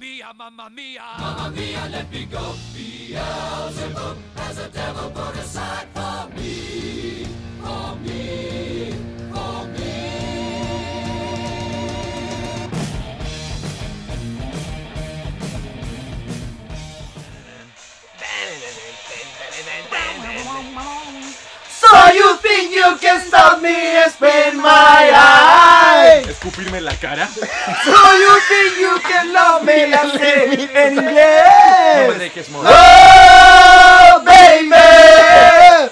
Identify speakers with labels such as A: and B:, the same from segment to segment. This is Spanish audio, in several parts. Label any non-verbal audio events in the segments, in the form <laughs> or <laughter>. A: mia, mamma mia.
B: Mamma mia, let me go. Beelzebub has a devil put aside for me, for me, for me.
C: So you think you can stop me and spin my eyes?
D: Escupirme en la cara.
C: So you think you can love me and say me en
D: No me
C: inglés?
D: dejes morir.
C: Oh, baby,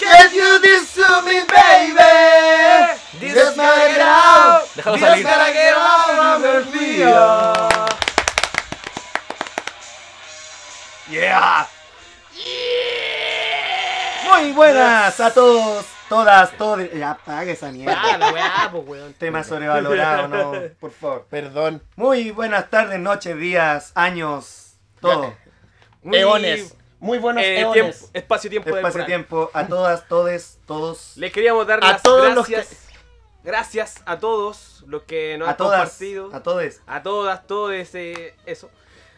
C: can you this to me, baby? This is my ground.
D: Déjalo
C: This
D: salir.
C: gotta get out of me.
D: Yeah.
C: Muy buenas a todos, todas, todos. Ya apaga esa mierda. Tema sobrevalorado, no,
E: <laughs>
C: por favor.
F: Perdón.
C: Muy buenas tardes, noches, días, años, todo.
F: Muy, eones. Muy buenos
E: Eh,
F: eones.
E: tiempo- espacio-tiempo
C: Espacio
E: temporal.
C: tiempo a todas, todes, todos.
E: Les queríamos dar
F: A
E: las
F: todos los
E: gracias. Gracias a todos los que nos
C: A
E: han
C: todas,
E: compartido.
C: a todes.
E: A todas, todos, eso.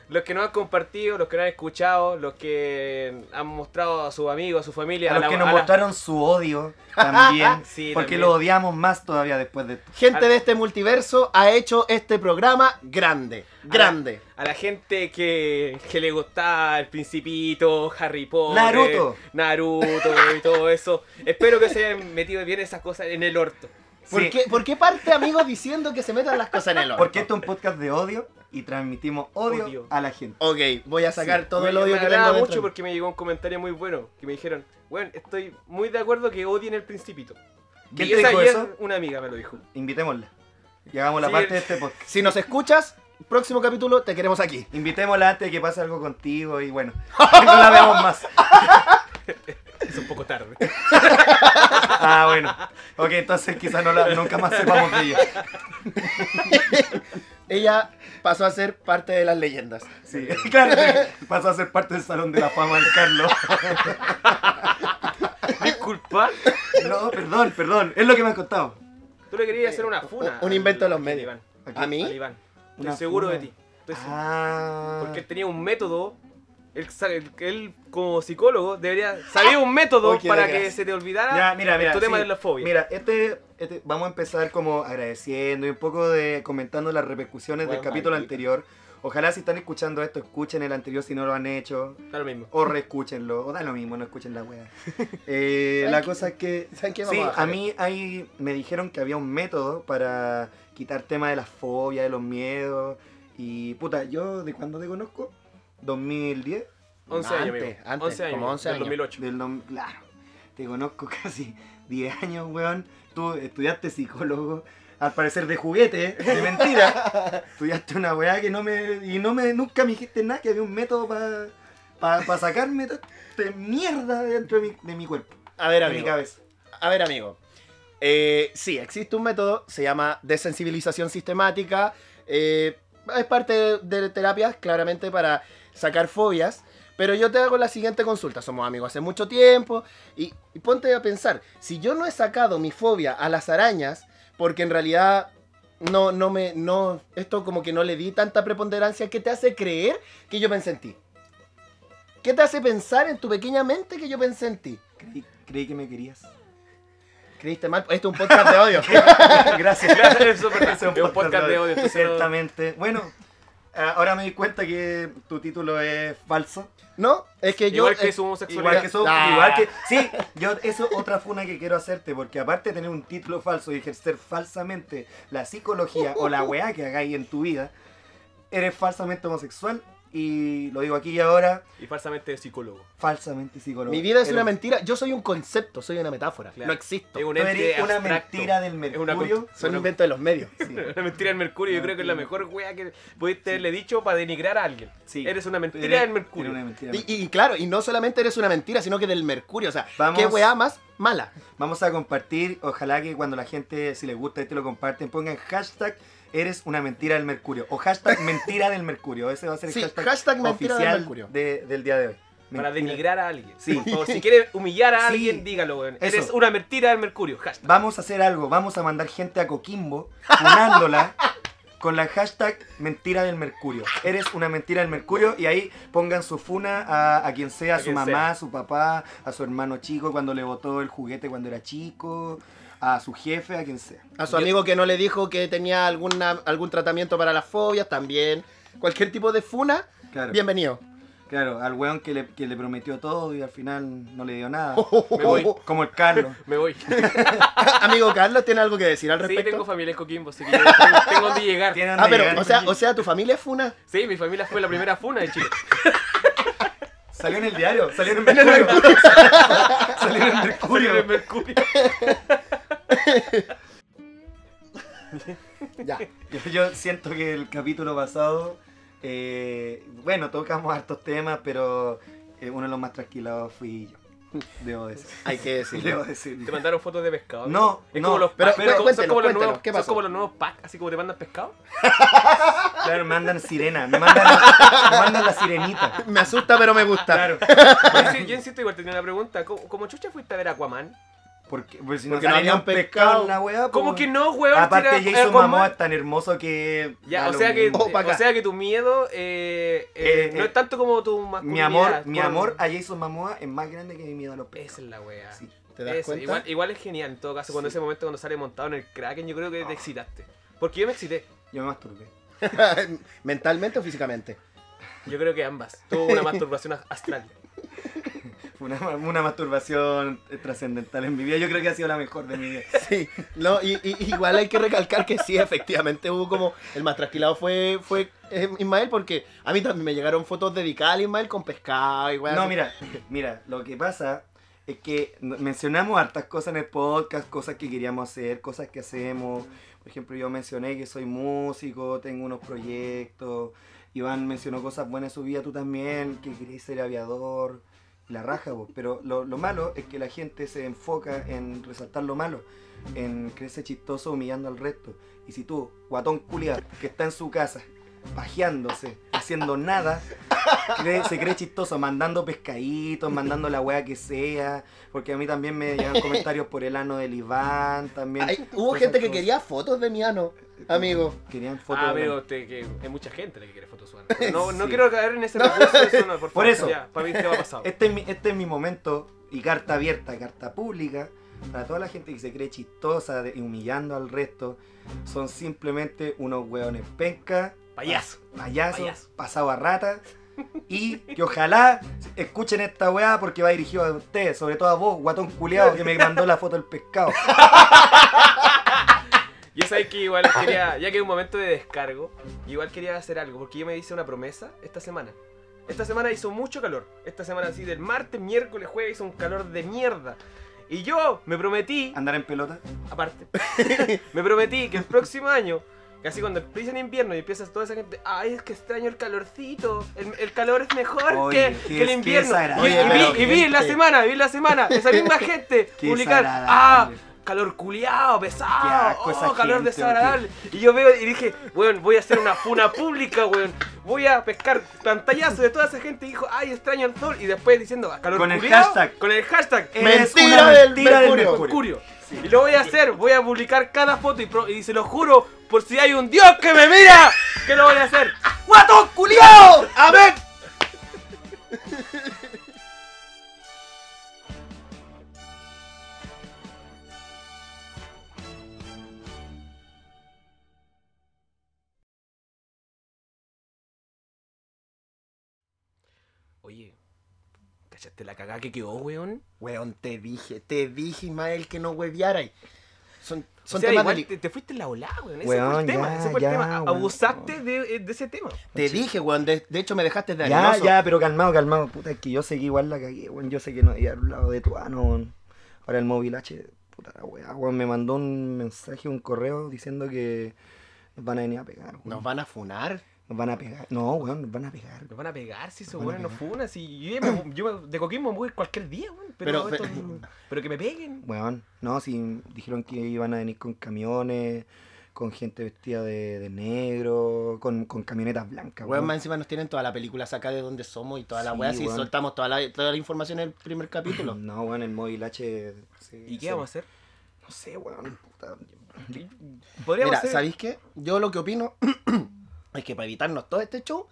E: Los que nos han compartido, los que nos han escuchado, los que han mostrado a sus amigos, a su familia.
C: A los
E: la-
C: que nos
E: la-
C: mostraron su odio también.
E: <laughs> Sí,
C: porque
E: también.
C: lo odiamos más todavía después de esto.
F: Gente de este multiverso ha hecho este programa grande. Grande.
E: A la gente que, que le gustaba El Principito, Harry Potter,
C: Naruto.
E: Naruto y todo eso. Espero que se hayan metido bien esas cosas en el orto.
F: ¿Por,
C: Sí,
F: qué, por qué parte, amigos, diciendo que se metan las cosas en el orto?
C: Porque esto es un podcast de odio y transmitimos odio,
E: Odio.
C: a la gente.
F: Ok, voy a sacar todo
E: me,
F: el odio
E: me
F: que
E: agrada
F: tengo
E: mucho
F: dentro.
E: porque me llegó un comentario muy bueno que me dijeron, bueno, estoy muy de acuerdo que odien el Principito.
C: ¿Quién
E: Y
C: te
E: esa
C: dijo
E: ayer
C: eso?
E: Una amiga me lo dijo.
C: Invitémosla. Llegamos a la
E: Sí.
C: parte de este podcast.
F: Si nos escuchas, próximo capítulo te queremos aquí.
C: Invitémosla antes de que pase algo contigo y
E: <laughs>
C: bueno, no la veamos más.
E: Es un poco tarde. <laughs>
C: Ah, bueno. Ok, entonces quizás no la- nunca más sepamos de ella.
F: Ella pasó a ser parte de las leyendas.
C: Sí, <laughs> claro, pasó a ser parte del Salón de la Fama del Carlos.
E: Disculpa,
C: No, perdón, perdón, es lo que me han contado.
E: tú le querías hacer una funa.
F: Un invento de los
E: al-
F: medios.
E: al Iván.
F: ¿A
E: Al
F: mí?
E: Iván. Estoy
C: Una
E: seguro
C: funa.
E: de ti. Estoy seguro.
C: Ah.
E: Porque él tenía un método. Él, sa- él- él, como psicólogo debería sabía un método
F: <laughs> Oh, qué
E: para
F: desgracia.
E: que se te olvidara
C: Ya, mira, mira.
E: tu tema
C: sí.
E: de la fobia.
C: Mira, este, este- vamos a empezar como agradeciendo y un poco de comentando las repercusiones
F: Bueno,
C: del capítulo
F: maldito.
C: anterior. Ojalá si están escuchando esto, escuchen el anterior si no lo han hecho.
E: Da lo mismo. <laughs>
C: O reescúchenlo. O da lo mismo, no escuchen la wea. Eh,
F: ¿Saben
C: la
F: qué?
C: cosa es que.
F: ¿Saben qué? Vamos
C: Sí,
F: a
C: a
F: bajar
C: mí ahí me dijeron que había un método para quitar tema de las fobias, de los miedos. Y puta, yo de cuando te conozco, 2010,
E: 11 años,
F: Antes,
E: amigo.
F: antes,
E: 11 años.
F: como 11
E: del
F: años.
E: 2008.
C: del dom- claro, te conozco <laughs> casi 10 años, weón. Tú estudiaste psicólogo, al parecer de juguete, de
F: <laughs>
C: mentira. estudiaste una weá que no me. Y no me nunca me dijiste nada, que había un método para sacarme toda esta mierda dentro de mi, de mi cuerpo,
F: A ver,
C: de mi
F: amigo.
C: cabeza.
F: A ver, amigo. Eh, sí, existe un método, se llama desensibilización sistemática. eh, es parte de, de terapias, claramente, para sacar fobias. Pero yo te hago la siguiente consulta. Somos amigos hace mucho tiempo. Y, y ponte a pensar, si yo no he sacado mi fobia a las arañas, porque en realidad no, no me. no Esto como que no le di tanta preponderancia, ¿qué te hace creer que yo pensé en ti? ¿Qué te hace pensar en tu pequeña mente que yo pensé en ti?
C: Creí, creí que me querías.
F: Creíste mal, esto es un podcast de
E: <laughs>
F: odio.
C: <laughs> Gracias.
E: Claro, eso es verdad.
C: Es un
E: podcast de odio. entonces no-
C: Ciertamente. Bueno, ah, ahora me di cuenta que tu título es falso.
F: No, es que yo.
E: Igual que
F: eh,
E: su
C: Igual
E: homosexualidad.
C: que eso,
F: Ah.
C: igual que. Sí, yo eso es otra funa que quiero hacerte, porque aparte de tener un título falso y ejercer falsamente la psicología o la weá que hagáis en tu vida, eres falsamente homosexual y lo digo aquí y ahora,
E: Y falsamente psicólogo.
C: falsamente psicólogo.
F: Mi vida es
C: Eres-
F: una mentira. Yo soy un concepto, soy una metáfora.
E: Claro.
F: No existo.
E: Es un
C: tú eres
E: ente
C: una
E: abstracto.
C: mentira del
E: Es una
C: mercurio.
E: constru-
F: Soy un
E: una-
F: invento de los medios.
C: Sí.
E: La mentira del Mercurio, yo creo que es la mejor wea que pudiste haberle dicho para denigrar a alguien.
C: Sí.
E: Eres una mentira
C: Eres-
E: del
C: eres
E: Mercurio.
C: una mentira del
F: Y, y claro, y no solamente eres una mentira, sino que del mercurio. O sea,
C: Vamos.
F: qué weá más mala.
C: Vamos a compartir. Ojalá que cuando la gente, si les gusta este, lo comparten. Pongan hashtag eres una mentira del mercurio. O
F: <laughs>
C: hashtag mentira del mercurio. Ese va a ser el
F: Sí,
C: hashtag,
F: hashtag mentira del
C: oficial
F: mercurio.
C: de- del día de hoy.
E: Para
C: Mentira.
E: denigrar a alguien.
C: Sí.
E: Por favor, si quieres humillar a
C: Sí.
E: alguien, dígalo, weón.
C: Eso.
E: Eres una mentira del Mercurio. Hashtag.
F: <laughs>
C: Vamos a hacer algo. Vamos a mandar gente a Coquimbo, funándola. con la hashtag mentira del mercurio. Eres una mentira del mercurio y ahí pongan su funa a, a quien sea, a
E: A
C: su
E: quien
C: mamá,
E: sea.
C: a su papá, a su hermano chico cuando le botó el juguete cuando era chico, a su jefe, a quien sea.
F: A su amigo que no le dijo que tenía alguna, algún tratamiento para las fobias también. Cualquier tipo de funa,
C: Claro,
F: bienvenido. <laughs>
C: claro al weón que le, que le prometió todo y al final no le dio nada.
E: Me voy.
C: Como el Carlos.
E: Me <laughs> voy.
F: Amigo Carlos, ¿tiene algo que decir al
E: Sí, tengo
F: respecto?
E: familia en Coquimbo, así que yo tengo, tengo donde llegar.
C: Tienen
F: ah,
C: de
F: pero,
C: llegar-
F: o sea, o sea, tu familia es
E: <laughs>
F: funa.
E: Sí, mi familia fue la primera funa de Chile.
C: Salió en el diario, salió en el mercurio. <laughs> salió en el mercurio.
E: Salió de Mercurio.
F: Ya.
C: Yo, yo siento que el capítulo pasado, eh, bueno, tocamos hartos temas, pero eh, uno de los más tranquilados fui yo. Debo decir.
F: Hay que decirlo.
C: Debo decir.
E: Te mandaron fotos de pescado.
C: No,
E: Es
C: no,
E: como los
F: pero-
E: packs,
F: pero
E: son- son,
F: cuéntenos,
E: como los
F: cuéntenos,
E: nuevos,
F: ¿qué
E: son
F: pasó?
E: como los nuevos packs, así como te mandan pescado.
C: Claro, me mandan sirena, me mandan, me mandan la sirenita.
F: Me asusta, pero me gusta.
C: Claro.
E: Yo sí- Yo insisto, igual tenía una pregunta. ¿Cómo, cómo chucha fuiste a ver Aquaman?
C: Porque, porque si
F: Porque
C: no
F: no
C: había
F: había
C: un
F: un
C: pescado
F: pescado.
C: en la weá.
E: ¿Cómo
C: pues.
E: que no, weón?
C: Aparte,
E: Si era
C: Jason
E: Aquaman.
C: Moya es tan hermoso que. da
E: Ya, o
C: lo
E: sea, que,
C: mismo.
F: Oh, pa'
E: o
F: acá.
E: sea que tu miedo eh,
C: Eh,
E: eh, no
C: eh,
E: es tanto como tu masculinidad.
C: Mi amor, mi
E: como-
C: amor a Jason Momoa es más grande que mi miedo a los
E: Esa
C: peces.
E: es la wea.
C: Sí.
F: ¿Te das
E: Eso,
F: cuenta?
E: Igual, igual es genial en todo caso, cuando ese momento cuando sale montado en el Kraken, yo creo que
C: Ah.
E: te excitaste. Porque yo me excité.
C: Yo me masturbé. <laughs>
F: <laughs> ¿Mentalmente o físicamente?
E: Yo creo que ambas. Tuvo
C: <laughs>
E: una masturbación astral.
C: Fue una, una masturbación trascendental en mi vida. Yo creo que ha sido la mejor de mi vida.
F: Sí, no, y, y- igual hay que recalcar que sí, efectivamente hubo como el más trasquilado fue, fue eh, Ismael, porque a mí también me llegaron fotos dedicadas a Ismael con pescado y weas
C: No,
F: así.
C: mira, mira, lo que pasa es que n- mencionamos hartas cosas en el podcast, cosas que queríamos hacer, cosas que hacemos. Por ejemplo, yo mencioné que soy músico, tengo unos proyectos. Iván mencionó cosas buenas en su vida, tú también, que querés ser aviador. La raja, vos. Pero lo, lo malo es que la gente se enfoca en resaltar lo malo, en creerse chistoso humillando al resto. Y si tú, guatón culiado, que está en su casa, pajeándose, haciendo nada, cree- se cree chistoso, mandando pescaditos, mandando la weá que sea, porque a mí también me llegan comentarios por el ano del Iván, también.
F: Ay, hubo
C: Cosas
F: gente que
C: como-
F: quería fotos de mi ano, amigo.
C: Querían fotos.
E: Ah,
C: del
E: amigo,
C: ano.
E: te- que hay mucha gente la que quiere
C: <laughs>
E: fotos suanas. No, no
C: Sí.
E: quiero caer en ese recurso, eso no, por favor.
C: Por eso.
E: Ya, para mí te va pasado.
C: Este <laughs> es, mi, este es mi momento y carta abierta, carta pública, para toda la gente que se cree chistosa de- y humillando al resto. Son simplemente unos hueones penca,
E: Payaso.
C: payasos,
E: Payaso.
C: pasado a rata. Y que ojalá escuchen esta weá porque va dirigido a ustedes, sobre todo a vos, guatón culeado, que me mandó la foto del pescado.
E: Yo sabía que igual quería, ya que es un momento de descargo, igual quería hacer algo, porque yo me hice una promesa esta semana. Esta semana hizo mucho calor. Esta semana así, del martes, miércoles, jueves, hizo un calor de mierda. Y yo me prometí,
C: Andar en pelota.
E: aparte,
C: <laughs>
E: me prometí que el próximo año, casi cuando empieza el invierno y empiezas toda esa gente, ay, es que extraño el calorcito, el, el calor es mejor
C: Oye, qué
E: que, que el
C: es-
E: invierno.
C: qué
E: Y- y,
F: desagradable.
E: vi- y vi, en la
F: Gente.
E: semana, vi en la semana,
C: <laughs>
E: esa misma gente
C: Qué
E: publicar, ah,
C: desagradable.
E: calor culiado,
C: Qué
E: pesado,
C: asco
E: oh,
C: esa
E: calor
C: gente,
E: desagradable. Y yo veo y dije, weón, voy a hacer una funa pública, weón. Voy a pescar pantallazos de toda esa gente y dijo, ay, extraño el sol. Y después diciendo, "Ah, calor
C: Con el
E: culiao",
C: hashtag.
E: Con el hashtag.
C: Eres
F: Mentira
C: una
F: del
C: mentira
F: mercurio.
E: Mercurio. Y lo voy a hacer, voy a publicar cada foto y, pro- y se lo juro, por si hay un Dios que me mira, que lo voy a hacer. ¡Guatón culiao! ¡Amén! Oye, ¿cachaste la cagada que quedó, weón?
F: Weón, te dije, te dije, Ismael, que no hueviaras. Son, son
E: o sea,
F: temas
E: igual
F: deli-
E: te, te fuiste en la ola, weón. Ese fue
C: Weón,
E: el tema.
C: ya,
E: ese fue el
C: ya,
E: tema.
C: weón.
E: Abusaste de, eh, de ese tema.
F: Te dije, weón, de, de hecho me dejaste de
C: Ya,
F: arenoso.
C: ya, pero calmado, calmado. Puta, es que yo sé que igual la cagué, weón. Yo sé que no había hablado de tu ano, weón. Ahora el móvil H, puta la weá, weón. Me mandó un mensaje, un correo diciendo que nos van a venir a pegar, weón.
F: Nos van a funar.
C: Nos van a pegar. No, weón, nos van a pegar.
E: Me van a pegar si esos
C: Me van a
E: weones no funan. Si yo, ya me- yo me- de coquismo me voy a ir cualquier día, weón. Pero,
F: Pero-
E: estos- pero,
F: pero-
E: que me peguen.
C: Weón, no, si dijeron que iban a venir con camiones, con gente vestida de, de negro, con, con camionetas blancas,
F: Weón,
C: weón.
F: más encima nos tienen toda la película saca de donde somos y toda la
C: Sí,
F: weá, si
C: weón.
F: soltamos toda la, toda la información en el primer capítulo.
C: No, weón, el móvil H. se-
E: ¿Y qué
C: se-
E: vamos a hacer?
F: No sé, weón. puta.
E: Podríamos
F: Mira,
E: hacer-
F: ¿sabéis qué? Yo lo que opino <clears throat> es que para evitarnos todo este show,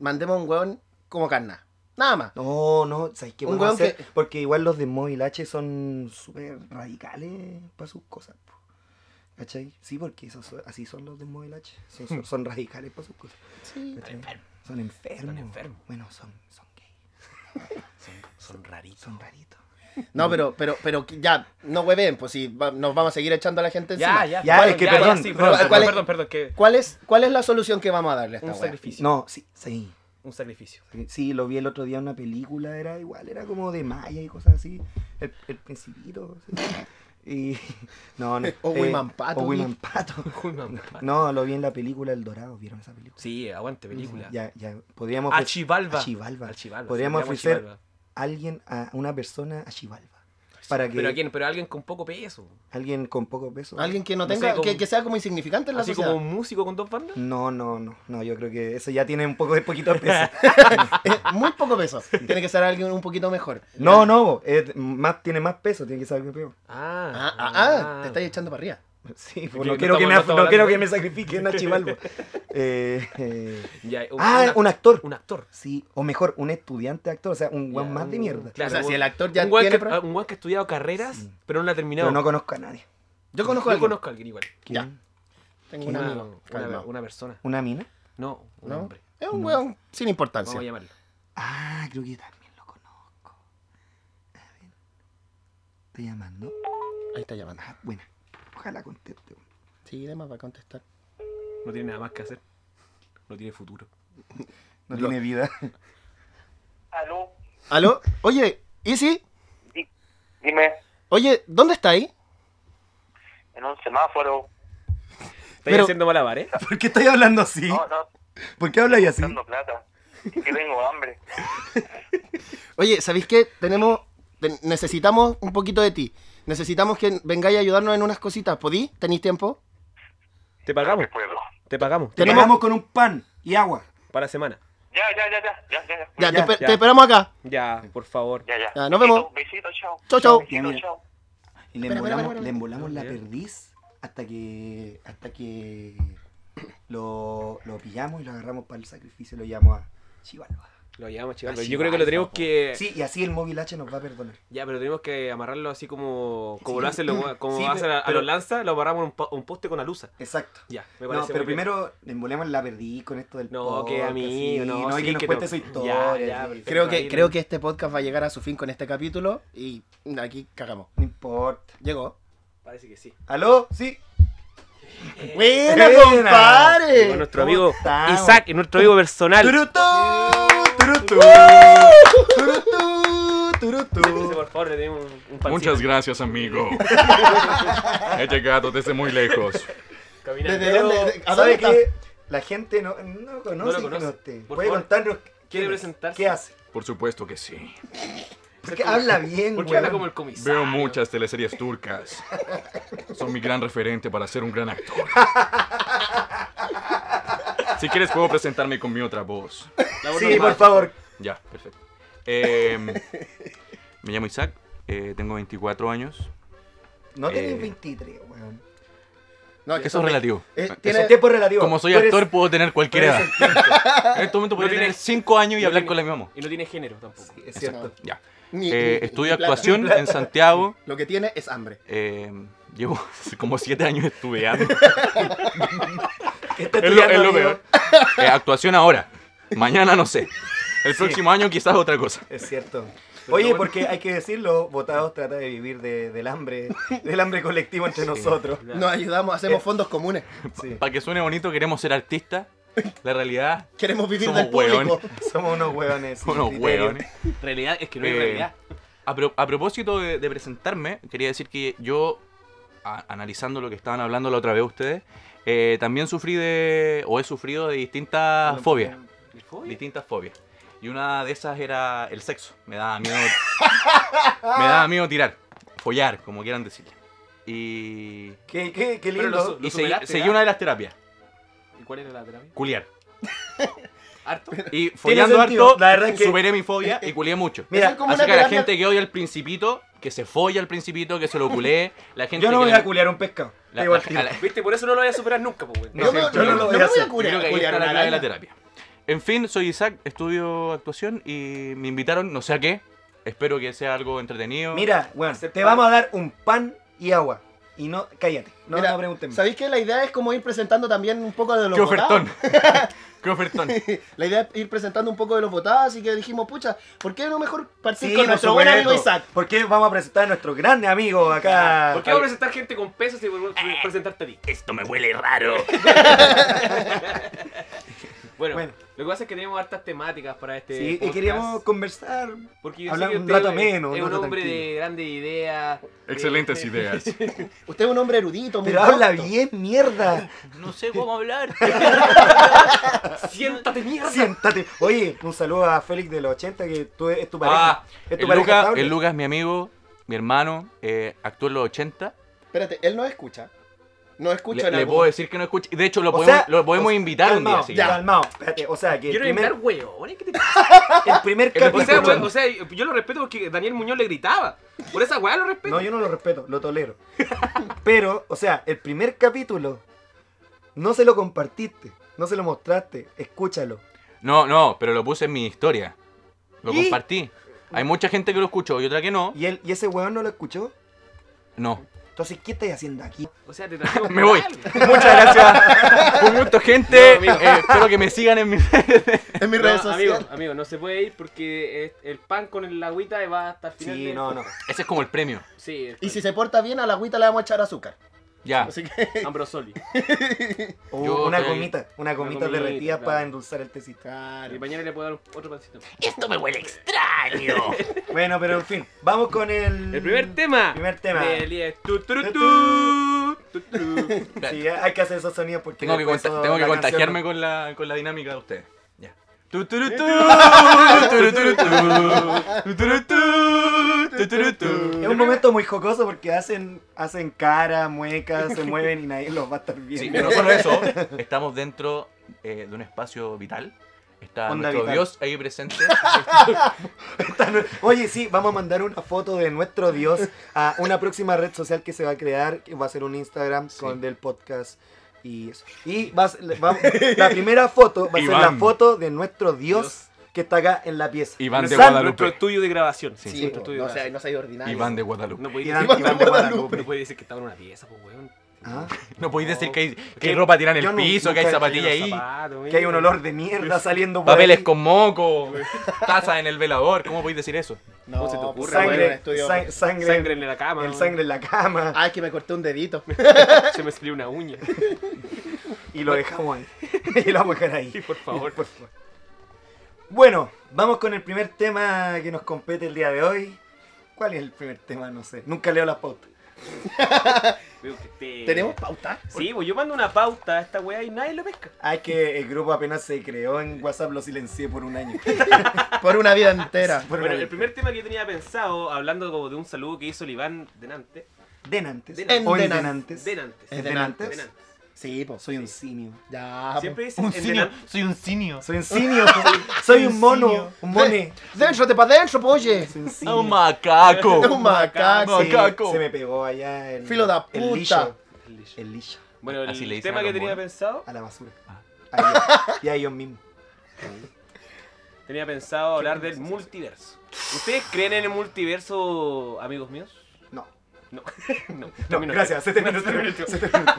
F: mandemos un weón como carna. Nada más.
C: No, no, ¿sabes qué
F: Un
C: podemos
F: weón
C: hacer? Porque igual los de Móvil H son súper radicales para sus cosas. po. ¿Cachai? Sí, porque esos son- así son los de Móvil H. Son, son- son radicales para sus cosas. ¿cachai? Son enfermos.
E: Son enfermos.
C: Bueno, son, son gay. son, raritos. Son raritos.
F: No, pero, pero, pero que ya, no hueven, pues si va- nos vamos a seguir echando a la gente encima.
E: Ya, ya,
C: Ya, es que perdón,
E: sí,
C: no,
E: perdón,
F: ¿cuál
E: perdón,
F: es-
E: perdón, perdón, que
F: ¿Cuál es, ¿Cuál es la solución que vamos a darle a esta
E: un
F: weá?
E: sacrificio,
C: No, sí, sí.
E: un sacrificio.
C: Sí, lo vi el otro día en una película, era igual, era como de Maya y cosas así. El, el principito. así. Y. <laughs> No, no.
F: O Willman Pato,
C: O
F: vi.
C: Willman
E: <laughs>
C: Pato.
E: Uy, mamá.
C: No, lo vi en la película El Dorado, ¿vieron esa película?
E: Sí, aguante película.
C: Mm, Ya, ya. Podríamos. ofre-
E: Achivalba.
C: Achivalba.
E: Achivalba,
C: Podríamos
E: sí,
C: ofrecer
E: Achivalba.
C: alguien, a una persona a Chivalba. Para que
E: Pero a quién, pero a alguien con poco peso.
C: alguien con poco peso.
F: Alguien que no
E: No sé,
F: tenga,
E: como-
F: que, que sea como insignificante en la
E: Así
F: sociedad.
E: como un músico con dos bandas.
C: No, no, no. No, yo creo que eso ya tiene un poco de
E: <laughs>
C: poquito peso.
F: <laughs> Eh, Muy poco peso. Tiene que ser alguien un poquito mejor.
C: no, no, es más, tiene más peso, tiene que ser algo peor.
E: Ah,
F: Ah, ah, ah, te estáis echando para arriba.
C: Sí,
E: que
C: pues no,
E: no
C: quiero que me,
E: estamos- no
C: af-
E: estamos
C: no quiero
E: hablando
C: que
E: de-
C: me sacrifiquen a Chivalba. Eh, eh,
E: Ya, un-
C: Ah, un actor.
E: Un actor.
C: Sí, o mejor, un estudiante actor, o sea, un guan
E: Ya,
C: más de
E: un-
C: mierda.
E: claro,
F: o sea,
E: un-
F: si el actor ya
E: un weón
F: tiene...
E: que,
F: pro-
E: un weón que ha estudiado carreras,
C: Sí.
E: pero no la ha terminado.
C: Pero no conozco a nadie.
F: Yo conozco a
E: Yo
F: alguien.
E: conozco a alguien igual.
F: Ya.
C: ¿Quién?
F: Tengo un
E: Una,
F: amigo.
E: una-
F: calmado.
E: una persona.
C: ¿Una mina?
E: No, un
F: ¿No?
E: hombre.
F: Es un weón sin
E: Vamos
F: importancia.
E: a llamarlo.
C: Ah, creo que yo también lo conozco. A ver. ¿Está llamando?
F: Ahí está llamando.
C: Ah, buena. Ojalá conteste. weón.
F: Sí, además va a contestar.
E: No tiene nada más que hacer. No tiene futuro.
C: No
F: Lo-
C: tiene vida. <laughs>
A: Aló,
F: ¿Aló? Oye, Easy.
A: di- dime,
F: Oye, ¿dónde está ahí?
A: en un semáforo.
E: Estáis
F: Pero-
E: haciendo malabares.
C: ¿Por qué estoy hablando así?
A: No, no,
C: ¿Por qué hablas así?
A: dando plata. Que tengo
F: <laughs>
A: hambre.
F: Oye, ¿sabéis qué? Tenemos... te- necesitamos un poquito de ti. Necesitamos que vengáis a ayudarnos en unas cositas. ¿Podí? ¿Tenéis tiempo?
E: Te pagamos.
A: Puedo.
E: Te pagamos.
C: Te
F: Tenemos-
C: pagamos con un pan y agua.
E: Para la semana.
A: Ya, ya, ya, ya, ya, ya.
F: Ya,
C: Ya,
F: te, esper-
E: ya.
F: te esperamos acá.
E: Ya, por favor.
A: Ya, ya.
F: Ya, nos vemos.
A: Besito, besito, chao.
F: Chau, chau.
A: Besito,
C: Ya, mira.
A: chao.
C: Y le
F: Espera, espera,
C: embolamos,
F: espera,
C: le
F: espera.
C: embolamos la
E: Ya.
C: perdiz hasta que. hasta que lo, lo pillamos y lo agarramos para el sacrificio y lo llevamos a Chivalba.
E: Lo llevamos, chicos.
C: Así
E: Yo creo que lo
C: va,
E: tenemos
C: Ah, po.
E: que.
C: Sí, y así el móvil H nos va a perdonar.
E: Ya, pero tenemos que amarrarlo así como. Como lo hacen los gua- como
C: Sí,
E: hacen a, a
C: pero-
E: los lanzas, lo amarramos a un, po- un poste con alusa.
C: Exacto.
E: Ya, me parece.
C: No, pero
E: muy bien.
C: primero le embolemos la perdiz con esto del
E: No, que
C: podcast,
E: amigo,
C: sí,
E: no,
C: no, y
E: sí,
C: que nos
E: que
C: cuente
E: no-
C: su
E: Ya,
C: historia.
E: ya,
C: sí.
E: perfecto.
F: Creo que,
E: Ahí-
F: creo que este podcast va a llegar a su fin con este capítulo y aquí cagamos.
C: No importa.
F: Llegó.
E: Parece que sí.
C: ¿Aló?
E: <laughs>
C: Sí.
F: ¡Buena,
C: Buena.
F: compadre!
E: Con nuestro amigo
C: estamos?
E: Isaac, Uh. nuestro amigo personal.
C: Turutú, turutú, turutú,
E: Entonces,
C: turutú.
E: por favor, le tenemos un, un pancito.
D: Muchas gracias, <laughs> amigo. He llegado desde muy lejos.
E: Caminando.
F: ¿Desde dónde? de- ¿A dónde
C: ¿Sabe
F: está?
C: qué? La gente no, no conoce,
E: No lo conoce.
C: a usted.
E: Por
C: Puede
E: favor.
C: contarnos
E: ¿Quiere
C: quién es,
E: presentarse?
C: ¿Qué hace?
D: Por supuesto que sí.
C: Porque habla bien,
E: Porque
C: weón.
E: habla como el comisario.
D: Veo muchas teleseries turcas. Son mi gran referente para ser un gran actor. Si quieres puedo presentarme con mi otra voz.
E: La voz
C: Sí,
E: normal.
C: por favor.
D: Ya, perfecto. Em, me llamo Isaac, eh, tengo 24 años.
C: No tenés
D: Eh.
C: 23, weón.
F: No,
D: Eso es
F: me-
D: relativo.
F: eh,
D: Eso-
F: tiene-
C: Es tiempo relativo.
D: Como soy
C: Tú eres-
D: actor puedo tener cualquier edad. En este momento
E: No
D: puedo
E: tiene-
D: tener 5 años y
E: no
D: hablar
E: tiene-
D: con la misma voz.
E: Y no tiene género tampoco.
C: Sí, es cierto.
D: Ya.
F: ni-
D: Eh,
F: ni-
D: estudio
F: ni plata.
D: actuación en Santiago.
F: Lo que tiene es hambre.
D: Eh, llevo <laughs> como siete años estudiando.
C: ¿Qué está
D: es lo,
C: estudiando,
D: es lo
C: amigo?
D: peor. Eh, actuación ahora. Mañana no sé. El próximo año quizás otra cosa.
C: Es cierto.
E: Pero
C: Oye,
E: bueno.
C: porque hay que decirlo, Votados trata de vivir de- del hambre, del hambre colectivo entre nosotros.
E: Claro.
F: Nos ayudamos, hacemos fondos comunes.
C: Sí.
D: Para que suene bonito, queremos ser artistas.
F: <laughs>
D: La realidad,
F: Queremos vivir
D: Somos
F: del público.
D: hueones.
C: Somos unos hueones. sin
D: unos
C: criterio.
D: hueones.
E: Realidad es que no hay
D: Eh,
E: realidad.
D: A, pro- a propósito de, de presentarme, quería decir que yo, a- analizando lo que estaban hablando la otra vez ustedes, eh, también sufrí de, o he sufrido de distintas fobias. Distintas fobias. Y una de esas era el sexo. Me daba miedo. <laughs> me daba miedo tirar. Follar, como quieran decirle. Y.
C: Qué, qué, qué
E: Pero
C: lindo.
E: lo su-
D: Y seguí,
E: superaste,
D: seguí
E: ¿verdad?
D: una de las terapias.
E: ¿Y cuál era la terapia?
C: <laughs>
D: Culiar.
E: ¿Harto?
D: Y follando
C: sentido.
D: harto,
C: La verdad es que-
D: superé mi fobia y culié mucho.
C: Mira,
F: Eso es como
D: Así
F: una
D: que a la
F: terapia-
D: gente que odia el principito, que se folla al principito, que se lo culé.
C: <laughs>
D: La gente
C: Yo no
D: que
C: voy
D: le-
C: a culear un pescado. Te
D: la-
C: digo al
D: la-
C: tiro.
D: la-
E: Viste, por eso no lo voy a superar nunca, pues, weón.
C: No,
F: yo me,
C: sí,
F: yo no lo voy a hacer.
D: Yo creo que ahí
F: culiar
D: está la
F: una
D: clave de la
F: araña.
D: terapia. En fin, soy Isaac, estudio actuación y me invitaron, no sé a qué. Espero que sea algo entretenido.
C: Mira, weón,
E: Hacer
C: te
E: pan.
C: vamos a dar un pan y agua. Y no, cállate. No,
F: Mira,
C: no pregunten más.
F: ¿Sabéis que la idea es como ir presentando también un poco de los
D: ¡Qué
F: votados?
D: ofertón!
C: <laughs>
D: ¡Qué ofertón!
F: <laughs> La idea es ir presentando un poco de los votados, así que dijimos, pucha, ¿por qué no mejor partir
C: Sí,
F: con
C: por
F: nuestro buen
C: supuesto.
F: amigo Isaac?
C: ¿Por qué vamos a presentar a nuestro gran amigo acá?
E: ¿Por qué va a presentar gente con pesos y voy a presentarte a ti?
D: Eh. Esto me huele raro.
E: <laughs> Bueno,
C: Bueno.
E: lo que pasa es que tenemos hartas temáticas para este.
C: Sí, y
E: podcast,
C: queríamos conversar.
E: porque yo sé
C: hablar
E: que
C: un
E: usted
C: rato
E: es-
C: menos,
E: Es
C: un
E: un
C: rato
E: hombre de
C: tranquilo.
E: grandes ideas. de-
D: Excelentes
C: <laughs>
E: de-
D: ideas.
F: Usted es un hombre erudito, muy
C: Pero habla
F: docto.
C: bien,
F: <laughs>
C: mierda.
D: No sé cómo hablar.
E: Siéntate mierda.
C: Siéntate. Oye, un saludo a Félix de los 80, que tú es tu pareja.
D: Ah,
C: es tu
D: <laughs> el
C: pareja
D: Lucas
C: estable.
D: el Lucas es mi amigo, mi hermano, eh, actuó en los 80.
F: Espérate, él no escucha. No escucha
D: Le,
F: en
D: le
F: algún-
D: puedo decir que no escucha. De hecho, lo
C: O
D: podemos,
C: sea,
D: lo podemos
C: o sea,
D: invitar un día.
C: calmao, ya,
D: si quieres.
C: calmao. Espérate, o sea, que el
E: Quiero
C: primer,
E: invitar huevones. ¿Qué te pasa?
C: <laughs> el primer
D: El
E: O
D: primer
E: sea,
D: Escucha.
E: weón, o
C: capítulo.
E: sea, yo lo respeto porque Daniel Muñoz le gritaba. Por esa weá lo respeto.
C: No, yo no lo respeto, lo tolero. <laughs> Pero, o sea, el primer capítulo no se lo compartiste, no se lo mostraste. Escúchalo.
D: No, no, pero lo puse en mi historia. Lo
C: ¿Y?
D: compartí. Hay mucha gente que lo escuchó y otra que no.
C: ¿Y, él, ¿Y ese weón no lo escuchó?
D: No.
C: Entonces, ¿qué estáis haciendo aquí?
E: O sea, te <laughs> trajimos
D: Me voy.
E: mal.
C: <laughs>
D: Muchas gracias. Fue <laughs> Un gusto, gente. Eh, espero que me sigan en mi.
F: <laughs>
D: <laughs>
F: En mis
E: No,
F: redes
E: amigo,
F: sociales.
E: amigo, no se puede ir porque eh, el pan con el agüita va hasta el final.
C: Sí,
E: de-
C: no, no.
D: Ese es como el premio.
E: Sí, el-
F: Y si se porta bien, a la agüita le vamos a echar azúcar.
D: Ya.
F: Así que.
C: <laughs>
E: Ambrosoli.
C: O
D: Yo
C: una
D: estoy-
C: gomita, una gomita
E: gomita,
C: derretida
E: claro.
C: para endulzar el tecito.
F: Claro.
E: Y mañana le puedo dar otro pancito.
C: Bueno, pero en fin, vamos con el.
E: El primer tema.
C: Primer tema.
E: Del día es tu, tu, tu, tu, tu, tu.
C: Sí, hay que hacer esos sonidos porque.
D: Tengo que,
C: después
D: conta-
C: eso-
D: tengo que
C: la canción
D: contagiarme
C: no-
D: con, la, con la dinámica de ustedes. Ya. Tu, tu, ru,
C: <laughs>
D: tu, tu, ru, tu, ru, tu, tu, tu, ru, tu, tu, tu, ru,
C: Es
D: tu.
C: un momento muy jocoso porque hacen, hacen cara, muecas, se mueven y nadie los va a estar
D: Sí,
C: viendo.
D: pero no solo eso, estamos dentro eh, de un espacio vital. Está
C: Onda
D: nuestro
C: vital.
D: Dios ahí presente.
C: <laughs> Oye, sí, vamos a mandar una foto de nuestro Dios a una próxima red social que se va a crear, que va a ser un Instagram
D: Sí.
C: con del podcast y eso. Y va a ser- va- la primera foto
E: <laughs>
C: va a ser la
D: Iván.
C: foto de nuestro Dios, que está acá en la pieza.
D: Iván de
C: San-
E: Nuestro
D: Guadalupe.
E: estudio de grabación.
D: Sí.
F: <laughs> Sí,
E: Nuestro
F: no,
E: estudio
F: no,
E: de
F: o sea,
E: grabación.
F: no soy ordinario.
D: Iván de Guadalupe.
E: No podía
C: Iván,
E: decir-
C: Iván de Guadalupe.
E: no podía decir que estaba en una pieza, pues weón.
C: Ah,
D: No podéis decir que hay, que hay
E: Yo
D: ropa tirada en
C: nu-
D: el piso,
C: nunca
D: que hay
C: he
D: zapatillas
C: tenido
D: ahí,
E: Zapato,
C: que hay un
E: mira.
C: olor de mierda saliendo por
D: papeles
C: ahí.
D: con moco, tazas en el velador. ¿Cómo podéis decir eso?
F: No,
E: ¿Cómo se te
F: pues,
E: ocurre,
F: sangre,
C: sangre, sang- sangre,
E: Sangre en la cama. Ah,
C: el
E: weón.
C: sangre en la cama
F: Ay, que me corté un dedito.
E: Se me salió una <laughs> uña.
C: y lo dejamos ahí. <laughs> y lo vamos a dejar ahí.
E: Sí, por favor.
C: Por favor. Bueno, vamos con el primer tema que nos compete el día de hoy. ¿Cuál es el primer tema? No sé. Nunca leo las pautas.
E: Veo que te-
F: ¿Tenemos pauta?
E: Sí, pues yo mando una pauta a esta weá y nadie lo pesca.
C: Ah, es que el grupo apenas se creó en WhatsApp, lo silencié por un año.
F: Por una vida entera.
C: Por
E: Bueno,
C: un
E: el
C: año.
E: primer tema que yo tenía pensado, hablando como de un saludo que hizo el Iván Denante.
C: Denantes.
E: Denantes.
C: Hoy
F: Denantes.
C: Denantes.
E: Denantes.
C: ¿Es
F: Denantes?
C: Denantes?
F: Sí, pues.
C: Soy un simio.
F: Ya. pues,
E: Siempre dicen
D: Ah, pues, Un
E: en
D: simio,
E: Denantes.
D: soy un simio.
C: Soy un simio. Soy un mono. Un mone.
F: Dentro, te pa' dentro, po, oye.
C: Soy un simio.
D: Un
C: <laughs>
D: macaco.
F: Es un macaco.
C: Sí,
D: macaco.
C: Se me pegó allá el.
F: Filo da
C: el
F: puta.
C: lillo. El lillo.
E: Bueno,
D: Así le
E: el
D: dicen
E: tema
D: a
E: que
D: los
E: tenía
D: monos.
E: pensado,
C: A la basura. Ah. Ahí, y a ellos mismos.
E: tenía pensado hablar del multiverso. ¿Ustedes creen en el multiverso, amigos míos?
C: No.
E: No. no.
C: No,
E: Termino.
C: gracias. Se terminó. Se terminó. Se terminó.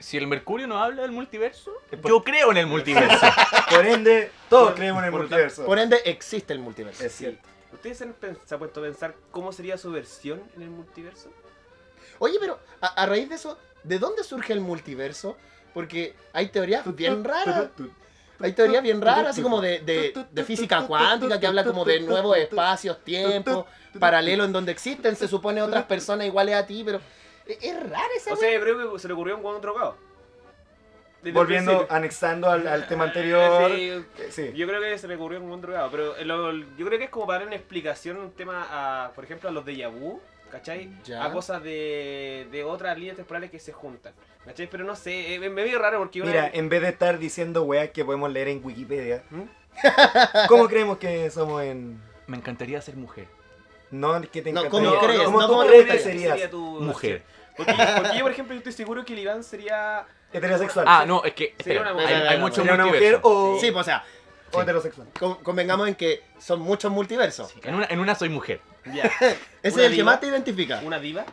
D: Si el Mercurio no habla del multiverso, yo creo en
C: <laughs>
D: el multiverso.
C: Por ende, todos creemos en el
E: por
C: multiverso.
F: Por ende, existe el multiverso.
C: Es cierto.
E: ¿Ustedes se han, pens- se han puesto a pensar cómo sería su versión en el multiverso?
F: Oye, pero a, a raíz de eso, ¿de dónde surge el multiverso? Porque hay teorías bien raras. Hay teorías bien raras, así como de, de- de física cuántica, que habla como de nuevos espacios, tiempos, paralelo en donde existen, se supone otras personas iguales a ti, pero es- es rara esa
E: O
F: wea.
E: sea, yo creo que se le ocurrió a un guano drogado. Desde el
C: Volviendo,
E: principio.
C: anexando al, al tema anterior.
E: Ah, Sí,
C: eh, Sí.
E: Yo creo que se le ocurrió como un drogado, pero el- el- yo creo que es como para darle una explicación un tema a, por ejemplo, a los de Yabu, ¿cachai?
F: Ya.
E: A cosas de, de otras líneas temporales que se juntan, ¿cachai? Pero no sé, eh, me, me veo raro porque una
C: Mira,
E: vez-
C: en vez de estar diciendo weas que podemos leer en Wikipedia,
E: ¿Mm?
C: ¿cómo creemos que somos en.?
D: Me encantaría ser mujer.
C: No, que te
F: No,
C: encantaría.
F: ¿cómo crees?
C: ¿Cómo,
F: No,
C: cómo
F: ¿cómo
C: crees que
F: crees?
C: serías?
E: Sería tu-
D: Mujer.
E: <laughs> Porque, porque yo, por ejemplo, yo estoy seguro que el Iván sería.
C: Heterosexual.
D: Ah, no, es que
E: Sería
D: espera,
E: una
D: hay,
F: mujer.
D: hay mucho
C: ¿Sería una mujer
D: multiverso.
C: o,
F: Sí, pues, o sea,
C: o heterosexual?
F: con- convengamos en que son muchos multiversos.
D: En una, en una soy mujer.
F: Ese
E: Ya. Una
F: es el que
E: diva.
F: más te identifica.
E: ¿Una diva?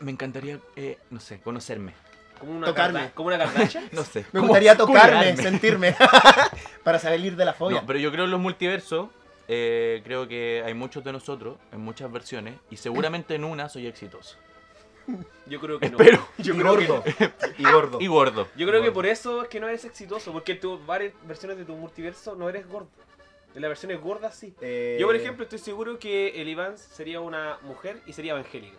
D: Me encantaría, eh, no sé, conocerme.
E: ¿Como una
F: Tocarme.
E: Karda- ¿Como una Kardashian?
D: No sé.
F: Me
D: ¿cómo
F: gustaría tocarme,
E: <laughs>
D: curarme?
F: sentirme, para saber ir de la fobia.
D: No, pero yo creo en los multiversos, eh, creo que hay muchos de nosotros, en muchas versiones, y seguramente en una soy exitoso.
E: Yo creo que no.
D: Espero.
E: Yo
C: y,
E: creo que
C: gordo,
E: no.
C: <laughs> y gordo.
D: Y gordo.
E: Yo creo que por eso es que no eres exitoso, porque tú varias versiones de tu multiverso no eres gordo. En las versiones gordas sí.
C: Eh,
E: Yo, por ejemplo, estoy seguro que el Iván sería una mujer y sería evangélica.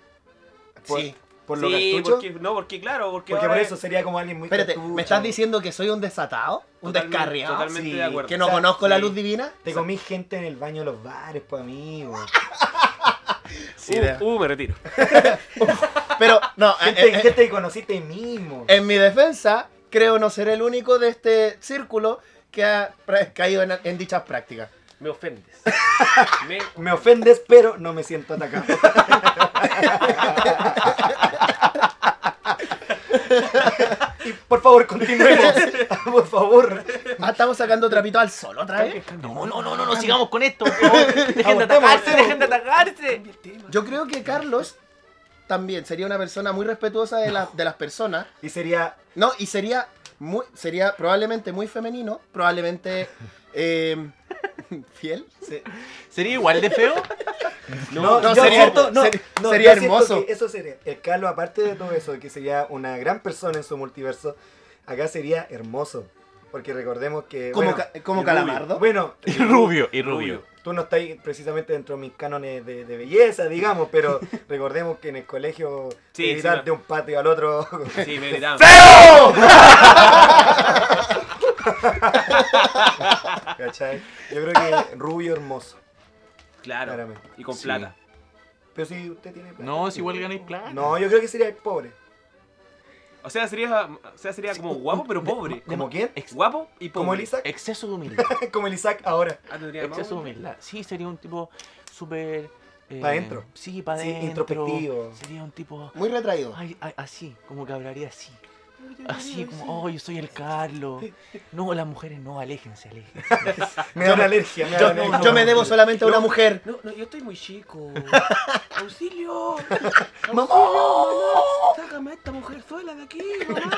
C: Por,
F: Sí.
C: por lo
E: sí,
C: cartucho.
E: porque, no, porque claro, porque,
C: Porque
E: ahora
C: por
E: es-
C: eso sería como alguien muy
F: Espérate,
C: cartucho.
F: ¿me estás diciendo que soy un desatado? ¿Un
E: Totalmente-
F: descarriado?
E: totalmente
C: Sí,
E: de acuerdo.
F: ¿Que no
C: O sea,
F: conozco la
E: sí.
F: luz divina?
C: Te comí gente en el baño de los bares, pues amigo.
F: Sí,
E: Uh,
F: de-
E: uh, me retiro.
F: Pero,
E: <laughs>
F: no,
C: Gente,
F: eh, eh,
C: gente que conociste ahí mismo.
F: en mi defensa, creo no ser el único de este círculo que ha pra- caído en, en dichas prácticas.
E: Me ofendes.
C: <laughs>
E: Me-
C: Me ofendes, pero no me siento
F: <laughs>
C: atacado. y por favor,
F: <laughs>
C: continuemos. por favor.
F: Ah, estamos sacando trapito al sol otra vez.
D: No, no, no, no, no, sigamos con esto. <laughs> por favor. Dejen de atacarse, dejen de atacarse.
F: Yo creo que Carlos también sería una persona muy respetuosa de, la- de las personas.
C: Y sería
F: No, y sería muy, sería probablemente muy femenino, probablemente eh, <laughs> fiel.
D: ¿Sería igual de feo?
C: No,
F: no,
C: yo
F: sería-
C: siento- no,
F: ser-
C: no,
F: sería
C: yo siento
F: hermoso.
C: que Eso sería. El Carlos, aparte de todo eso, que sería una gran persona en su multiverso, acá sería hermoso. Porque recordemos que.
F: Como,
C: bueno,
F: ca- como
C: y
F: Calamardo.
C: rubio.
F: <laughs>
C: Bueno,
D: Y rubio, y rubio.
C: tú no estás precisamente dentro de mis cánones de, de belleza, digamos, pero recordemos que en el colegio te
E: Sí, sí,
C: dirás
E: no.
C: de un patio al otro. <laughs>
E: Sí, me gritaban.
C: ¿Cachai? Yo creo que rubio hermoso.
E: Claro.
C: Claramente.
E: Y con
D: Sí.
E: plata.
C: Pero si usted tiene. plata.
D: No, si igual ganáis plata.
C: No, yo creo que sería el pobre.
E: O sea, sería, o sea, sería como guapo
C: <laughs>
E: pero pobre.
C: ¿Como quién?
D: Ex-
E: Guapo y pobre.
C: Como el Isaac.
D: exceso de humildad.
C: <laughs> Como el Isaac ahora.
E: Ah, tendría más
D: Exceso de
E: o menos.
D: humildad. Sí, sería un tipo súper. eh,
C: Pa' dentro.
D: Sí, para
C: Sí,
D: adentro.
C: introspectivo.
D: Sería un tipo.
F: Muy retraído.
D: Ay, ay, así, como que hablaría así. Así, como, oh, yo soy el Carlos. No, las mujeres no, aléjense, aléjense.
C: Me da una alergia. da
F: Yo,
C: una
F: yo
C: alergia.
F: me debo solamente a una mujer.
E: No, no, yo estoy muy chico. ¡Auxilio!
C: ¡Mamá!
E: ¡Sácame a esta mujer sola de aquí, mamá!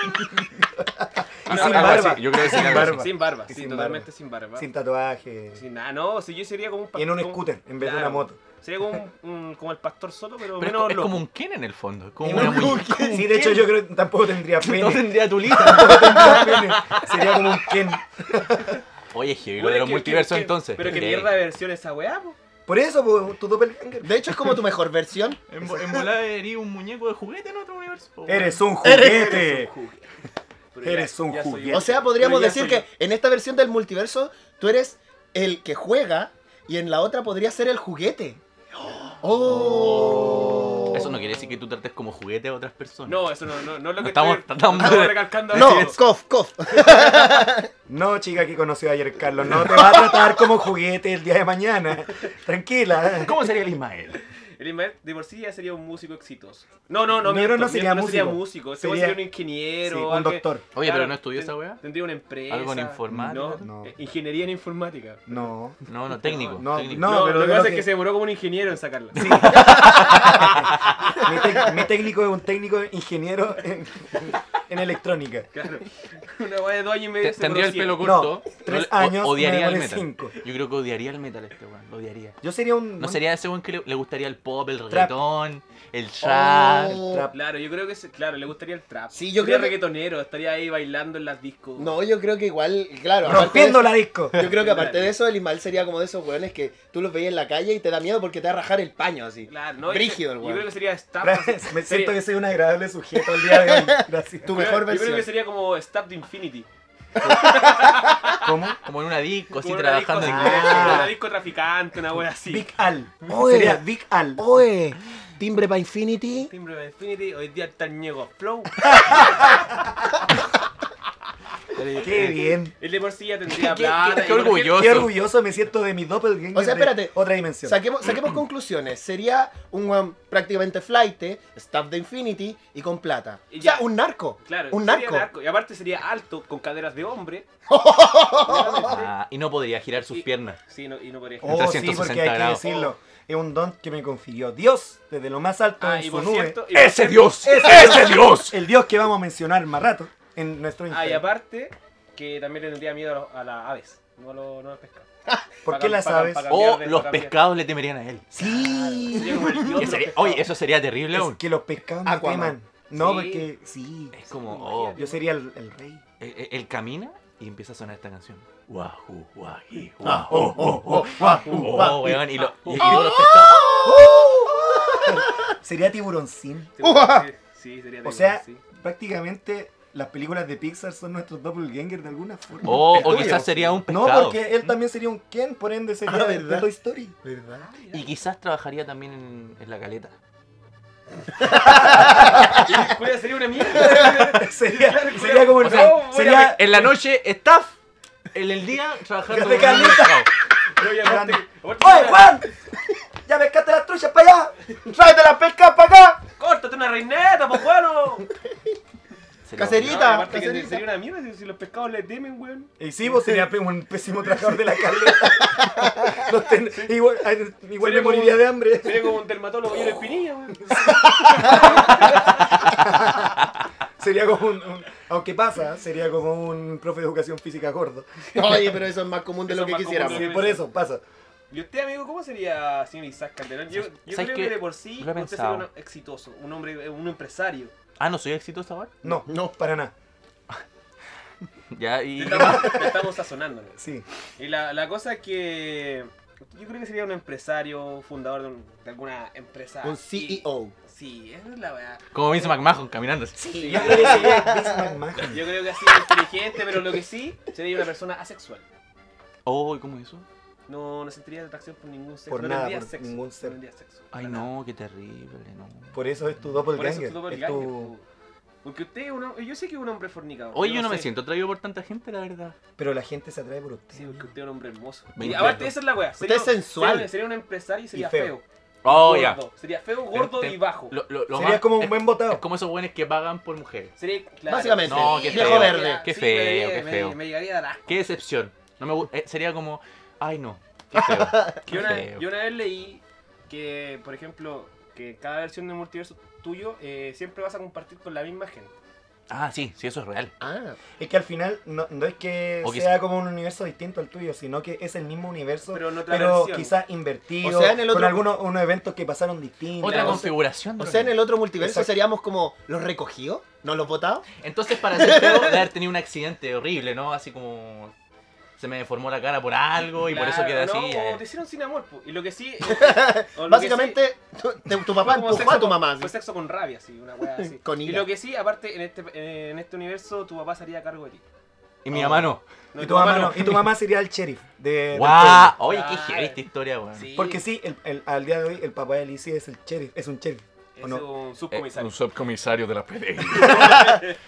C: Y
E: No,
C: sin
E: no,
D: algo
C: barba.
D: así, yo creo que Ah, sí,
C: sin
D: algo así.
C: barba.
E: Sin barba,
C: Y
E: sí,
C: sin
E: totalmente
C: barba.
E: sin barba.
C: Sin tatuaje.
E: Sin nada, no, si yo sería como un
C: Y en un
E: pastor-
C: scooter en vez de
E: Claro.
C: una moto.
E: Sería como, un- un- como el pastor solo, pero,
D: Pero es, co-
E: menos
D: es como
E: loco.
D: un Ken en el fondo. es Como
C: En
D: una
C: un-
D: muñeca.
C: Sí, de hecho yo creo que tampoco tendría pene.
D: No tendría tulita.
E: <laughs>
C: Tampoco tendría pene. Sería como un Ken.
D: Oye, es heavy lo
E: Bueno,
D: de
E: es
D: los
E: que-
D: multiversos
E: que-
D: entonces.
E: Pero que
D: Sí.
E: mierda de versión esa weá, po.
C: Por eso, pues, tu doppelganger.
F: De hecho, es como tu mejor versión.
D: En, vo- en volada eres un muñeco de juguete en otro universo. po, weón.
C: Eres un juguete.
E: Pero ya-
C: Eres un
E: ya soy
C: juguete.
F: O sea, podríamos
E: Pero ya
F: decir
E: soy
F: que en esta versión del multiverso tú eres el que juega y en la otra podría ser el juguete. Oh.
D: Eso no quiere decir que tú trates como juguete a otras personas.
E: No, eso no, no, no es lo
D: No
E: que
D: estamos
E: estoy,
D: tratando
E: no estamos
D: de-
E: recalcando
D: <laughs>
E: ahora.
F: No, cof, cof.
C: No, chica que conoció ayer Carlos, no te va a tratar como juguete el día de mañana. Tranquila.
D: ¿Cómo sería el Ismael?
E: El Ismael de por sí ya sería un músico exitoso. No, no, no,
C: No,
E: miento,
C: no sería
E: miento, no sería
C: músico.
E: músico. Ese weón
C: Sería-
E: sería un ingeniero.
C: Sí, un
E: alguien-
C: doctor.
D: Oye, pero
E: Claro,
D: no estudió esa
E: ten-
D: weá.
E: Tendría una empresa.
D: ¿Algo en informática?
E: No,
C: No.
E: eh, ingeniería en informática.
C: No.
D: No, no, técnico.
C: No,
D: técnico.
C: no.
E: No,
C: pero
E: lo que
C: creo
E: pasa es
C: que-
E: que se demoró como un ingeniero en sacarla.
C: Sí.
D: <laughs>
C: mi, tec- mi técnico es un técnico ingeniero en, en electrónica.
E: Claro. <laughs> Una weá de dos años y medio.
D: Te-
E: se
D: Tendría el pelo
E: conocieron.
D: corto.
C: No, tres
D: o-
C: años,
D: odiaría
C: me
D: el
C: demoré
D: metal.
C: cinco.
D: Yo creo que odiaría el metal este weón. Lo odiaría.
C: Yo sería un...
D: No sería ese weón que le, le gustaría el pop, el
C: Trap.
D: reggaetón, el trap.
F: Oh.
C: Trap.
E: Claro, yo creo que se- claro, le gustaría el trap.
F: Sí, yo
E: Sería
F: creo que-
E: reggaetonero, estaría ahí bailando en las discos.
F: No, yo creo que igual, claro. aparte
C: Rompiendo
F: de-
C: la disco.
F: Yo creo que aparte de eso, el Ismael sería como de esos weones que tú los veías en la calle y te da miedo porque te va a rajar el paño así.
E: Claro, no.
F: Brígido el
E: yo,
F: weón.
E: yo creo que sería staff.
C: <laughs>
F: pues,
C: Me siento que
E: sería-
C: soy un agradable sujeto el día de hoy. Gracias.
F: Tu
E: yo creo-
F: mejor
E: Yo creo
F: versión.
E: que sería como staff de Infinity.
C: ¿Cómo?
D: Como en una disco, así
E: Como una
D: trabajando.
E: disco,
D: en-
C: así.
E: así,
C: Ah.
E: Una disco traficante, una wea así.
C: Big Al.
F: Oye.
C: Sería Big Al.
F: Oe, timbre para Infinity.
C: <laughs>
E: Timbre de Infinity, hoy día está el Ñego Flow.
D: compadre.
C: Qué bien.
E: El de por sí ya tendría
D: Qué-
E: plata.
D: qué-
E: y por
D: qué
E: ejemplo,
D: orgulloso.
C: Qué orgulloso me siento de mi doppelganger.
F: O sea,
C: de
F: espérate.
C: Otra dimensión.
F: Saquemos,
E: <clears throat>
F: saquemos conclusiones. Sería un weón prácticamente flight, staff de Infinity y con plata.
E: Y
F: ya,
E: ya.
F: un narco.
E: Claro,
F: un
E: sería
F: narco.
E: Y aparte sería alto, con caderas de hombre.
D: Ah, y no podría girar sus
E: Y-
D: piernas.
E: Sí, no, y no podría
C: Oh, sí,
D: 360
C: porque hay que
D: grados.
C: decirlo. Es un don que me confirió Dios desde lo más alto
E: Ah,
C: de
E: y
C: su
E: por
C: nube.
E: cierto. y por
D: ¡Ese
E: cierto-
D: Dios! ¡Ese Dios!
C: El Dios que vamos a mencionar más rato en nuestro
E: Ah, y
C: Instagram.
E: aparte, que también le tendría miedo a, los- a las aves, no a los, no a los pescados.
C: ¿Por
E: pa-
C: qué las
E: pa-
C: aves?
E: pa-
D: O
E: cambiar de-
D: los
E: cambiar.
D: pescados le temerían a él.
C: Sí.
E: Sería como el dios de los
D: Que sería-
E: pescados.
C: <laughs>
D: oye, eso sería terrible
C: Es
D: aún.
C: que los pescados me queman.
F: Aquaman.
C: No,
E: Sí.
C: porque sí.
D: Es como, oh,
C: Yo sería el, el
E: <laughs>
C: rey.
D: él, él- él camina y empieza a sonar esta canción. Wahoo, wahee,
F: Ah,
D: wahoo,
F: oh, oh,
D: wahoo, wahoo,
F: wahoo.
D: oh, weón, y, lo- y- y todos los pescados.
C: Sería tiburoncín.
E: Sí, sí, sí, sería
C: O
E: terrible,
C: sea,
E: sí.
C: prácticamente las películas de Pixar son nuestros doppelganger de alguna forma.
D: O, Oh, o
F: tuyo.
D: quizás sería un
C: no,
D: pescado.
C: porque él también sería un Ken, por ende sería
F: Ah,
C: de
F: ¿verdad?
C: de Toy Story.
F: ¿Verdad?
D: Y quizás trabajaría también en, en la caleta.
E: Cuida, sería
C: <laughs>
E: una mierda.
C: sería,
E: Claro,
C: sería como el
E: o sea,
C: rey.
E: voy a
C: Sería
D: En la noche, staff. En el día, trabajando
C: De
D: en un
C: caleta.
D: pescado.
E: Pero oye, aparte- aparte-
C: ¡Oye, Juan! ¡Ya pescaste las truchas para allá! ¡Tráete las pescas para acá!
E: ¡Córtate una reineta, pues bueno!
D: <laughs> Sería
F: Cacerita.
D: horrible.
E: No, y aparte
F: <laughs>
E: que
F: caserita.
E: sería una mierda si, si los pescados le temen, weón.
C: Y sí, vos serías pe- un pésimo trabajador de la caleta. No ten- igual ay, igual me
E: Sería como-
C: moriría de hambre.
E: Sería como un dermatólogo y una espinilla, weón.
C: Sería como un, un- Aunque pasa, sería como un profe de educación física gordo.
F: Oye, pero eso es más común de
E: Eso
F: lo
E: es
F: que
E: más común
F: quisiéramos.
C: Sí, por eso, pasa.
E: ¿Y usted, amigo, cómo sería señor Isaac Calderón? Yo, yo
D: ¿Sabes
E: creo que,
D: qué?
E: de por sí
D: Lo he
E: usted sería
D: pensado.
E: un exitoso, un hombre, un empresario.
D: Ah, no soy exitoso ahora.
C: No, no, para nada.
D: Ya, y.
E: Te
D: <laughs>
E: estamos, te estamos sazonando. ¿no?
C: Sí.
E: Y la, la cosa es que yo creo que sería un empresario, fundador de, un- de alguna empresa.
F: Un
E: Ah,
F: E
E: Sí,
D: E
F: CEO.
E: Sí, esa es la verdad.
D: Como Vince McMahon caminando así.
E: Sí,
C: Ya
E: yo, creo que,
C: sería <laughs> Vince McMahon.
E: yo creo que así inteligente, pero lo que sí sería una persona asexual.
D: Oh, ¿cómo es eso?
E: No, no sentiría atracción por ningún sexo.
C: Por
E: no
C: nada,
E: tendría
C: por
E: sexo,
C: ningún ser.
E: No tendría sexo.
D: Ay,
E: para nada.
D: no, qué terrible, no.
C: Por eso es tu
E: Por eso
C: doppelganger.
E: es tu doppelganger,
C: es tu-
E: po. Porque usted es un hombre. Yo sé que es un hombre fornicado.
D: Oye, yo
E: no
D: no me
E: sé.
D: siento atraído por tanta gente, la verdad.
C: Pero la gente se atrae por usted.
E: Sí, porque usted es un hombre hermoso.
D: Me
E: Y
D: encanta.
E: aparte, esa es la wea.
F: Usted
E: Sería-
F: es sensual.
E: Sería, sería un empresario y sería
C: feo.
E: feo.
D: Oh,
E: gordo.
D: ya.
E: Sería feo, gordo
D: Te- te-
E: y bajo.
D: Lo, lo- lo
C: Sería
D: más-
C: como un
D: es-
C: buen votado.
D: Es como esos buenos que pagan por mujeres.
E: Sería, claro.
F: Básicamente.
D: No, qué
F: Viejo
D: feo.
F: verde.
D: Qué
E: Sí,
D: feo,
E: me-
D: qué
E: me-
D: feo.
E: Me llegaría a dar asco.
D: Qué decepción. No me gu- eh, sería como, ay no, qué feo. qué
E: Yo una,
D: feo.
E: yo una vez leí que, por ejemplo, que cada versión del multiverso tuyo eh, siempre vas a compartir con la misma gente.
D: Ah, sí, sí, eso es real.
F: Ah,
C: Es que al final no, no es que
D: O
C: sea como un universo distinto al tuyo, sino que es el mismo universo, pero,
E: Pero en otra versión.
C: quizás invertido,
F: O sea, en el
C: con
F: otro-
C: algunos unos eventos que pasaron distintos.
D: Otra
F: Claro,
C: Entonces,
D: configuración. de
F: o sea, en el
D: realidad.
F: otro multiverso
C: Exacto.
F: seríamos como los recogidos, no los votados.
D: Entonces, para ser feo, de haber tenido un accidente horrible, ¿no? Así como se me deformó la cara por algo y por eso queda
E: Claro,
D: así.
E: No,
D: eh.
E: te hicieron sin amor, po. Y lo
C: <laughs>
E: que sí. o lo que sí-
F: Básicamente, tu, te- tu papá
E: fue como
F: empujó a tu
E: con- pues
F: mamá.
E: Fue
F: así.
E: sexo con rabia, sí, una weá
C: <laughs>
E: así.
F: Con
E: y
F: ira.
E: lo que sí, aparte, en este, en este universo, tu papá sería a cargo de ti.
D: Y mi mamá no.
E: No,
C: y tu mamá no, y tu mamá sería el sheriff de, del
D: ¡Guau!
C: pueblo.
D: Oye, qué
E: Claro.
D: heavy esta historia, weón.
E: Sí,
C: Porque sí, el- el- al día de hoy el papá de Alicia es el sheriff, es un sheriff.
E: Es
C: ¿o no?
E: un
D: Eh,
E: subcomisario.
D: subcomisario de la PD.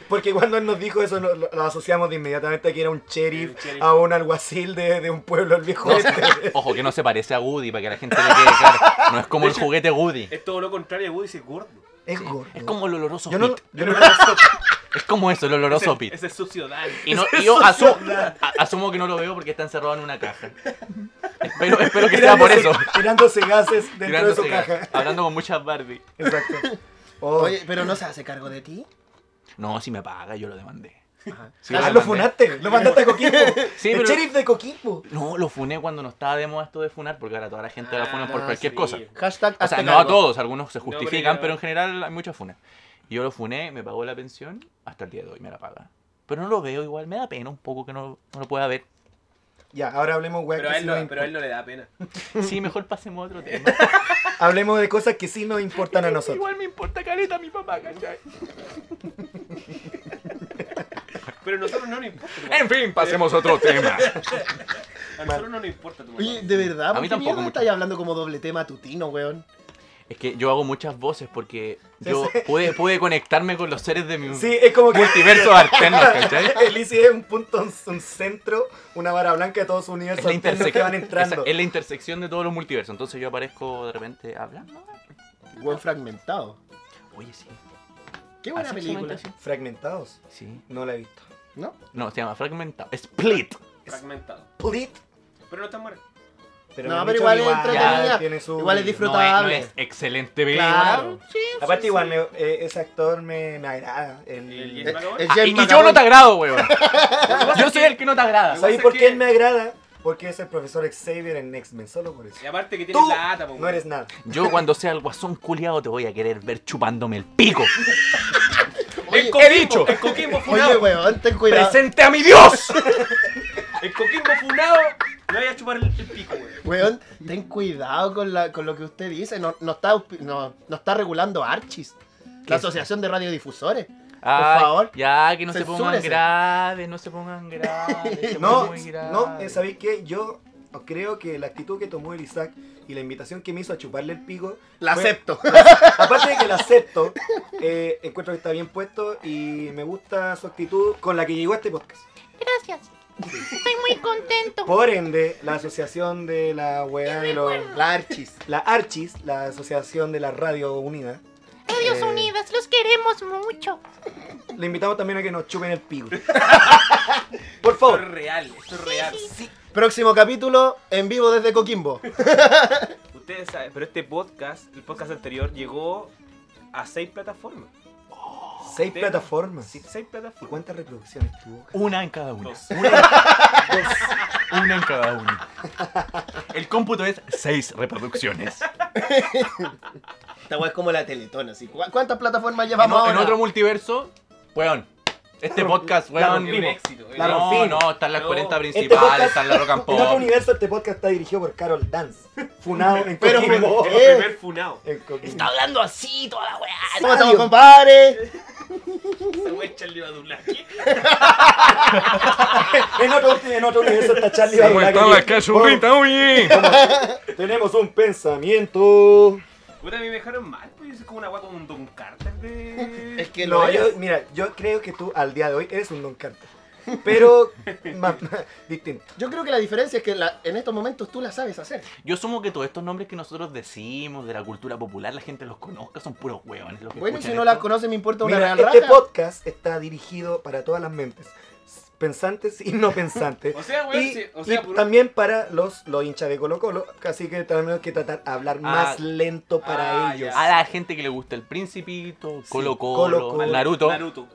C: Porque cuando él nos dijo eso lo, lo- lo asociamos de inmediatamente a que era un sheriff,
E: Un sheriff.
C: a un alguacil de, de un pueblo al viejo
E: <laughs>
C: este.
D: No,
C: oeste.
D: ojo, que no se parece a Woody, para que la gente le quede claro. No es como el juguete Woody.
E: es todo lo contrario, Woody es gordo.
C: Es gordo.
D: Es como el oloroso
C: yo no,
D: Pit. <laughs>
C: yo no lo asocio.
D: Es como eso, el
E: Es
D: oloroso
E: el,
D: Pit.
E: es
C: <laughs>
E: el subciudadano.
D: Y, no- y yo asumo,
E: <laughs>
D: asumo que no lo veo porque está encerrado en una caja.
E: <laughs>
D: Espero, espero que sea por
C: Tirándose-
D: eso.
C: Tirándose gases dentro de
D: Tirándose
C: su caja.
D: Hablando con muchas Barbie.
C: Exacto. Oh.
F: Oye, pero no se hace cargo de ti.
D: No, si me paga, yo lo demandé. Sí,
C: ah,
D: lo
C: lo
D: mandé.
C: funaste, lo
E: <laughs>
C: mandaste a Coquimbo.
D: Sí,
C: el
D: pero-
C: sheriff de Coquimbo.
D: No, lo funé cuando no estaba de moda esto de funar, porque ahora toda la gente la funa por
F: Ah,
D: cualquier
E: sí.
D: cosa.
F: Hashtag
D: O sea,
F: hazte
D: no a
F: cargo.
D: todos, algunos se
E: No, pero
D: justifican,
E: yo-
D: pero en general hay muchas funas. Y Yo lo funé, me pagó la pensión, hasta el día de hoy me la paga. Pero no lo veo igual, me da pena un poco que no, no lo pueda ver.
C: Ya, ahora hablemos, weá,
E: Pero
C: que
E: a,
C: sí
E: él no,
C: nos
E: pero a él
C: importa.
E: no le da pena.
D: Sí, mejor pasemos a otro tema.
C: Hablemos de cosas que sí nos importan a nosotros.
D: Igual me importa caleta a mi papá, ¿cachai?
E: Pero a nosotros no nos importa. tu
D: En fin, pasemos a otro tema.
E: papá. A nosotros no nos importa tu mamá.
F: Oye, de verdad,
D: A
F: ¿por
D: mí
F: qué
D: tampoco
F: mierda
D: mucho.
F: estáis hablando como doble tema tutino, weón?
D: Es que yo hago muchas voces porque yo pude, pude conectarme con los seres de mi
C: Sí, es como que
D: multiverso alterno, ¿cachai?
C: <laughs> el ICI es un punto, un, un centro, una vara blanca de todos sus
D: Es
C: universos
D: la,
C: alternos
D: intersec-
C: que van
D: esa-
C: entrando.
D: es la intersección de todos los multiversos. Entonces yo aparezco de repente hablando.
F: Buen fragmentado.
D: Oye, sí.
F: Qué buena
D: Así se
F: película.
D: llama,
C: Fragmentados.
D: Sí.
C: No la he visto.
F: ¿No?
D: No, se llama fragmentado.
F: <laughs>
D: Split. eh,
E: Fragmentado.
C: Split.
E: Pero no
C: <laughs>
E: tan muerto.
F: No,
C: me han
F: pero
C: dicho
F: igual
C: que
F: es entretenida,
C: tiene su-
F: igual es
D: No es- No
F: Disfrutable.
D: es, excelente película.
F: Claro.
C: Aparte, igual, me- eh, ese actor me, me agrada. El-
E: El-
F: Eh, Es-
E: el-
F: es
D: Ah,
F: James
D: y, y yo no
F: McAvoy.
D: te agrado, weón.
F: <laughs>
D: yo soy el que no te agrada.
C: ¿Sabéis
E: pasa
C: por qué
E: que-
C: él me agrada? Porque es el profesor Xavier en X-Men, solo por eso.
E: Y aparte que tiene
C: Tú
E: plata, po,
C: no eres nada.
D: Yo cuando sea el guasón culiado te voy a querer ver chupándome el pico.
F: <laughs> Oye,
D: ¿Qué he dicho?
E: El coquimbo funado.
F: Oye, weón, ten cuidado.
D: ¡Presente a mi
F: <laughs>
D: Dios!
E: El coquimbo funado. Le voy a chupar el, el pico, weón.
F: Weón, ten cuidado con, la, con lo que usted dice. No, no, está, auspi- no, no está regulando Archis, la Asociación de Radiodifusores.
D: Ay,
F: favor,
D: Ya, que no se pongan
F: censúrese.
D: graves, no se
F: <laughs>
D: pongan graves. se
C: No,
D: pongan graves.
C: no, eh, ¿sabéis qué? Yo creo que la actitud que tomó el Isaac y la invitación que me hizo a chuparle el pico.
F: La
C: fue-
F: acepto.
C: Aparte de que la acepto, eh, encuentro que está bien puesto y me gusta su actitud con la que llegó a este podcast.
G: Gracias. Estoy muy contento.
C: Por ende, la asociación de la weá de los.
F: La Archis.
C: La Archis, la asociación de la Radio Unida.
G: Radios
C: Eh.
G: Unidas, los queremos mucho.
C: Le invitamos también a que nos chupen el pico. <laughs> Por favor.
E: Esto es real, esto es real.
F: Próximo capítulo en vivo desde Coquimbo.
E: Ustedes saben, pero este podcast, el podcast anterior, llegó a seis plataformas.
C: Seis
E: Tema.
C: plataformas.
E: Sí, seis
C: ¿Y
E: plataformas.
C: cuántas reproducciones tuvo?
D: Una en cada una.
E: Dos.
F: <laughs>
D: Una en cada una. El cómputo es seis reproducciones.
F: Esta weá es como la Teletón, así. ¿Cu- ¿Cuántas plataformas
D: En,
F: llevamos
D: o- en
F: ahora?
D: otro multiverso, weón. Este podcast,
C: la
D: weón.
E: El
C: rompimos.
E: éxito. el
C: La
E: éxito.
D: No, no, están las
E: No.
D: 40
E: Este
D: principales,
C: podcast-
D: están la rock and
C: En otro
D: pop.
C: universo, este podcast está dirigido por Carol Dance. Funado
E: <laughs>
C: en
F: Pero-
C: Coquimbo.
E: El primer funado.
C: En Coquimbo.
D: hablando así toda la weá.
F: ¿Cómo estamos, compadre?
E: Esa wea es Charlie Badulac.
C: En otro, en otro universo está Charlie Badulaque. Oh. <laughs>
D: oye?
C: Tenemos un pensamiento.
E: Puta, a mí me dejaron mal, pues es como una wea como un Don Carter de.
F: Es que
C: no,
F: lo
C: yo,
F: es.
C: mira, yo creo que tú al día de hoy eres un Don Carter.
F: <laughs>
C: Pero más, más distinto.
F: Yo creo que la diferencia es que la- en estos momentos tú la sabes hacer.
D: Yo asumo que todos estos nombres que nosotros decimos de la cultura popular, la gente los conozca, son puros hueones. Los que
F: Bueno, y si
D: escuchan
F: no
D: esto.
F: la conoces, me importa una
C: Mira,
F: real
C: este
F: raja.
C: podcast está dirigido para todas las mentes. Pensantes y no pensantes.
E: O sea, weón,
C: Y,
E: sí, o
C: y
E: sea, por un-
C: también para los, los hinchas de Colo Colo, así que tenemos que tratar de hablar
D: Ah.
C: más lento para
E: Ah,
C: ellos.
D: A la gente que le gusta el Principito, Colo Colo,
C: Colo-Colo,
D: Naruto.
E: Naruto.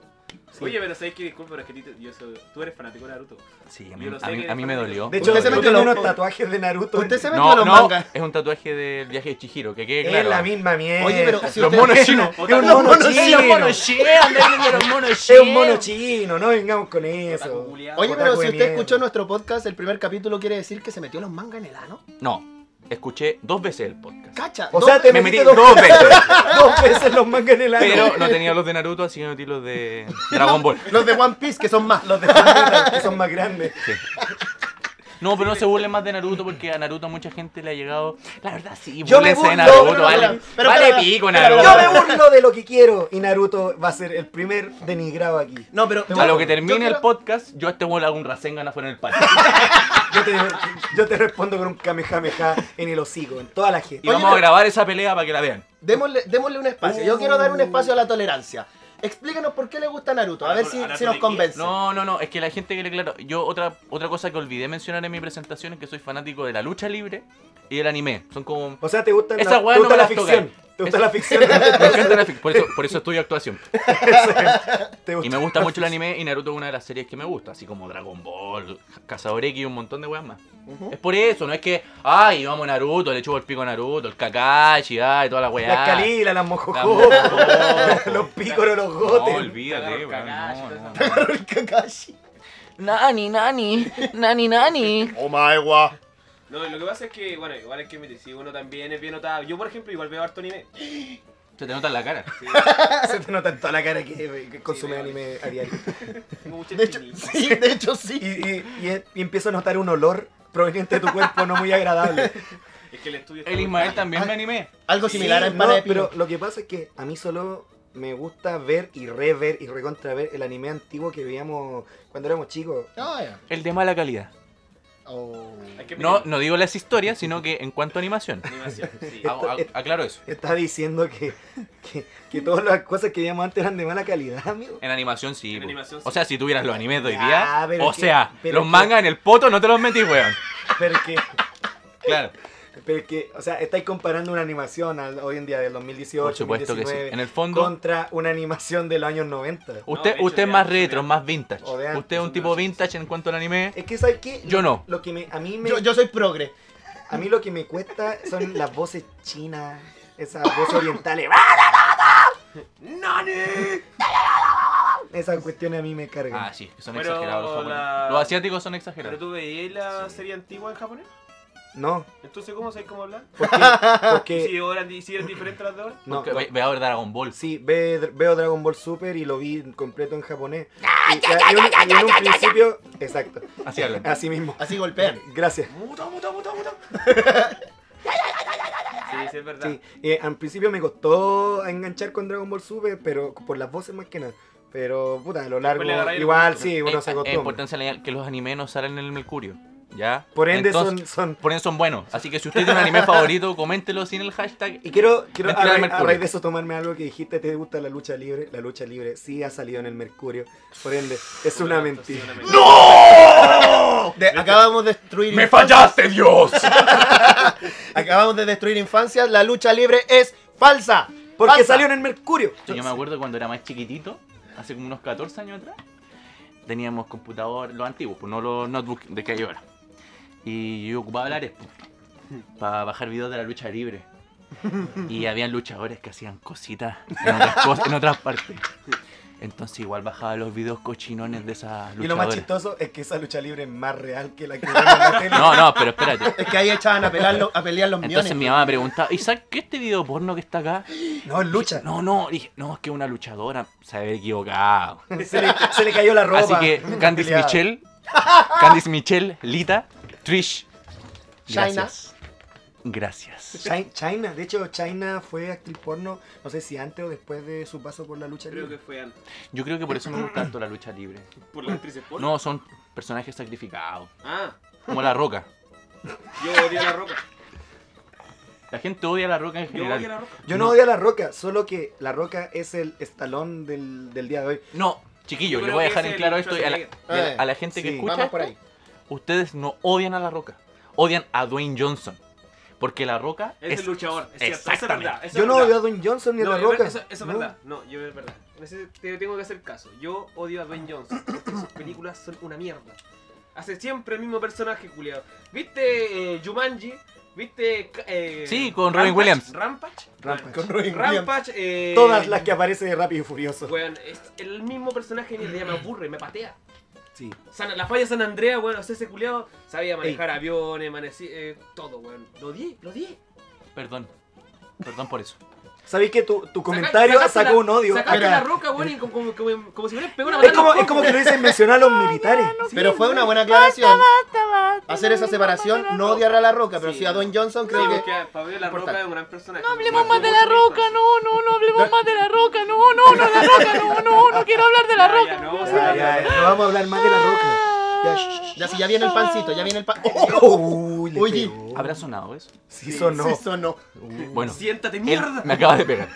E: Oye, pero sabes que disculpa, pero es que ti te- yo soy- tú eres fanático de Naruto.
D: Sí, a mí,
E: Yo no sé
D: a mí-
E: qué
D: a mí me
E: defender.
D: dolió.
C: De hecho,
F: Usted se
C: yo
F: metió
C: tengo
F: los-
C: unos tatuajes de Naruto.
F: Usted se metió a
D: No,
F: los
D: no,
F: mangas.
D: es un tatuaje del viaje de Chihiro, que quede
C: Es
D: claro.
C: la misma mierda.
F: Oye, pero si
D: Los
F: usted-
D: <laughs> monos chinos.
C: Es un mono chino.
D: chino, andando con los monos
C: Es un mono chino, no vengamos con
E: Otaku
C: eso.
E: culiao.
F: Oye,
C: Otaku
F: pero
C: de
F: si usted
C: mierda.
F: escuchó nuestro podcast, el primer capítulo quiere decir que se metió los mangas en el ano.
D: No, escuché dos veces el podcast.
F: Cacha.
C: O
F: no-
C: sea, te
D: Me
C: metiste
D: metí
C: dos,
D: dos veces,
C: <laughs> dos veces <laughs> los mangas en el ano.
D: pero no tenía los de Naruto, así que metí los de Dragon Ball.
F: Los de One Piece, que son más.
C: Los de Fullmetal, que son más grandes.
D: No, pero no se burlen más de Naruto porque a Naruto mucha gente le ha llegado. La verdad, sí,
C: Yo me
D: burlense de
C: burlo,
D: Naruto,
C: pero-
D: vale,
F: pero-
D: vale
F: pero-
D: pico
F: pero-
D: Naruto.
C: Yo me burlo de lo que quiero y Naruto va a ser el primer denigrado aquí.
F: No, pero.
D: a lo que termine
F: yo quiero-
D: el podcast, yo a este weón le hago un Rasengan afuera en el patio.
C: Yo te, yo te respondo con un kamehameha en el hocico, en toda la
D: Y
C: gente.
F: Oye,
D: vamos a
F: pero-
D: grabar esa pelea para que la vean.
F: Démosle, démosle un espacio. Yo quiero dar
C: Uh.
F: un espacio a la tolerancia. Explíquenos por qué le gusta Naruto. A ver si, si nos convence. <laughs>
D: No, no, no, es que la gente quiere, claro. Yo, otra, otra cosa que olvidé mencionar en mi presentación es que soy fanático de la lucha libre y del anime. Son como.
C: O sea, te gusta,
D: Esa
C: la,
D: weá
C: te gusta
D: no
C: la
D: me las
C: ficción.
D: tocan.
C: Te gusta
D: Esa-
C: la ficción.
D: <laughs> Me encanta la fic- por, eso, por eso
C: <laughs>
D: estudio actuación.
C: Te
D: Y me gusta mucho el anime y Naruto es una de las series que me gusta, así como Dragon Ball, Cazador X y un montón de weas más. Es por eso, no es que, ay, vamos Naruto, le chupo el pico a Naruto, el Kakashi, ay, toda la weá.
C: Las calilas, las
D: La
C: mojojó,
D: mojojojo.
C: <laughs> los pícoros, los
D: No,
C: gotes.
D: olvídate,
E: Cagaron,
D: weón.
E: cagaron,
D: no,
E: cagaron.
D: no.
F: El Kakashi.
G: Nani, nani, nani, nani.
F: Oh my god.
E: No, lo que pasa es que, bueno, igual es que admitir, si uno también es bien notado. Yo, por ejemplo, igual veo harto anime.
D: Se te nota en la cara.
E: Sí,
C: Se te nota en toda la cara que, que consume
E: Sí,
C: anime a diario.
E: tengo mucha
F: De hecho,
E: espinita.
F: sí, de hecho
C: Y,
F: sí.
C: y- y- y empiezo a notar un olor proveniente de tu cuerpo no muy agradable.
E: Es que <laughs> el estudio está
D: El
E: muy
D: Ismael
E: grande.
D: también
C: Ah,
D: me animé.
F: Algo
C: Sí,
F: similar a
C: no,
F: Empanada de Pino.
C: pero lo que pasa es que a mí solo me gusta ver y rever y recontraver el anime antiguo que veíamos cuando éramos chicos.
F: Ah, ya.
D: El de mala calidad.
F: Oh.
E: Hay que
D: No,
E: pedir
D: no digo las historias, sino que en cuanto a animación.
E: animación, sí.
D: <laughs> Hago- hago- aclaro eso.
C: Está diciendo que, que, que todas las cosas que veíamos antes eran de mala calidad, amigo.
D: En animación sí.
E: En
D: po.
E: animación, sí.
D: O sea, si tuvieras los animes de hoy
C: Ya,
D: día.
C: pero
D: O
C: es que-
D: sea,
C: pero
D: los
C: es que-
D: mangas en el poto no te los
C: <laughs>
D: metís, weón.
C: Pero que,
D: Claro.
C: pero que, o sea, estáis comparando una animación al- hoy en día del 2018,
D: Por supuesto que sí.
C: 2019,
D: En el Uh. fondo,
C: contra una animación de los años 90.
D: usted,
E: No, de hecho,
D: usted es
E: de
D: más
E: antes, de
D: retro,
E: antes.
D: más vintage.
C: O de antes,
D: Usted es un
E: son
D: tipo
E: más-
D: vintage en cuanto al anime.
C: Es que, ¿sabes qué?
D: Yo no.
C: Lo que me, a, mí me,
F: Yo, yo soy progre.
C: a mí lo que me cuesta son las voces chinas, esas voces orientales. Esas cuestiones a mí me cargan.
D: Ah, sí, que son
E: Pero
D: exagerados los japoneses.
E: la-
D: Los asiáticos son
E: ¿Pero
D: exagerados.
E: tú veías la serie antigua en japonés?
C: No,
E: Entonces, ¿cómo sabes cómo hablar?
C: porque...
D: <laughs>
C: porque
E: Si eran, di- si eran diferentes las de ahora.
C: no,
D: Porque
C: no.
D: ve, ve a ver Dragon Ball.
C: Sí, ve- veo Dragon Ball Super y lo vi completo en japonés. Y, y en un- y en un principio... Exacto,
D: Así hablan.
C: así mismo.
F: Así golpean.
C: Gracias.
E: Muta, muta, muta, muta. Sí, sí, es verdad.
C: Sí, eh, al principio me costó enganchar con Dragon Ball Super, pero por las voces más que nada. Pero, puta, a lo largo,
E: Después le agarráis el
C: igual
E: gusto.
C: sí, <laughs> uno se
D: Es
C: acostumbra.
D: importante señalar que los animes no salen en el Mercurio. ¿Ya?
C: Por ende,
D: Entonces-
C: son, son...
D: Por ende son buenos. Así que si usted tiene un anime favorito, coméntelo sin el hashtag.
C: Y quiero, quiero a,
D: Mentira del
C: raíz, a
D: Mercurio.
C: raíz de eso tomarme algo que dijiste, ¿te gusta la lucha libre? La lucha libre sí ha salido en el Mercurio, por ende, es una mentira.
E: ¡No!
F: De- acabamos de destruir.
D: ¡Me fallaste, Dios!
F: Acabamos de destruir infancia. La lucha libre es falsa.
C: Porque
F: Falsa.
C: salió en el Mercurio.
D: Yo me acuerdo cuando era más chiquitito, hace como unos 14 años atrás, teníamos computador, los antiguos, pues no los notebooks de que hay ahora. Y yo ocupaba la Ares, pues, para bajar videos de la lucha libre. Y habían luchadores que hacían cositas en otras, cos- en otras partes. Entonces igual bajaba los videos cochinones de esas
C: Y lo más
D: luchadoras.
C: chistoso es que esa lucha libre es más real que la <laughs> que vemos en la tele.
D: No, no, pero espérate.
F: Es que ahí echaban a, pelar lo- a pelear los millones.
D: Entonces
C: pues.
D: mi mamá me preguntaba, Isaac, ¿qué es este video porno que está acá?
C: No, es
D: <laughs>
C: lucha.
D: No, no, dije, no, es que es una luchadora. Se había equivocado.
C: Se, le, se le cayó la ropa.
D: Así
F: <laughs>
D: que Candice
C: Peleada.
D: Michelle, Candice Michelle, Lita, Trish. Gracias. Gracias.
C: Chi- China, de hecho, China fue actriz porno, no sé si antes o después de su paso por la lucha
E: Creo que
C: libre.
E: fue antes.
D: Yo creo que por eso me gusta tanto la lucha libre.
E: Por las actrices porno.
D: No, son personajes sacrificados.
E: Ah,
D: Como la roca.
E: yo odio a la roca.
D: La gente odia a la roca en
E: Yo odio a la
D: general.
E: roca.
C: Yo no,
D: No.
C: odio a La Roca, solo que La Roca es el estalón del, del día de hoy.
D: No,
E: Yo
D: chiquillo, le
E: creo
D: voy a
E: que
D: dejar
E: es
D: en
E: el
D: claro esto y a la, y a la- a la gente que
C: Sí.
D: escucha.
F: Vamos por ahí.
D: Ustedes no odian a la roca. Odian a Dwayne Johnson. Porque la roca
E: Es, el luchador, es cierto. Esa es
D: Exactamente.
E: verdad. esa
C: Yo
E: es
C: no
E: verdad.
C: odio a Dwayne Johnson ni a
E: No,
C: La
E: es ver-
C: Roca.
E: Eso, eso es
C: No.
E: verdad. No, yo es verdad. En ese te tengo que hacer caso. Yo odio a Dwayne Johnson porque sus películas son una mierda. Hace siempre el mismo personaje, culiado. ¿Viste eh, Jumanji? ¿Viste. ca- eh,
D: Sí, con Robin Williams.
E: Rampage.
C: Rampage.
F: Con Robin
E: Rampage.
F: Williams.
E: eh,
C: Todas las que aparece de Rápido y Furioso.
E: Weón, es el mismo personaje ni me aburre, me patea.
C: Sí.
E: San- la falla San Andrea, weón, o sea, ese culiado sabía manejar aviones, manecí, eh, todo, weón. Lo odié, lo odié.
D: Perdón. Perdón por eso.
C: Sabéis que tu, tu comentario
E: Saca- sacaste
C: sacó
E: la-
C: un odio.
E: Sacaste
F: Mira.
E: la roca, weón, y como, como, como, como si fuera pegado una
C: Es como, es como que lo dicen mencionar a los militares.
F: Pero fue una buena aclaración.
G: Basta, basta,
F: Hacer esa
G: no hablemos más de
F: separación,
G: la
F: no
G: roca.
F: odiar a la roca, pero
E: Sí.
F: sí a Don Johnson
E: Sí,
F: creo que.
E: porque Pablo La Roca
F: Importante.
E: es un gran personaje.
G: No hablemos más de la roca, no, no, no hablemos más de la roca, no, no, no, la roca, no, no, no quiero hablar de la
E: Ya, ya,
G: roca. Ah.
E: no,
C: Ya, ya, ya, No vamos a hablar más de La Roca. Ya, shh, shh.
F: Ya, si ya viene el pancito, ya
C: <laughs>
F: viene el Oh, pan.
C: Uy, le
F: Oye.
C: pegó.
D: ¿Habrá sonado eso?
C: Oh, Sí sonó.
F: Sí, sonó.
C: Uh.
D: Bueno.
E: Siéntate,
D: Él
E: mierda.
D: me acaba
C: <laughs>
D: de pegar.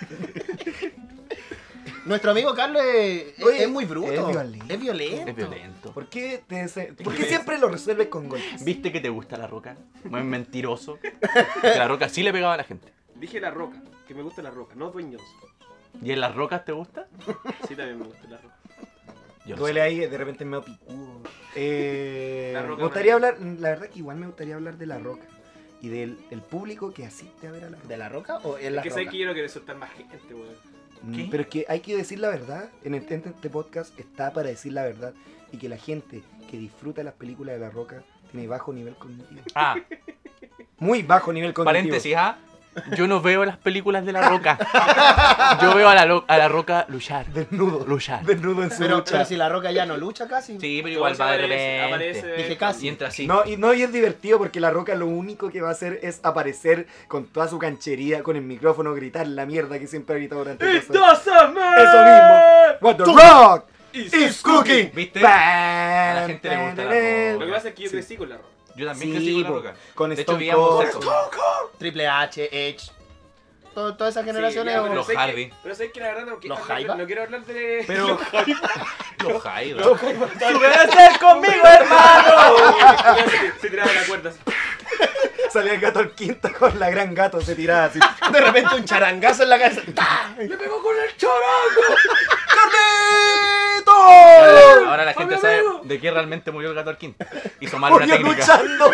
F: Nuestro amigo Carlos es,
C: Oye,
F: es muy bruto.
C: es violento.
F: Es violento.
D: Es violento.
C: ¿Por qué, te dese- ¿Por qué siempre lo resuelves con golpes?
D: ¿Viste que te gusta la roca? Es mentiroso. Que la roca sí le pegaba a la gente.
E: Dije La Roca, que me gusta La Roca, no Dwayne Johnson.
D: ¿Y en las rocas te gusta?
E: Sí, también me gusta La Roca.
D: Yo no
C: Duele ahí, de repente me picudo. Eh,
E: La Roca
C: me gustaría
E: María.
C: hablar, la verdad que igual me gustaría hablar de La Roca y del el público que asiste a ver a La Roca.
F: ¿De la roca o es la
E: que
F: roca?
E: sabes que yo no quiero soltar más gente, weón.
C: Mm,
D: ¿Qué?
C: Pero es que hay que decir la verdad. En este, en este podcast está para decir la verdad y que la gente que disfruta las películas de La Roca tiene bajo nivel cognitivo.
D: sé. Ah,
C: Muy bajo nivel cognitivo.
D: paréntesis, ah. Yo no veo las películas de La Roca. Yo veo a La, Lo- a la Roca luchar.
C: Desnudo.
D: Luchar.
C: Desnudo en su
F: Pero,
C: lucha.
F: pero si la roca ya no lucha casi.
D: Sí,
E: Igual
D: pero igual
E: se
D: va de
E: aparece-
D: repente.
E: aparece-
F: Dije casi.
D: Y entra así.
C: No, y, no, y es divertido porque la roca lo único que va a hacer es aparecer con toda su canchería, con el micrófono, gritar la mierda que siempre ha gritado durante el Eso mismo. What the rock is cooking.
D: ¿Viste?
C: A
D: la gente le gusta
E: Lo
D: la
E: que
D: Roca.
E: pasa es que yo
C: Sí.
E: crecí con la roca.
D: Yo también crecí
C: Sí,
D: con La
C: po,
D: Roca.
C: con
D: De hecho,
C: Stone
D: vivíamos
C: Cold.
D: cerca.
F: Triple H, Edge. todo- todas esas
E: Sí,
F: generaciones.
E: ya,
F: o-
E: pero
D: Los
E: sé
D: Hardy.
E: Que, pero sé que la verdad no, que-
F: Los
E: no-
F: Jaiba.
E: no quiero hablar de... <laughs>
C: <laughs> Pero
D: Los Jaibas.
E: conmigo, hermano! se tiraba la cuerda así.
C: salía el gato al quinto con la gran gato, se tiraba así.
F: <laughs> De repente un charangazo en la cabeza. <laughs> ¡Ta!
D: Ahora, ahora la gente sabe
E: amigo!
D: de qué realmente murió el gato Arquín. Hizo mal una
C: Murió
D: técnica. <laughs>
C: luchando.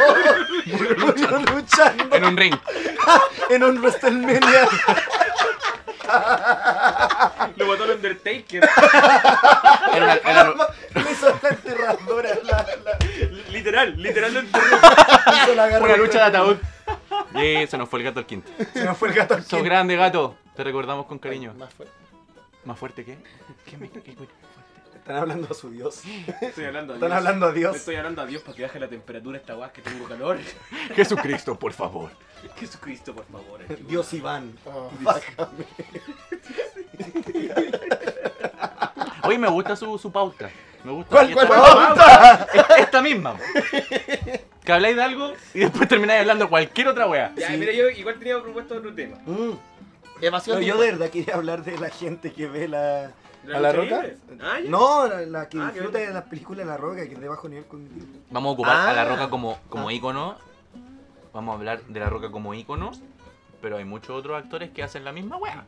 C: Murió luchando
D: En un ring.
C: en un WrestleMania.
E: Lo mató el Undertaker.
D: En una- en la-
C: Le hizo la enterradora, la, la,
E: literal, literal lo enterró.
C: hizo la garra.
D: una lucha de ataúd. Y se nos fue el gato Arquín.
C: Se nos fue el gato al
D: Sos
C: quinto.
D: grande, gato. Te recordamos con cariño.
F: Más fuerte.
D: ¿Más fuerte que? ¿Qué me- qué- qué-
C: Están hablando a su dios.
E: Estoy hablando a
C: Están
E: Dios.
C: hablando a
E: Le
C: Dios.
E: Estoy hablando a Dios para que baje la temperatura esta guas que tengo calor. <laughs>
D: Jesucristo, por favor.
E: Jesucristo, por favor. ayúdame.
C: Dios Iván.
F: Oh. <laughs>
C: Bájame.
D: Oye, me gusta su, su pauta. Me gusta.
C: ¿Cuál,
D: Y
C: cuál
D: esta-
C: pauta?
D: Esta, misma. po. Que habláis de algo y después termináis hablando cualquier otra wea.
E: Ya,
C: Sí.
E: mira, yo igual tenía propuesto otro tema.
C: Mm.
F: Evasión.
C: No,
F: de
C: yo de verdad quería hablar de la gente que ve la.
E: ¿La
C: ¿A la
E: lucha
C: roca?
E: libre? Ah, ya.
C: No, la, la que
E: Ah, qué
C: disfruta
E: bueno.
C: de las películas de la roca, que es de bajo nivel cognitivo.
D: Vamos a ocupar a la
F: Ah.
D: roca como, como ícono. Vamos a hablar de la roca como ícono. Pero hay muchos otros actores que hacen la misma wea.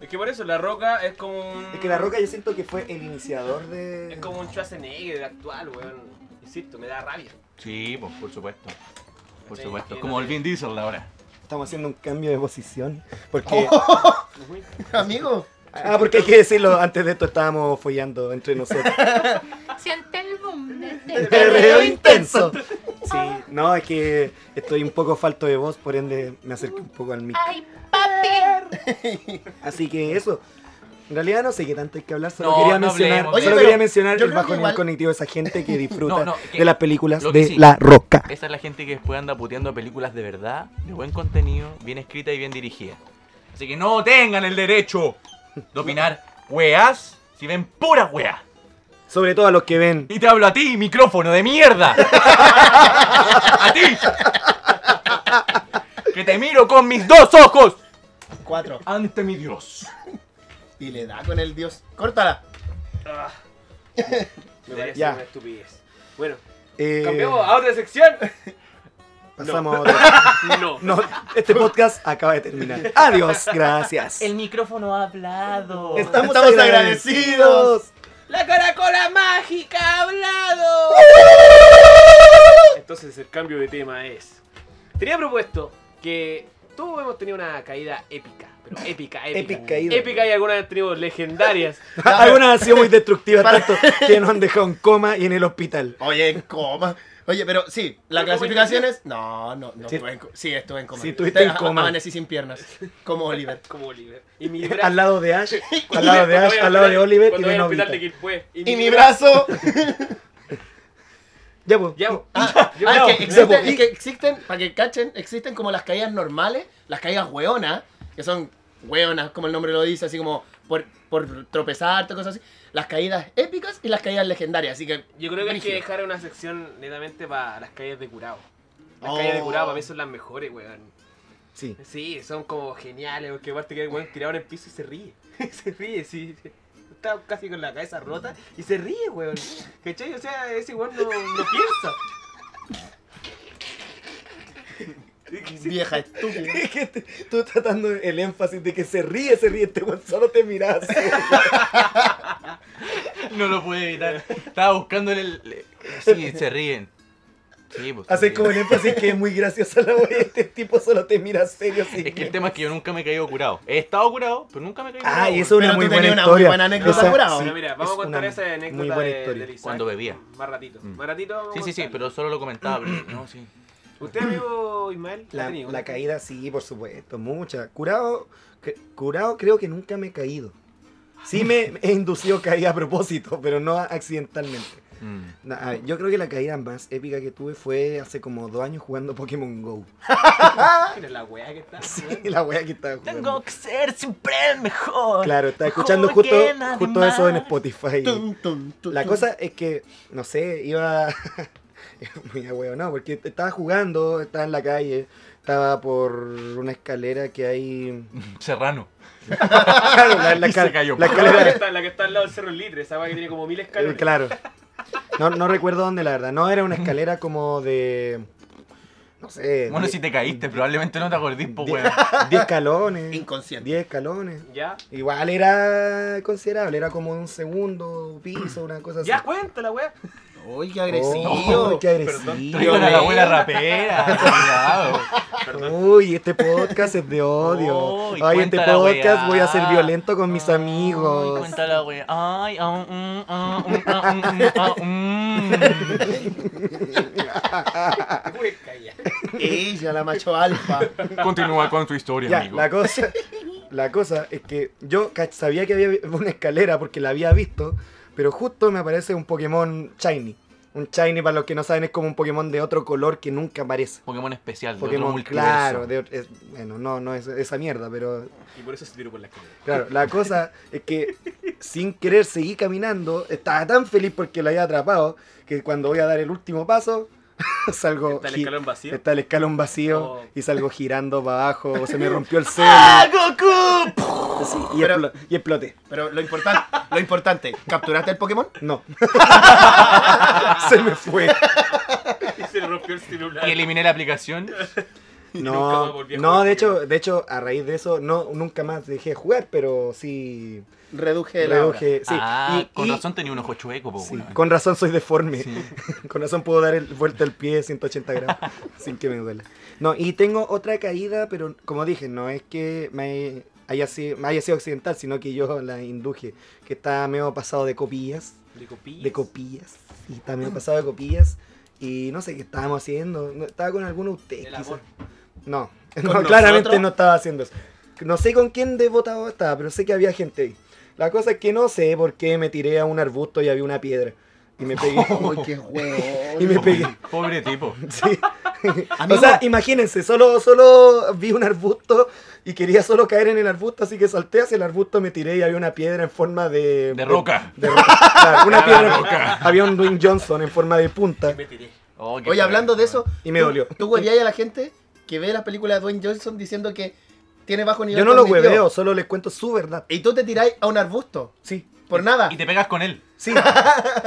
E: Es que por eso la roca es como un.
C: Es que la roca yo siento que fue el iniciador de.
E: Mm. Es como un Schwarzenegger actual, weón. Insisto, me da rabia.
D: Sí, pues, por supuesto. Por
E: Sí,
D: supuesto.
E: imagínate.
D: Como el Vin Diesel de ahora.
C: Estamos haciendo un cambio de posición. Porque.
E: Oh.
F: Amigo.
C: Ah, porque hay que decirlo, antes de esto estábamos follando entre
E: <laughs>
C: nosotros.
G: Siente el boom de este
F: <laughs>
C: Perreo intenso. Sí, no, es que estoy un poco falto de voz, por ende me acerqué un poco al mic.
G: Ay, papi.
C: Así que eso. En realidad no sé qué tanto hay que hablar, solo
D: No,
C: quería
D: no
C: mencionar,
D: hablemos. Oye,
C: solo
F: pero
C: quería mencionar
F: yo
C: el
F: creo
C: bajo
F: que
C: nivel
F: igual-
C: cognitivo, esa gente
D: <laughs>
C: que disfruta
D: No, no, es que
C: de las películas
D: lo que
C: de
D: sí. Eh.
C: La Roca.
D: Esa es la gente que después anda puteando películas de verdad, de buen contenido, bien escrita y bien dirigida. Así que no tengan el derecho de opinar weas si ven puras weas.
C: Sobre todo a los que ven.
D: Y te hablo a ti, micrófono de mierda. <laughs> a ti. Que te miro con mis dos ojos
F: Cuatro.
D: ante mi Dios.
F: Y le da con el dios. Córtala.
E: Ah. Me parece
C: Ya.
E: una estupidez. Bueno,
C: eh,
E: cambiamos a otra sección.
C: pasamos a otro.
E: No.
C: <laughs> No, este podcast acaba de
D: <laughs>
C: terminar. Adiós, gracias.
G: micrófono ha hablado.
C: Estamos,
F: Estamos
C: agradecidos.
E: La caracola mágica ha hablado. Entonces el cambio de tema es. Tenía propuesto que todos hemos tenido una caída épica. Pero épica, épica.
C: Epic caída.
E: Épica y algunas han tenido
C: <laughs>
E: legendarias.
C: Algunas han sido muy destructivas, tanto que nos han dejado en coma y en el hospital.
F: Oye, en coma. Oye, pero sí, la
E: ¿Pero cómo
F: clasificación es. No, no, no
C: Sí.
F: estuve en coma. Sí, estuve en coma.
C: Sí, estuviste en
F: Ah,
C: coma.
F: Amanecí sin piernas. Como Oliver.
E: como Oliver. Y mi
C: <laughs>
E: brazo.
C: Al
E: <laughs>
C: lado de
D: <laughs>
C: Ash, al lado de Ash, al lado de Oliver y
E: cuando
C: de
E: voy al hospital
C: Novita.
E: de Quilpué.
F: <laughs> Y mi brazo.
C: Ya, pues.
E: Ya, bo. Yo
F: Ah,
E: no.
F: es que
C: ya, pues,
F: existen,
C: y-
F: es que existen, para que cachen, existen como las caídas normales, las caídas hueonas, que son hueonas, como el nombre lo dice, así como por, por tropezarte, cosas así. Las caídas épicas y las caídas legendarias, así que.
E: Yo creo que hay que
F: brígido.
E: dejar una sección netamente para las calles de curado. Las
F: Oh.
E: calles de curado para mí son las mejores, weón.
D: pues.
C: Sí.
E: Sí, son como geniales, porque aparte que el weón tirado en el piso y se ríe. <laughs> se ríe, sí. Está casi con la cabeza rota y se ríe, weón. ¿Cachai? O sea, ese weón no, no piensa.
F: <laughs> Vieja estúpida.
C: Es que te- tú estás dando el énfasis de que se ríe, se ríe, este weón solo te miras.
D: No lo pude evitar. Estaba buscando el. Sí, se ríen. Sí, pues. se
C: Haces
D: ríen.
C: como el énfasis que es muy graciosa la wea, este tipo solo te mira serio.
D: Es que el tema es que yo nunca me he caído curado. He estado curado, pero nunca me he caído curado.
C: Ah, y eso es
F: Pero
C: una
F: tú
C: muy
F: tenías
C: buena
F: una muy
C: historia.
F: buena anécdota,
C: Esa-
F: curado.
E: Pero mira, vamos
C: es
E: a contar
C: una
E: esa anécdota
C: Muy buena
E: de,
C: historia.
E: del Isaac
D: Cuando bebía.
E: Más ratito.
D: Mm.
E: Más ratito. vamos
D: Sí,
E: a
D: sí, sí,
E: contarla.
D: pero solo lo comentaba. pero no, sí.
E: ¿Usted, amigo Ismael, ha
C: La,
E: tenido?
C: la caída, sí, por supuesto, mucha. Curado, cre- curado creo que nunca me he caído. Sí me he inducido caída a propósito, pero no accidentalmente.
D: Mm.
C: No, a ver, yo creo que la caída más épica que tuve fue hace como dos años jugando Pokémon GO.
E: Mira Ah, la weá que
D: Ah,
E: está.
C: Sí, <laughs> la wea que estaba jugando.
G: que ser siempre el mejor.
C: Claro, estaba escuchando justo,
G: Joven, además.
C: justo eso en Spotify.
F: Tum, tum, tum,
C: La
F: tum.
C: cosa es que, no sé, iba. <laughs> es Muy a huevo, no, porque estaba jugando, estaba en la calle, estaba por una escalera que hay.
D: Serrano.
C: Claro, la, la
D: <laughs> Y se
C: escal-
D: cayó.
C: la
E: La que
C: escalera.
E: está, la que está al lado del cerro del Litre, esa weá que tiene como mil
C: eh,
E: escalones.
C: claro. No, no recuerdo dónde, la verdad. No era una escalera como de. No sé.
D: Bueno,
C: die-
D: si te caíste, probablemente no te acordís, po,
C: <laughs> die-
D: weón.
C: diez escalones.
F: Inconsciente.
C: 10 escalones.
E: Ya.
C: Igual era considerable, era como un segundo piso, una cosa así.
E: Ya cuenta la weá.
F: Uy, <laughs> qué
C: Oh,
F: agresivo.
C: qué agresivo.
E: Perdón.
D: Traigan a la abuela rapera. <laughs> cuidado.
C: Uy, este podcast es de odio.
D: Uy,
C: Ay, este
D: cuenta la
C: podcast
D: weá.
C: voy a ser violento con mis
D: Ay,
C: amigos.
D: cuenta la wea. Ay, ah, mm, ah, mm, ah, mm, ah, mm.
C: <laughs>
E: Uy, calla.
F: Ella, la macho <laughs> alfa.
D: Continúa con tu historia,
C: Ya,
D: amigo.
C: la cosa, <laughs> la cosa es que yo ca- sabía que había una escalera porque la había visto, pero justo me aparece un Pokémon Shiny. Un Shiny, para los que no saben, es como un Pokémon de otro color que nunca aparece.
D: Pokémon especial, Pokémon
C: Pokémon, claro, de, otro- es- bueno, no, no es esa mierda, pero
E: Y por eso se tiró por la escalera.
C: Claro, la cosa es que sin querer seguí caminando, estaba tan feliz porque la había atrapado, que cuando voy a dar el último paso, <laughs> salgo...
E: Está el
C: gi-
E: escalón vacío.
C: Está el escalón vacío
E: Oh. ¡Ah,
C: y salgo girando para abajo,
E: <laughs>
C: o se me rompió el celo. Sí, y,
F: Pero-
C: explo- y exploté.
F: Pero lo importante, lo importante, ¿capturaste el Pokémon?
C: No. se me fue.
E: Y se le rompió el celular.
D: Y eliminé la aplicación.
E: nunca más
C: No,
E: volví a
C: no,
E: jugar
C: de
E: Pokémon.
C: hecho, de hecho, a raíz de eso, no, nunca más dejé de jugar, pero sí
F: Reduje la hora.
C: reduje. Sí.
D: ah,
C: y-
D: con
C: y-
D: razón tenía un ojo chueco, po,
C: Sí,
D: weón.
C: con razón soy deforme.
D: Sí.
C: <laughs> Con razón puedo dar el, vuelta al pie 180
F: <laughs>
C: grados sin que me duela. No, y tengo otra caída, pero como dije, no es que me haya sido, me haya sido accidental, sino que yo la induje, que está medio pasado de copillas.
E: De copillas.
C: De copillas. Y está
F: Mm.
C: medio pasado de copillas. Y no sé qué estábamos haciendo. no- Estaba con alguno de ustedes,
E: El
C: quizás.
E: amor.
C: No,
F: ¿Con
C: no claramente
F: nosotros?
C: no estaba haciendo eso. No sé con quién de votado estaba, pero sé que había gente ahí. La cosa es que no sé por qué me tiré a un arbusto y había una piedra. Y me
F: <laughs>
C: pegué.
F: Uy, Oh, qué
C: <laughs>
F: huevo.
C: y me pegué.
D: Pobre tipo.
C: Sí.
F: Amigo.
C: O sea, imagínense, solo, solo vi un arbusto y quería solo caer en el arbusto, así que salté hacia el arbusto, me tiré y había una piedra en forma de.
D: De roca.
C: de roca. Claro, una
D: Era
C: piedra.
D: la roca.
C: Había un Dwayne Johnson en forma de punta
E: <laughs> Me tiré.
D: Oh, qué
F: Oye, hablando de eso,
C: y me
F: tú-
C: dolió.
F: ¿Tú huevías a la gente que ve las películas de Dwayne Johnson diciendo que tiene bajo nivel
C: Yo no lo
F: cognitivo?
C: hueveo, solo les cuento su verdad.
F: Y tú te tiráis a un arbusto.
C: Sí,
F: Por nada.
D: Y te pegas con él.
C: sí,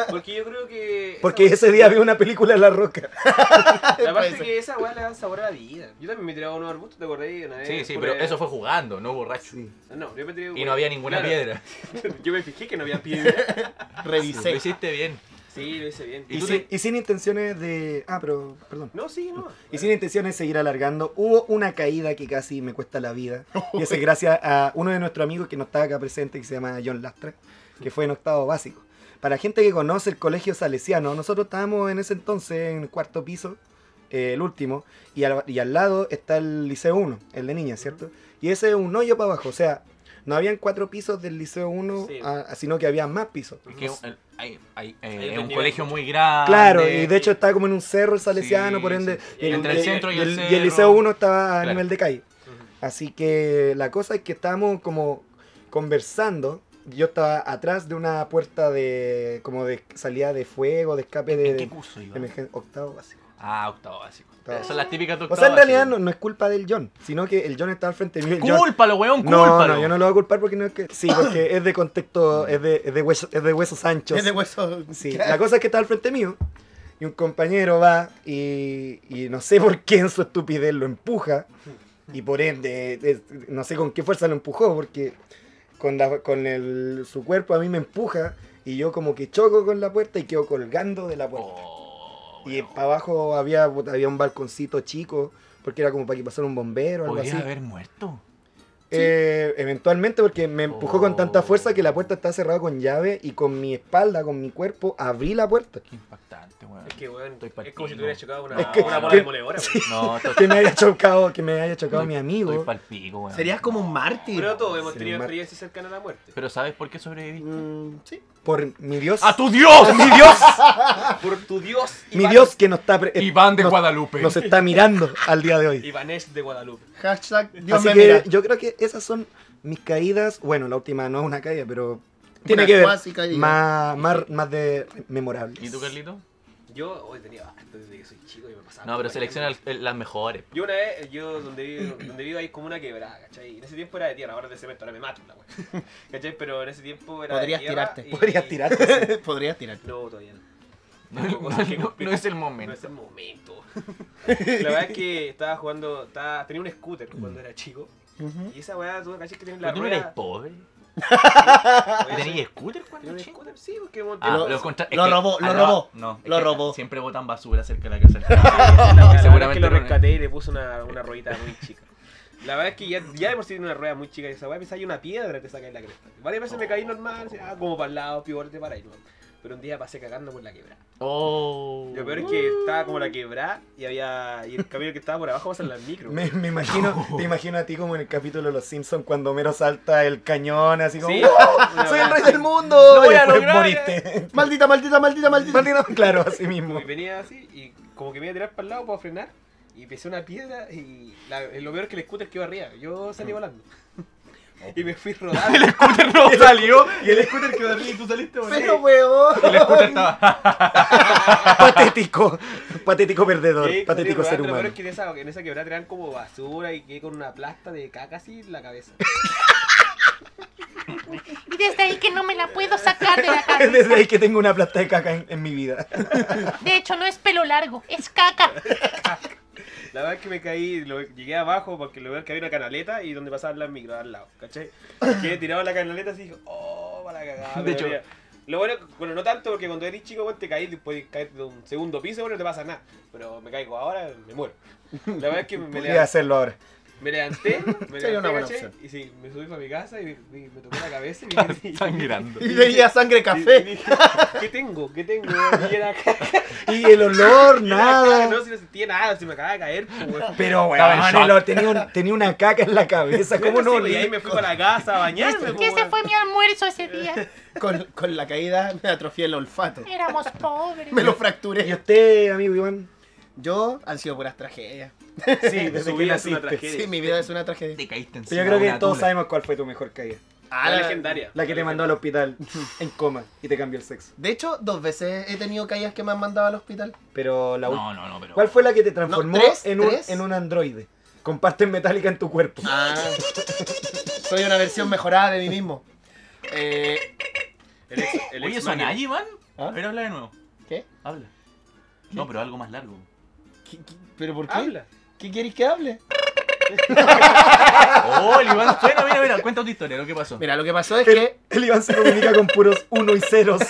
E: Porque yo creo que. esa
C: porque ese día vi una película de la roca.
E: La parte
F: Puede
E: que esa weá le dan sabor a la vida. Yo también me tiraba unos arbustos, ¿te acordáis? Una vez
D: Sí, sí,
E: por
D: pero
C: Pues-
E: el-
D: eso fue jugando, no borracho.
C: Sí.
E: No, yo me tiré.
D: Y no había ninguna
E: Claro.
D: piedra.
E: <laughs> Yo me fijé que no había piedra.
D: Lo
F: Revisé.
D: hiciste bien.
E: Sí, lo hice bien.
C: Y,
D: tú
C: sin,
D: te-
C: y sin intenciones de. Ah, pero. Perdón.
E: No, sí, no.
C: Y sin intenciones de seguir alargando. Hubo una caída que casi me cuesta la vida. Y eso es gracias a uno de nuestros amigos que no estaba acá presente, que se llama John Lastra, que fue en octavo básico. Para gente que conoce el colegio salesiano, nosotros estábamos en ese entonces en el cuarto piso, eh, el último, y al, y al lado está el Liceo 1, el de niñas, ¿cierto? Y ese es un hoyo para abajo, o sea, no habían cuatro pisos del Liceo 1,
E: Sí.
C: a- a- sino que había más pisos.
D: Es que el- hay, hay, eh,
E: otro
D: es un
E: nivel.
D: colegio muy grande.
C: Claro, y de hecho estaba como en un cerro el salesiano,
D: eh, Sí,
C: por ende.
D: sí. Entre el centro y el
C: Y el
D: cerro.
C: liceo 1 estaba a
D: Claro.
C: nivel de calle. Así que la cosa es que estábamos como conversando. Yo estaba atrás de una puerta de como de salida de fuego, de escape de,
D: ¿En qué
C: de
D: curso iba?
C: emergen- octavo básico.
D: Ah, octavo básico.
C: Octavo.
D: Son las típicas de
C: O
D: octavo
C: sea, en realidad no,
D: básico.
C: no es culpa del John, sino que el John está al frente mío. el John-
D: ¡Cúlpalo, weón!
C: no,
D: ¡Cúlpalo!
C: no, yo no lo voy a culpar porque no es que. Sí,
D: <coughs>
C: porque es de contexto, es de, es de, hueso- es de huesos anchos.
F: Es de hueso.
C: Sí, la cosa es que está al frente mío y un compañero va y, y no sé por qué en su estupidez lo empuja y por ende, es- no sé con qué fuerza lo empujó porque con, la- con el- su cuerpo a mí me empuja y yo como que choco con la puerta y quedo colgando de la puerta.
D: Oh,
C: y para abajo había, había un balconcito chico porque era como para que pasara un bombero o algo
D: Podría
C: así.
D: haber muerto.
C: eh, eventualmente porque me empujó con
D: Oh.
C: tanta fuerza que la puerta estaba cerrada con llave y con mi espalda, con mi cuerpo, abrí la puerta.
D: Qué impactante, weón.
E: Es que, weón,
D: Estoy
E: es como si te
D: partido.
E: hubieras chocado una,
C: Es que-
E: una bola
C: que-
E: demoledora. weón.
D: <laughs> No, esto-
C: Que me haya chocado, que me haya chocado mi
D: estoy-
C: amigo.
D: Estoy pal pico, weón.
F: Serías como un mártir.
E: Pero todos hemos
C: Sí,
E: tenido
C: Mar-
E: experiencias cercanas a la muerte.
D: Pero ¿sabes por qué sobreviviste?
F: Mm, sí.
C: Por mi Dios.
D: ¡A tu Dios! ¡Mi Dios!
E: Por tu Dios,
C: Mi Dios que nos está pre- eh,
D: Iván de
C: nos-
D: Guadalupe.
C: nos está mirando al día de hoy.
E: Ivanesh de Guadalupe.
F: Hashtag Dios
C: Así
F: me
C: que
F: mira.
C: yo creo que esas son mis caídas. Bueno, la última no es una caída, pero
F: Una
C: tiene que ver
F: cuasi caída.
C: más, más, más de memorables.
D: ¿Y tú, Carlito?
E: Yo hoy tenía bastante desde que soy chico y me pasaba.
D: No, pero
E: todo
D: selecciona
E: bailando.
D: el- el- las mejores.
E: Yo una vez, yo donde vivo, donde vivo hay como una quebrada, ¿cachai? Y En ese tiempo era de tierra, ahora es de cemento, ahora me matan la weón. <laughs> ¿Cachai? Pero en ese tiempo era
F: Podrías
E: de tierra
F: tirarte.
E: y-
C: Podrías tirarte.
F: <laughs> Podrías tirarte.
E: No, todavía no.
D: No,
E: Tengo cosas que
D: no, no,
E: cumplir.
D: no es el
E: No
D: momento.
E: es el momento. <laughs> la verdad es que estaba jugando, estaba, tenía un scooter cuando era chico. Y esa weá, tú cachai que tiene la
D: ¿Por qué no eres
E: rueda.
D: pobre?
E: Oye,
D: ¿Tenías
E: sí, <laughs>
D: scooter
E: tenía
D: cuando
E: un
D: chico?
E: scooter? Sí, porque monté.
D: Ah,
F: Lo-
D: los contra- es
F: lo
D: que-
F: robó,
D: ah,
F: lo
D: no,
F: robó,
D: No, es
F: lo
D: que
F: robó.
D: Siempre botan basura cerca de la casa.
E: <laughs>
D: del trabajo.
E: La verdad es que
D: Seguramente
E: lo
D: no-
E: rescaté y le puse una, una ruedita muy chica. La verdad es que ya, ya de por sí tiene una rueda muy chica y esa weá me sale una piedra que saca en la cresta. Varias veces me caí normal, así, ah, como para el lado, pivote para ahí, ¿no? Pero un día pasé cagando por la quebrada.
D: <laughs> Oh.
E: Lo
D: <laughs>
E: peor es que
C: Uh.
E: estaba como la quebrada y había. Y el camino que estaba por abajo pasan las micro.
C: Me, me imagino, te imagino a ti como en el capítulo de Los Simpsons cuando Homero salta el cañón así como
E: Sí,
C: "¡Ah,
E: una
C: ¡Soy el
E: weá
C: rey
E: así.
C: del mundo!
D: Lo voy
C: Y
D: a
C: después <laughs>
D: lograr,
C: moriste.
F: Maldita, maldita, maldita, maldita.
C: Maldito, claro, así mismo.
E: Y venía así y como que me iba a tirar para el lado para frenar. Y pisé una piedra y la- lo peor es que el scooter quedó arriba. Yo
C: Mm.
E: salí volando.
C: Oh.
E: <laughs> Y
C: <laughs>
E: me fui rodando.
D: No salió.
E: y el scooter quedó arriba y tú saliste volando.
F: Pero weón.
D: El scooter estaba.
C: Patético, patético perdedor,
E: Sí,
C: patético
E: sí,
C: ser
E: Rolando, Pero
C: humano.
E: es que en esa, en esa quebrada eran como basura y que con una plasta de caca así en la cabeza.
G: Y desde ahí que no me la puedo sacar
C: <laughs>
G: de la
C: Es
G: cabeza.
C: desde ahí que tengo una plasta de caca en, en mi vida.
G: <laughs> De hecho, no es pelo largo, es caca.
E: La verdad es que me caí, lo- llegué abajo porque lo veo que había una canaleta y donde pasaban las micros al lado, ¿cachai? Quedé tirado en la canaleta así dije, oh, para cagar.
D: De hecho-
E: Lo bueno, bueno, no tanto porque cuando eres chico, bueno, te caí, puedes caer de un segundo piso, bueno, no te pasa nada. Pero me caigo ahora, me muero. La verdad es
C: <laughs>
E: que me,
C: Podría
E: levanté.
C: hacerlo ahora.
E: Me levanté, me levanté,
F: Sería una buena
E: ¿cachai?
F: opción.
E: Y sí, me subí para mi casa y me, me- me tocó la cabeza y me
D: Sangrando.
F: Y veía sangre
E: Y- y
F: café.
E: dije, ¿Qué tengo? ¿Qué tengo? Y era <laughs> caca.
C: Y el olor, nada.
E: No, si no sentía nada, si me acababa de caer. pues, weón.
C: Pero
D: Estaba en
C: weón,
D: shock.
C: el olor, tenía, un- tenía una caca en la
E: <laughs>
C: cabeza. ¿Cómo no?
E: Sí, Y ahí me fui para la casa a bañarme. pues,
G: Que Este, ese
E: weón.
G: fue mi almuerzo ese día.
F: Con, con la caída me atrofié el olfato.
G: Éramos pobres.
F: Me lo
C: ¿Y
F: fracturé.
C: usted, amigo Iván?
F: Yo han sido puras tragedias.
C: Sí,
E: Su
C: desde que
E: vida es
C: naciste.
E: una tragedia.
F: Sí, mi vida es una tragedia.
D: Te caíste
C: Pero
D: encima.
C: yo creo
D: de
C: que
D: una
C: todos
D: tula.
C: sabemos cuál fue tu mejor caída.
F: Ah,
E: La
F: la-
E: legendaria.
C: La que te mandó al hospital en coma y te cambió el sexo.
F: De hecho, dos veces he tenido caídas que me han mandado al hospital.
C: Pero la última.
D: No, no, no, pero.
C: ¿Cuál fue la que te transformó
F: No, tres,
C: en, un,
F: tres.
C: en un androide? Con partes metálicas en tu cuerpo. <laughs>
F: Ah. Soy una versión mejorada de mí mismo. Eh,
E: El ex, el
D: Oye,
E: ex
D: ¿son
E: máquina.
D: ahí, Iván?
F: ¿Ah?
D: A ver, habla de nuevo.
F: ¿Qué?
D: Habla. No, pero algo más largo.
F: ¿Qué- qué- ¿Pero por qué?
E: Habla.
F: ¿Qué queréis que hable?
D: Oh, el Iván suena, mira, mira, cuenta tu historia, lo que pasó.
F: Mira, lo que pasó es que
C: El Iván se comunica con puros uno y
F: <laughs>
C: ceros.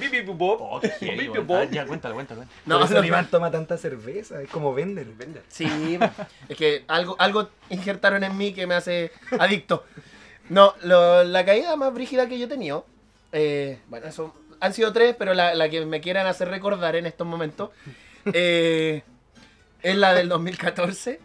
E: Bi, bi, bu, bo.
D: Oh, qué heavy,
E: Bi, bi,
D: Iván.
E: bo.
D: Ah, Ya, cuéntalo, cuéntalo. cuéntalo.
C: No, <laughs>
F: No,
C: Por eso
F: no.
C: el Iván toma tanta cerveza, es como
F: <laughs>
C: vender.
E: Vende.
F: Sí, es que algo, algo injertaron en mí que me hace adicto. No, lo- la caída más brígida que yo he tenido, eh, bueno, eso, han sido tres, pero la, la que me quieran hacer recordar en estos momentos, eh, es la del 2014.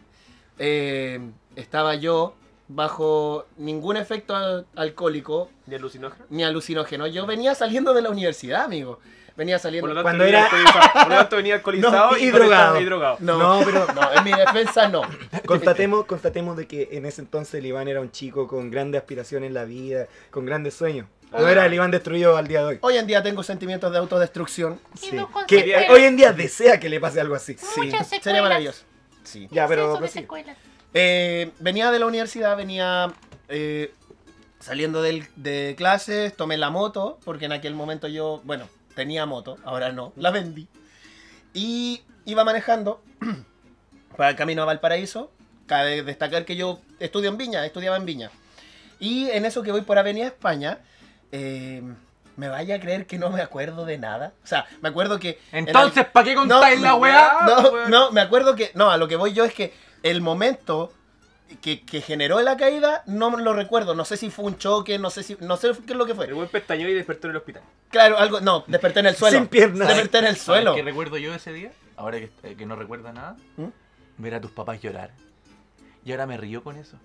F: Eh, estaba yo bajo ningún efecto al- alcohólico
E: ¿De alucinógeno?
F: ni alucinógeno. Yo venía saliendo de la universidad, amigo. Venía saliendo...
E: Por lo tanto,
C: Cuando
E: venía
C: era-
E: alcoholizado. Por lo tanto, venía alcoholizado
C: No,
E: y,
C: y drogado.
E: y drogado.
F: No,
C: No,
F: pero no, en mi defensa no.
C: Constatemos, constatemos de que en ese entonces el Iván era un chico con grandes aspiraciones en la vida, con grandes sueños.
D: Ah.
C: No era el Iván destruido al día de hoy.
F: Hoy en día tengo sentimientos de autodestrucción.
C: Sí.
G: no con
C: Que
G: secuelas.
C: hoy en día desea que le pase algo así.
G: Muchas secuelas.
F: Sería maravilloso. Sí.
C: Ya, Ah, pero pues
G: Exceso
C: prosigue.
G: de secuelas.
F: Eh, venía de la universidad, venía eh, saliendo del- de clases, tomé la moto, porque en aquel momento yo, bueno, tenía moto, ahora no, la vendí. Y iba manejando <clears throat> para el camino a Valparaíso. Cabe destacar que yo estudio en Viña, estudiaba en Viña. Y en eso que voy por Avenida España, eh, me vaya a creer que no me acuerdo de nada. O sea, me acuerdo que... en
D: Entonces, ¿para qué contáis
F: no,
D: la weá?
F: No,
E: weá.
F: no, me acuerdo que. No, a lo que voy yo es que el momento que, que generó la caída, no lo recuerdo. No sé si fue un choque, no sé si no sé qué es lo que
E: El
F: fue.
E: buen pestañó y despertó en el hospital.
F: Claro, algo. No, desperté en el suelo.
C: Sin piernas.
F: Desperté en el suelo.
D: ¿Qué recuerdo yo ese día? Ahora que, eh, que no recuerda nada.
F: ¿Mm?
D: Ver a tus papás llorar. Y ahora me río con eso.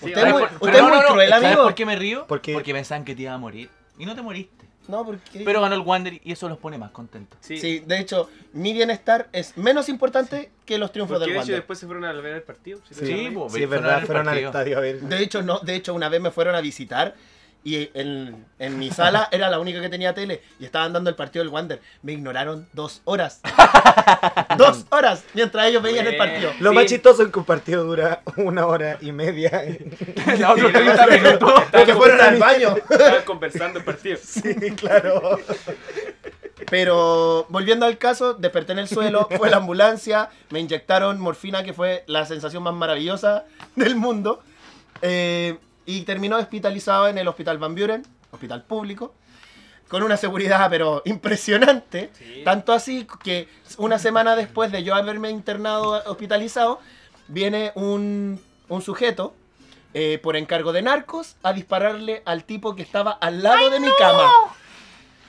F: Usted
D: ¿Sabes
F: es muy,
D: por-
F: usted
D: pero
F: es
D: no,
F: muy
D: no, no,
F: cruel,
D: ¿sabes
F: amigo.
D: por qué me río?
C: Porque-
D: Porque pensaban que te ibas a morir. Y no te moriste.
F: No, porque.
D: Pero ganó el Wander y eso los pone más contentos.
E: Sí.
F: Sí, de hecho, mi bienestar es menos importante que los triunfos
E: Porque
F: del
E: de hecho
F: Wander.
E: después se fueron a ver el partido. si
D: Sí, pues.
E: te acuerdas.
D: po,
C: Sí, es
D: fueron a ver
C: verdad,
D: el
C: fueron al
D: partido.
C: estadio a ver.
F: De hecho, no, de hecho, una vez me fueron a visitar y en, en mi sala era la única que tenía tele y estaban dando el partido del Wander. Me ignoraron dos horas. dos horas mientras ellos veían el
E: Bueno.
F: partido.
C: Lo
E: Sí.
C: más chistoso es que un partido dura una hora y media. <laughs>
D: La otra 30 minutos.
E: Estaban
F: Que fueron al
E: conversando-
F: baño.
E: estaban conversando el partido.
C: Sí, claro.
F: Pero volviendo al caso, desperté en el suelo, fue la ambulancia, me inyectaron morfina, que fue la sensación más maravillosa del mundo. eh, y terminó hospitalizado en el Hospital Van Buren, hospital público, con una seguridad pero impresionante.
E: Sí.
F: Tanto así que una semana después de yo haberme internado hospitalizado, viene un, un sujeto eh, por encargo de narcos a dispararle al tipo que estaba al lado de mi cama.
C: Ah.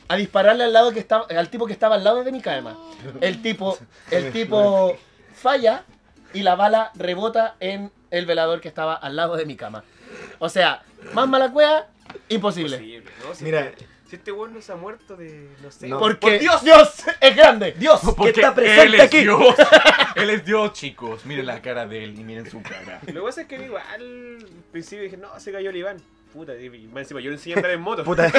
F: A dispararle al lado que estaba al tipo que estaba al lado de mi cama. El tipo el tipo falla y la bala rebota en el velador que estaba al lado de mi cama. O sea, más mala cueva imposible.
E: Imposible, ¿no? Si
C: Mira.
E: este- Si este weón no se ha muerto de. No sé.
C: No.
F: Porque
E: Por
F: Dios, Dios es grande, Dios.
D: Porque
C: está presente
D: él es
C: aquí. <laughs>
D: Dios. Él es Dios, chicos. Miren la cara de él y miren su cara.
E: Lo que pasa es que igual al principio dije, no, se cayó el Iván. Puta, y más encima yo le enseñé a andar en moto. <laughs>
C: Puta,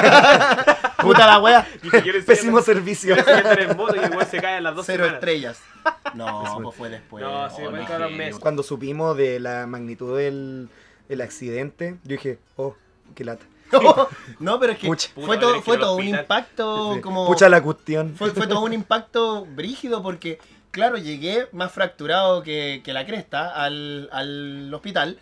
F: Puta la wea.
E: Dije,
C: <laughs>
E: yo le enseñé a
C: pésimo
E: andar-
C: servicio.
E: <laughs> yo le enseñé a andar en moto y el weón se cae a las dos
F: Cero
E: semanas. <laughs>
F: estrellas. No, pues fue después.
E: No, sí,
F: Oh,
E: fue
F: no.
E: todos los meses.
C: Cuando supimos de la magnitud del, del accidente, yo dije, oh, qué lata.
F: <laughs> No, pero es que
C: Pucha.
F: fue
E: Puta,
F: todo,
E: es que
F: fue
E: el
F: todo un
E: hospital-
F: impacto
C: Sí.
F: Oh, como
C: Pucha la cuestión.
F: fue, fue todo un impacto brígido porque, claro, llegué más fracturado que, que la cresta al, al hospital.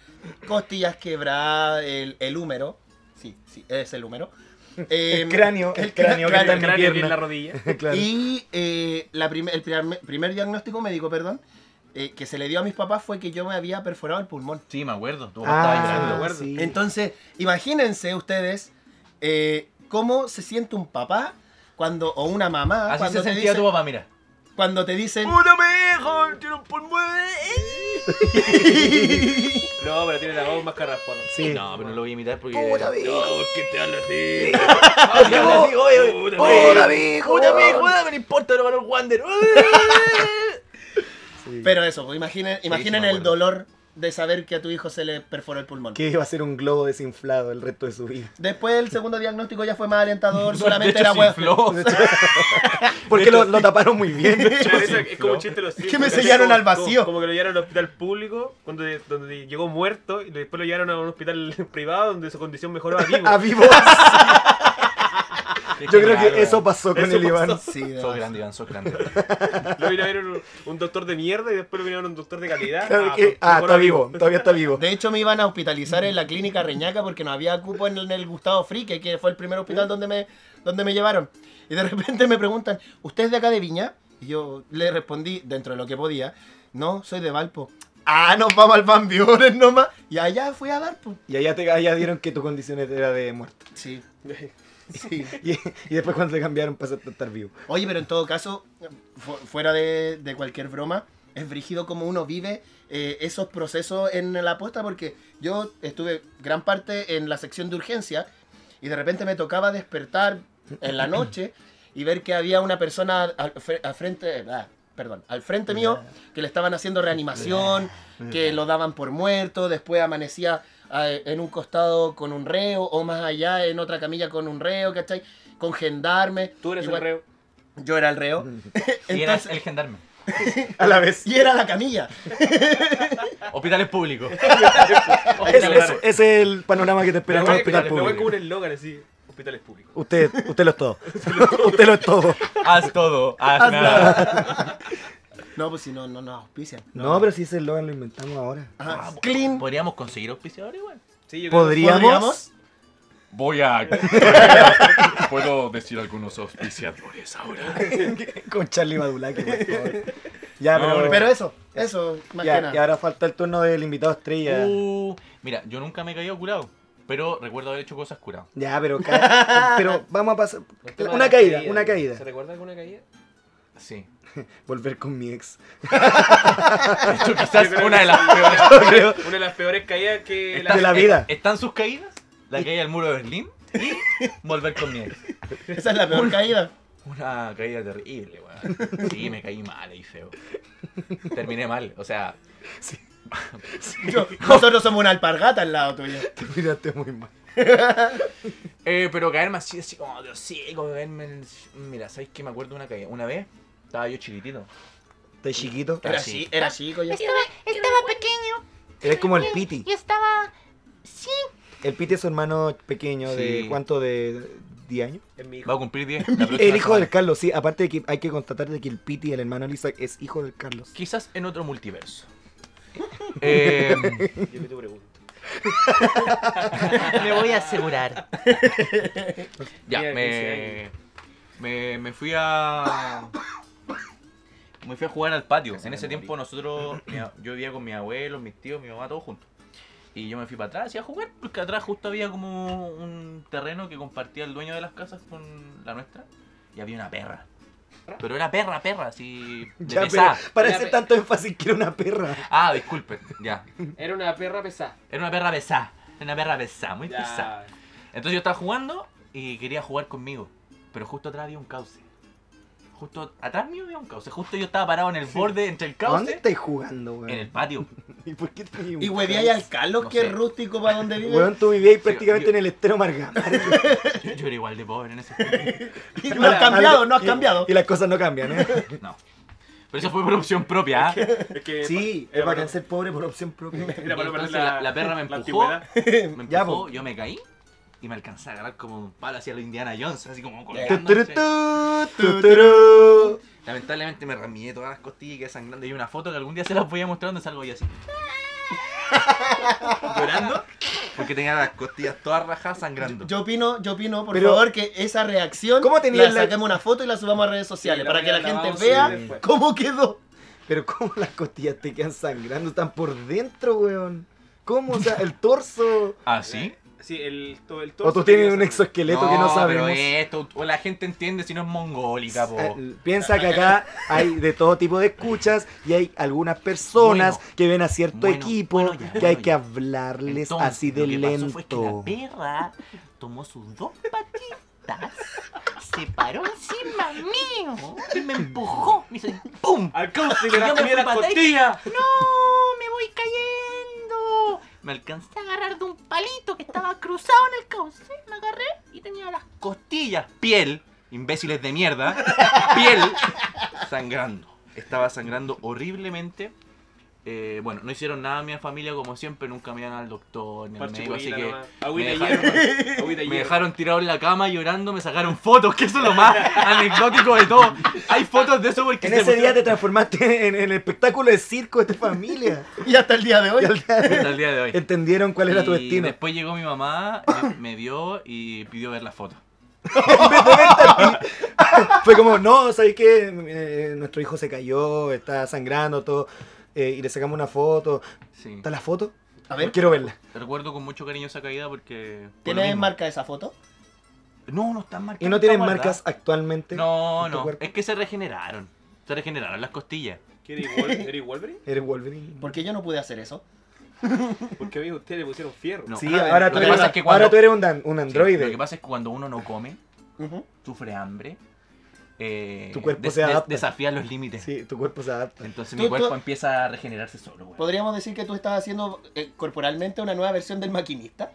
F: Costillas quebradas, el, el húmero. Sí, sí, es el húmero.
C: El
F: Em,
C: cráneo, el cráneo que está en
E: El
C: mi
E: cráneo que es la
C: pierna.
E: rodilla.
C: <laughs> Claro.
F: Y eh, la prim- el primer, primer diagnóstico médico, perdón, eh, que se le dio a mis papás fue que yo me había perforado el pulmón.
D: Sí, me acuerdo. Tú estabas llorando.
C: Ah,
E: acuerdo.
C: sí.
F: Entonces, imagínense ustedes eh, cómo se siente un papá cuando o una mamá
D: Así
F: cuando te,
D: se sentía
F: dicen,
D: tu papá, mira.
F: cuando te dicen
E: ¡Puta, me hijo! ¡Tiene un pulmón! No, pero tiene la voz más carraspona.
C: Sí.
D: No, pero no "Ah, lo voy a imitar porque.
E: No, ¿por qué te hablas así? Puta,
D: ¡Hola,
E: me-
D: mijo! ¡Hola, mijo! ¡No me importa, lo ganó el Wander!
C: sí.
F: Pero eso, pues, imaginen, imaginen
D: me
F: el
D: acuerdo.
F: dolor de saber que a tu hijo se le perforó el pulmón.
C: que iba a ser un globo desinflado el resto de su vida.
F: Después el segundo diagnóstico ya fue más alentador,
D: De
F: solamente
D: hecho,
F: era
D: se
F: hueá-
D: <laughs> infló.
C: Porque lo, lo taparon muy bien.
E: Claro, eso es como un chiste de los Simpsons,
F: que me
E: ¿cachai?
F: sellaron
E: Como-
F: al vacío.
E: Como, como que lo llevaron al hospital público, cuando, donde llegó muerto, y después lo llevaron a un hospital <laughs> privado donde su condición mejoró a
C: <laughs>
E: vivo.
C: A Ah, vivo. Yo creo que eso pasó con
E: Eso
C: el Iván.
E: pasó.
F: Sí, de
D: Sos
F: verdad.
D: grande, Iván, sos grande.
E: Lo vino a ver un, un doctor de mierda y después lo vino a ver un doctor de calidad.
C: Claro
E: Ah,
C: que-
E: pues,
C: ah,
E: mejoró
C: está
E: a
C: vivo, todavía está vivo.
F: De hecho me iban a hospitalizar en la clínica Reñaca porque no había cupo en el, en el Gustavo Frique, que fue el primer hospital donde me, donde me llevaron. Y de repente me preguntan, ¿usted es de acá de Viña? Y yo le respondí, dentro de lo que podía, no, soy de Valpo. Ah, nos vamos al Van Buren nomás. Y allá fui a dar, pues.
C: Y allá, te, allá vieron que tu condición era de muerto.
F: Sí. Sí.
C: Y, y después cuando te cambiaron pasaste a estar vivo.
F: Oye, pero en todo caso, fu- fuera de, de cualquier broma, es brígido como uno vive eh, esos procesos en la apuesta, porque yo estuve gran parte en la sección de urgencia y de repente me tocaba despertar en la noche y ver que había una persona al, fre- al frente, ah, perdón, al frente mío que le estaban haciendo reanimación, que lo daban por muerto, después amanecía ah, en un costado con un reo o más allá en otra camilla con un reo, ¿cachai? Con gendarme.
E: Tú eres
F: Igual-
E: un reo.
F: yo era el reo.
D: Y eras
F: <laughs> Entonces-
D: el gendarme.
C: A la vez.
F: y era la camilla.
D: Hospitales públicos.
C: Ese,
E: Hospitales.
C: ese- ese es el panorama que te espera en un
E: Pero
C: hospital
E: Lo voy
C: público.
E: con un eslogan así, hospitales públicos.
C: Usted, usted lo es todo. usted lo es todo.
D: Haz todo, haz nada.
F: No, pues si no, no nos auspician.
C: No, Ah, pero si ese eslogan lo inventamos ahora.
F: Ajá, clean.
D: Ah, Podríamos conseguir auspiciador igual.
E: Sí, yo creo que-
C: ¿Podríamos?
F: ¿Podríamos?
C: <laughs>
D: Voy a. Puedo decir algunos auspiciadores ahora.
C: <laughs> Con Charlie Badulaki, por favor. Ya,
D: No,
C: pero,
D: bueno.
F: Pero eso, eso, más
C: ya,
F: que
C: y
F: nada.
C: ahora falta el turno del invitado estrella.
D: Uh, mira, yo nunca me he caído curado, pero recuerdo haber hecho cosas curado.
C: Ya, pero, ca- pero vamos a pasar.
E: El tema de
C: Una
E: las
C: caída,
E: caídas,
C: una
E: ¿no?
C: caída.
E: ¿Se recuerda alguna caída?
D: Sí.
C: Volver con mi ex. <laughs>
D: Esto quizás una de las peores.
C: Creo.
E: Una de las peores caídas que
D: Están-
C: De la
D: eh,
C: vida.
D: ¿Están sus caídas? La caída del muro de Berlín y volver con mi ex.
F: Esa es la peor caída.
D: Una caída terrible, weón. Sí, me caí mal ahí feo. Terminé mal, o sea,
C: <laughs>
F: Yo- nosotros somos una alpargata al lado tuyo.
C: Te miraste muy mal.
D: Eh, pero caerme así, así como Dios ciego, caerme. en el- Mira, ¿sabéis que me acuerdo de una caída? Una vez estaba yo chiquitito.
C: Estás chiquito.
F: Era
D: Así.
F: así, era chico ya.
G: Este
H: Estaba, estaba pequeño
C: Eres como el
H: y-
C: Piti.
H: y estaba
C: El Piti es su hermano pequeño de
D: Sí.
C: cuánto de 10 años.
E: En mi hijo.
D: Va a cumplir <laughs> 10. la próxima
C: El hijo
D: semana.
C: del Carlos, sí. Aparte de que hay que constatar de que el Piti, el hermano Lisa, es hijo del Carlos.
D: Quizás en otro <laughs> multiverso. Eh,
E: Yo que te pregunto.
G: Me voy a asegurar.
D: ya,
E: Mira, quince
D: me, me, me fui a. Me fui a jugar al patio. En ese
C: <laughs>
D: tiempo nosotros, mi a- yo vivía con mis abuelos, mis tíos, mi mamá, todos juntos. Y yo me fui para atrás y a jugar, porque atrás justo había como un terreno que compartía el dueño de las casas con la nuestra. Y había una perra. Pero era perra,
C: <laughs>
D: perra, así. De
C: Ya, pero
D: pesada.
C: para
E: Ya,
C: hacer
E: pe-
C: tanto énfasis que era una perra.
D: Ah, disculpen, ya.
E: Era una perra pesada.
D: Era una perra pesada. Era una perra pesada, muy pesada.
E: Ya.
D: Entonces yo estaba jugando y quería jugar conmigo. Pero justo atrás había un cauce. Justo atrás mío había un cauce. Justo yo estaba parado en el borde entre el
C: ¿A dónde
D: cauce.
C: estáis jugando, weón?
D: En el patio.
C: ¿Y por qué tenías un
F: <laughs> Y huevías al Carlos,
D: No
F: que
D: sé.
F: es rústico para donde vive.
C: Weón, tú vivías prácticamente
D: yo-
C: en el estero Margama.
D: Yo, <laughs> yo era igual de pobre en ese
F: <laughs>
D: momento.
F: no has cambiado, no has cambiado.
C: Y las cosas no cambian, ¿eh?
D: No. Pero eso fue por opción propia. ¿ah?
E: Es que
C: Sí,
E: era
C: es bacán
E: para-
C: ser pobre por opción propia. <laughs>
E: era para no perder
D: Entonces la, la perra me
E: la
D: empujó.
E: antigüedad.
D: Me
C: Ya,
D: empujó,
C: po.
D: yo me caí. Y me alcancé a agarrar como un palo hacia lo Indiana Jones, así como
C: Tu,
D: colgando.
C: tu,
D: ¿cachai?
C: tu, tu, tu.
D: Lamentablemente me ramillé todas las costillas y quedé sangrando. Y hay una foto que algún día se las voy a mostrar donde salgo
C: <laughs>
D: yo así. Llorando. Porque tenía las costillas todas rajadas sangrando.
F: Yo opino, yo opino, por
C: Pero-
F: favor, que esa reacción
C: ¿Cómo tenías
F: la
C: la-
F: saquemos una foto y la subamos a redes sociales
E: Sí,
F: para
E: la
F: que la
E: voy a
F: gente
E: lavar,
F: vea
E: sí, después.
F: cómo quedó.
C: Pero cómo las costillas te quedan sangrando, están por dentro, weón. ¿Cómo? O sea, el torso.
D: ¿Ah, sí?
E: Sí, el, to- el torso
C: O tú tienes
E: tenía
C: un
E: esa-
C: exoesqueleto que no sabemos.
D: Pero esto, o la gente entiende si no es mongólica, po.
C: Eh, Piensa que acá hay de todo tipo de escuchas y hay algunas personas
D: Bueno,
C: que ven a cierto
D: bueno,
C: equipo
D: bueno ya,
C: que hay
D: bueno
C: que
D: ya.
C: hablarles
D: Entonces,
C: así
D: lo
C: de
D: que pasó fue que
C: lento.
D: la perra tomó sus dos patitas,
G: Se paró encima mío y me empujó. Me hizo ¡pum!
E: Al cauce que
D: Yo
E: la
D: me
E: comía
D: fui
E: la
D: para atrás.
E: costilla.
G: ¡No! ¡Me voy cayendo!
D: me alcanzó
G: Te agarrar de un palito que estaba cruzado en el cauce. Me agarré y tenía las
D: costillas, piel, imbéciles de mierda, piel, sangrando. Estaba sangrando horriblemente. Eh, bueno, no hicieron nada a mi familia como siempre, nunca me iban al doctor ni al médico, así
E: Parchicurina
D: que
E: nomás.
D: me
E: Agüita y
D: dejaron,
E: hierba. Agüita y
D: me
E: hierba.
D: dejaron tirado en la cama llorando, me sacaron fotos, que eso es lo más anecdótico de todo. Hay fotos de eso porque
C: En
D: se
C: ese día te
D: pusieron-
C: transformaste en, en el espectáculo de circo de tu
D: <laughs>
C: familia.
F: Y hasta el día de hoy.
C: Y al día-
D: hasta el día de hoy.
C: entendieron cuál era tu
D: Y
C: destino.
D: Después llegó mi mamá, me, me vio y pidió ver las fotos.
C: <laughs> Fue como, no, ¿sabes qué? Eh, nuestro hijo se cayó, está sangrando, todo. eh, y le sacamos una foto.
D: Sí.
C: ¿Está la foto?
F: A ver,
C: Quiero verla.
D: Recuerdo con mucho cariño esa caída porque. por lo
F: ¿tienes
D: mismo.
F: marca esa foto?
D: No, no están marcas.
C: ¿Y no tienen
D: están
C: marcas actualmente?
D: No,
C: en tu
D: no.
C: cuerpo?
D: Es que se regeneraron. Se regeneraron las costillas.
E: ¿Qué era igual- ¿Era Wolverine?
C: Eres Wolverine.
F: Porque yo no pude hacer eso.
E: Porque a mí ustedes le pusieron fierro.
D: No.
C: Sí, ahora,
D: lo
C: tú
D: que
C: eres,
D: pasa es que cuando-
C: ahora tú eres un, dan- un
D: Sí,
C: androide.
D: Lo que pasa es que cuando uno no come,
F: Ujú.
D: sufre hambre. eh,
C: Tu cuerpo se adapta.
D: desafía los límites.
C: Sí, tu cuerpo se adapta.
D: Entonces
F: Tú-
D: mi cuerpo
F: tú-
D: empieza a regenerarse solo, güey.
F: Podríamos decir que tú estás haciendo eh, corporalmente una nueva versión del maquinista.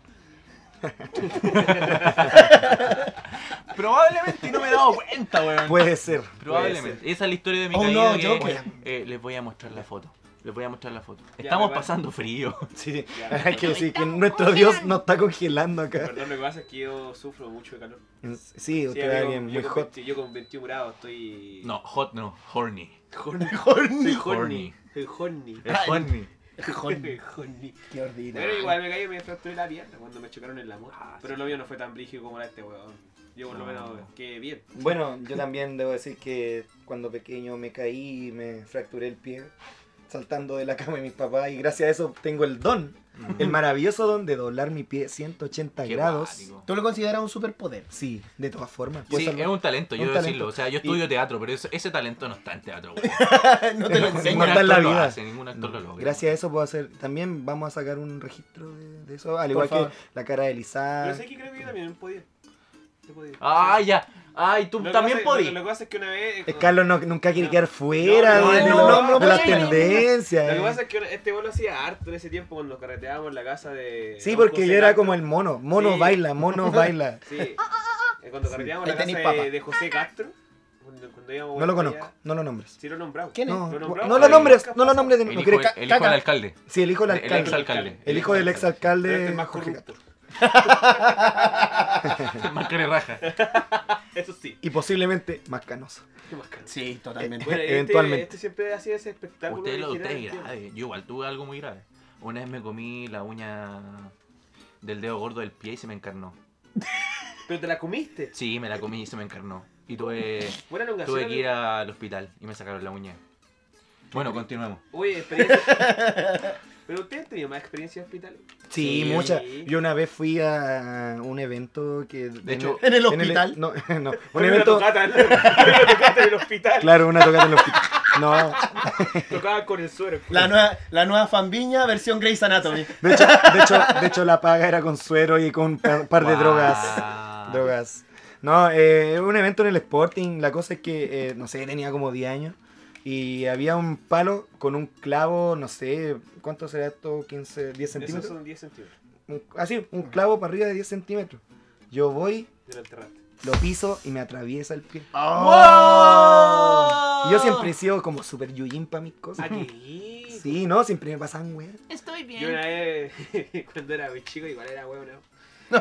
D: Probablemente y no me he dado cuenta,
C: <laughs>
D: güey.
C: Puede ser.
D: Probablemente. Esa es la historia de mi
F: Oh,
D: caída
F: no,
D: que,
F: Joker.
D: eh, les voy a mostrar la foto. Les voy a mostrar la foto.
E: me
D: Estamos
E: parece.
D: pasando frío.
C: Sí,
D: <laughs>
E: Ya.
C: hay que decir que nuestro Dios nos está congelando acá.
E: Perdón, lo que pasa es que yo sufro mucho de calor.
C: Sí,
E: Sí,
C: usted es
E: amigo,
C: alguien
E: yo
C: muy
E: con
C: hot.
E: 20 yo con 21 grados estoy. <laughs>
D: No, hot no, horny.
E: Horny. Horny.
D: Horny.
E: Horny. Soy horny.
D: Es <laughs> horny.
F: Joder,
E: <laughs> Horny.
F: Qué ordinario.
D: Ah,
E: Pero igual me caí y me fracturé la pierna cuando me chocaron en la moto. Pero lo mío no fue tan brígido como la de este weón. Yo por lo menos, que bien.
C: Bueno, yo también debo decir que cuando pequeño me caí y me fracturé el pie saltando de la cama de mis papás y gracias a eso tengo el don, el maravilloso don de doblar mi pie 180
D: Qué
C: grados.
D: cuático.
F: ¿Tú lo consideras un superpoder? <laughs>
C: Sí, de todas formas. Pues,
D: Sí, es un talento, yo
C: Un
D: debo decirlo.
C: talento.
D: O sea, yo estudio teatro, pero ese, ese talento no está en
C: <laughs>
D: teatro, güey.
F: no te lo
D: <laughs>
C: No,
F: enseño.
D: Ningún
C: está en la
D: actor lo
C: vida.
D: hace, ningún actor lo logra.
C: Gracias a eso puedo hacer. También vamos a sacar un registro de, de eso, al igual
F: favor.
C: que la cara de Lizard.
E: Pero sé que creo que yo también podía. Yo podía.
D: Ah, ya. Ay, tú
E: Lo que
D: también
E: pasa-
D: podías.
E: Lo, lo que pasa es que una vez. eh,
C: Es Carlos no- nunca quiere
E: No.
C: quedar fuera
E: No,
C: de,
E: no,
C: de lo-
E: no, no,
C: de
H: no,
C: las
H: no, no.
C: tendencias.
E: Lo que
C: eh.
E: pasa es que este güey lo hacía harto en ese tiempo cuando nos carreteábamos en la casa de.
C: Sí,
E: don
C: porque
E: José
C: yo era
E: Castro.
C: como el mono. Mono
E: Sí.
C: baila,
E: <laughs>
C: mono baila.
E: Sí. Eh, Cuando carreteábamos
F: Ahí
E: en la
F: tenés
E: casa
F: papa.
E: de, de José Castro. Cuando, cuando íbamos
C: No lo
E: para allá-
C: conozco, no lo nombres.
E: Sí, lo nombramos.
F: ¿Quién es?
C: No,
E: Lo nombramos,
C: no lo
E: pero
C: nombres,
E: nunca
C: no lo
E: pasó.
C: nombres de
D: El
C: no
D: hijo,
C: quiere
D: del-
C: ca-
D: el hijo del
C: caca.
D: alcalde.
C: Sí, el hijo del
D: El
C: alcalde.
D: exalcalde.
C: El hijo del
D: <laughs>
E: Pero este es
C: exalcalde
E: más
C: Jorge
E: corrupto.
D: Más que le raja.
E: Eso sí.
C: y posiblemente más canoso.
E: Más caro.
F: Sí, totalmente.
E: Bueno, este-
C: Eventualmente.
E: Este, siempre hacía ese espectáculo.
D: Ustedes lo de
E: original,
D: ustedes
E: tío.
D: grave. Yo igual tuve algo muy grave. Una vez me comí la uña del dedo gordo del pie y se me encarnó.
E: Pero te la comiste.
D: Sí, me la comí y se me encarnó. Y tuve,
E: Buena elongación.
D: tuve que ir al hospital y me sacaron la uña. Bueno, continuemos.
E: Oye, experiencia.
C: <laughs>
E: Pero ustedes han tenido más experiencia en hospitales.
C: Sí,
D: Sí.
C: muchas. Yo una vez fui a un evento que...
D: De hecho,
F: <laughs> ¿En el
C: Eh, en el- e-
F: hospital?
C: no, <laughs> no. Un
E: Fue
C: evento...
E: Una <laughs> tocata, una tocata en el hospital.
C: Claro, una tocada en el hospital. No,
E: Tocaba con el suero.
F: La nueva, la nueva fanviña versión Grey's Anatomy.
C: de hecho, de hecho, de hecho la paga era con suero y con un par, par de
D: Guau.
C: drogas.
D: Ah,
C: Drogas. No, eh, un evento en el Sporting. La cosa es que, eh, no sé, tenía como 10 años. Y había un palo con un clavo, no sé, ¿cuánto será esto? ¿15, 10
E: Esos
C: centímetros?
E: son 10 centímetros.
C: Un- Así, un clavo para arriba de 10 centímetros. Yo voy,
E: Del alterrante.
C: lo piso y me atraviesa el pie.
F: ¡Oh!
C: Y yo siempre he sido como super yujin para mis
E: Ah,
C: cosas.
E: Aquí.
C: Sí, no, siempre me pasan, weas.
H: Estoy
E: Yo una
H: bien.
E: vez, <laughs> cuando era muy chico, igual era huevo, ¿no?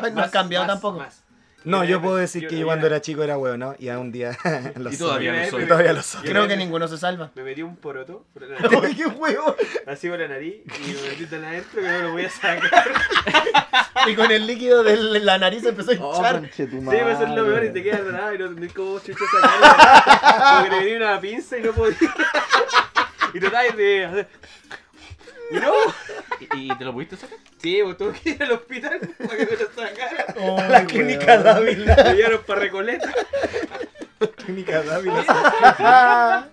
F: No, no
E: Más,
F: has cambiado
E: más,
F: tampoco.
E: más.
C: No,
E: Una
C: yo
E: vez-
C: puedo decir que yo cuando
E: una-
C: era chico era huevo, ¿no? Y a un día <laughs> lo
D: Y
C: soy.
E: Yo
D: todavía no
E: una
D: soy.
E: vez-
C: Todavía lo soy.
E: yo
F: Creo
E: una
F: que
E: vez
F: ninguno se salva.
E: Me metí un poroto por la nariz,
F: ¡Qué huevo!
E: así por la nariz y me metí tan adentro que no lo voy a sacar.
F: Y con el líquido de la nariz empezó a
C: Oh,
F: hinchar.
E: Sí, pues,
C: conchetumare.
E: va a ser lo peor y te quedas nada y no tenés cómo chucha sacarlo. Porque te venía una pinza y no podía. <laughs> Y tratabas de hacer. Y no.
D: ¿Y, y te lo pudiste sacar?
E: Sí, vos tuve que ir al hospital <laughs> para que me lo sacaran.
F: Oh,
C: La
F: weón.
C: clínica Dávila. <laughs>
E: Me llevaron para Recoleta.
C: Clínica Dávila.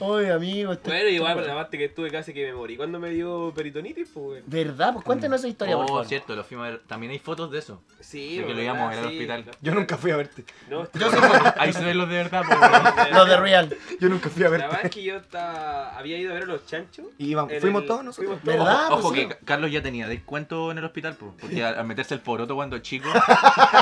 F: Oye, amigo. esto-
E: Bueno, igual, pero aparte que estuve casi que me morí. ¿Cuándo me dio peritonitis? Pues, güey?
F: ¿Verdad? Pues cuéntanos esa historia, por
D: Oh,
F: favor.
D: cierto, lo fuimos a ver. También hay fotos de eso.
E: Sí,
D: De que
E: güey,
D: lo íbamos a ver
E: ¿verdad?
D: al
E: Sí.
D: hospital.
C: Yo nunca fui a verte.
E: No,
C: <laughs>
E: estoy-
F: Yo sí-
D: Ahí se ven los de verdad. po, weón.
F: Lo de Real.
C: Yo nunca fui a
E: La verdad
C: verte.
E: es que yo estaba, había ido a ver a los chanchos.
C: Y íbamos-
E: en el-
C: fuimos todos nosotros.
E: fuimos todos.
F: ¿Verdad? Ah,
D: Ojo
F: pues
D: que
F: sí.
D: Ca- Carlos ya tenía descuento en el hospital, po, porque al, al meterse el poroto cuando chico,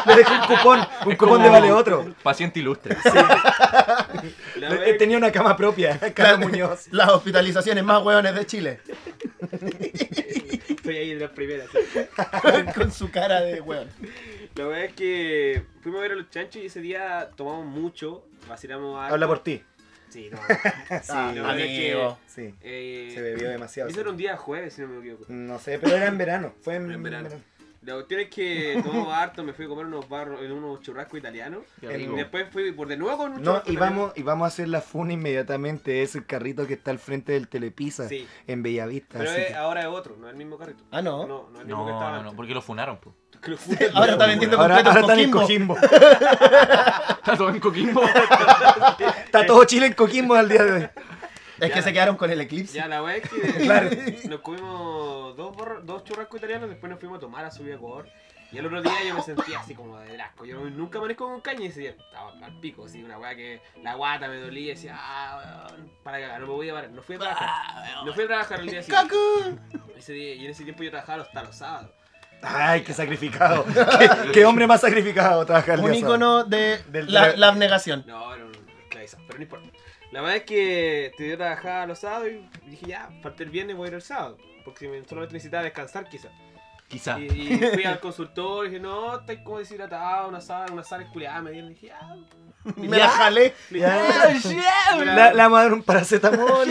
C: Me dejó un cupón. Un cupón
D: Es como-
C: de vale otro.
D: paciente ilustre.
E: La
C: Le-
E: verdad es que-
C: Tenía una cama propia, <laughs> Carlos Muñoz.
F: Las hospitalizaciones más hueones
C: <laughs>
F: de Chile.
E: Estoy ahí de las primeras.
F: Con su cara de hueón.
E: La verdad es que fuimos a ver a los chanchos y ese día tomamos mucho, vacilamos a...
C: Habla por ti.
E: Sí, no. <laughs>
C: Sí,
F: Ah,
E: la verdad es que-
F: amigo.
C: sí.
E: eh,
C: Se bebió demasiado.
E: Eso era un día jueves, si no me equivoco.
C: No sé, pero era en verano. Fue en,
E: Era en verano.
C: verano.
E: La cuestión es
C: <laughs>
E: que tomamos harto, me fui a comer unos barros, unos churrascos italianos.
D: Qué
C: El-
E: Y
D: rico.
E: después fui por de nuevo con
C: No,
E: un churrasco
C: y
E: italiano.
C: vamos, y vamos a hacer la funa inmediatamente. Es el carrito que está al frente del Telepisa
E: Sí.
C: en Bellavista.
E: Pero
C: así
E: es-
C: que-
E: ahora es otro, no es el mismo carrito.
F: Ah, no.
E: No, no es el mismo
D: No,
E: que estaba
D: no,
E: antes.
D: no, porque lo funaron, po.
C: <laughs>
E: Que <laughs> lo fui-
F: Ahora está vendiendo
C: ahora ahora
F: completo completos
C: están en
F: Coquimbo.
C: Coquimbo.
D: Está todo en Coquimbo.
C: Está todo Chile en Coquimbo al día de hoy.
F: Es que
E: Ya.
F: se quedaron con el eclipse.
E: Ya, la weá es que
C: Claro.
E: nos comimos dos, borra- dos churrascos italianos, después nos fuimos a tomar a subir a Ecuador. Y al otro día yo me sentía así como de asco. Yo nunca amanezco con caña y ese día estaba al pico, así una weá que la guata me dolía y decía, ah, weón, para cagar, no me voy a parar. No fui a trabajar. No fui a
F: <laughs>
E: trabajar el día siguiente. Ese día, y en ese tiempo yo trabajaba hasta los sábados.
C: Ay, qué sacrificado. <laughs> qué, qué hombre más sacrificado trabaja el
F: Un
C: día sábado.
F: icono de
C: Del-
F: la,
C: del-
F: la abnegación.
E: No, era un esclavizado, pero no importa. La verdad es que te dio trabajada los sábados y dije, ya, parte el viernes voy a ir el sábado. Porque si me- solamente necesitaba descansar quizás.
D: <laughs> Quizá.
E: Y, y fui al consultor y dije, no, estáis como deshidratado, una sala, una sala esculeada, me dieron, y dije, ah,
F: Me la jalé.
E: <laughs>
C: Ya.
E: una,
C: La- Le vamos a dar un paracetamol.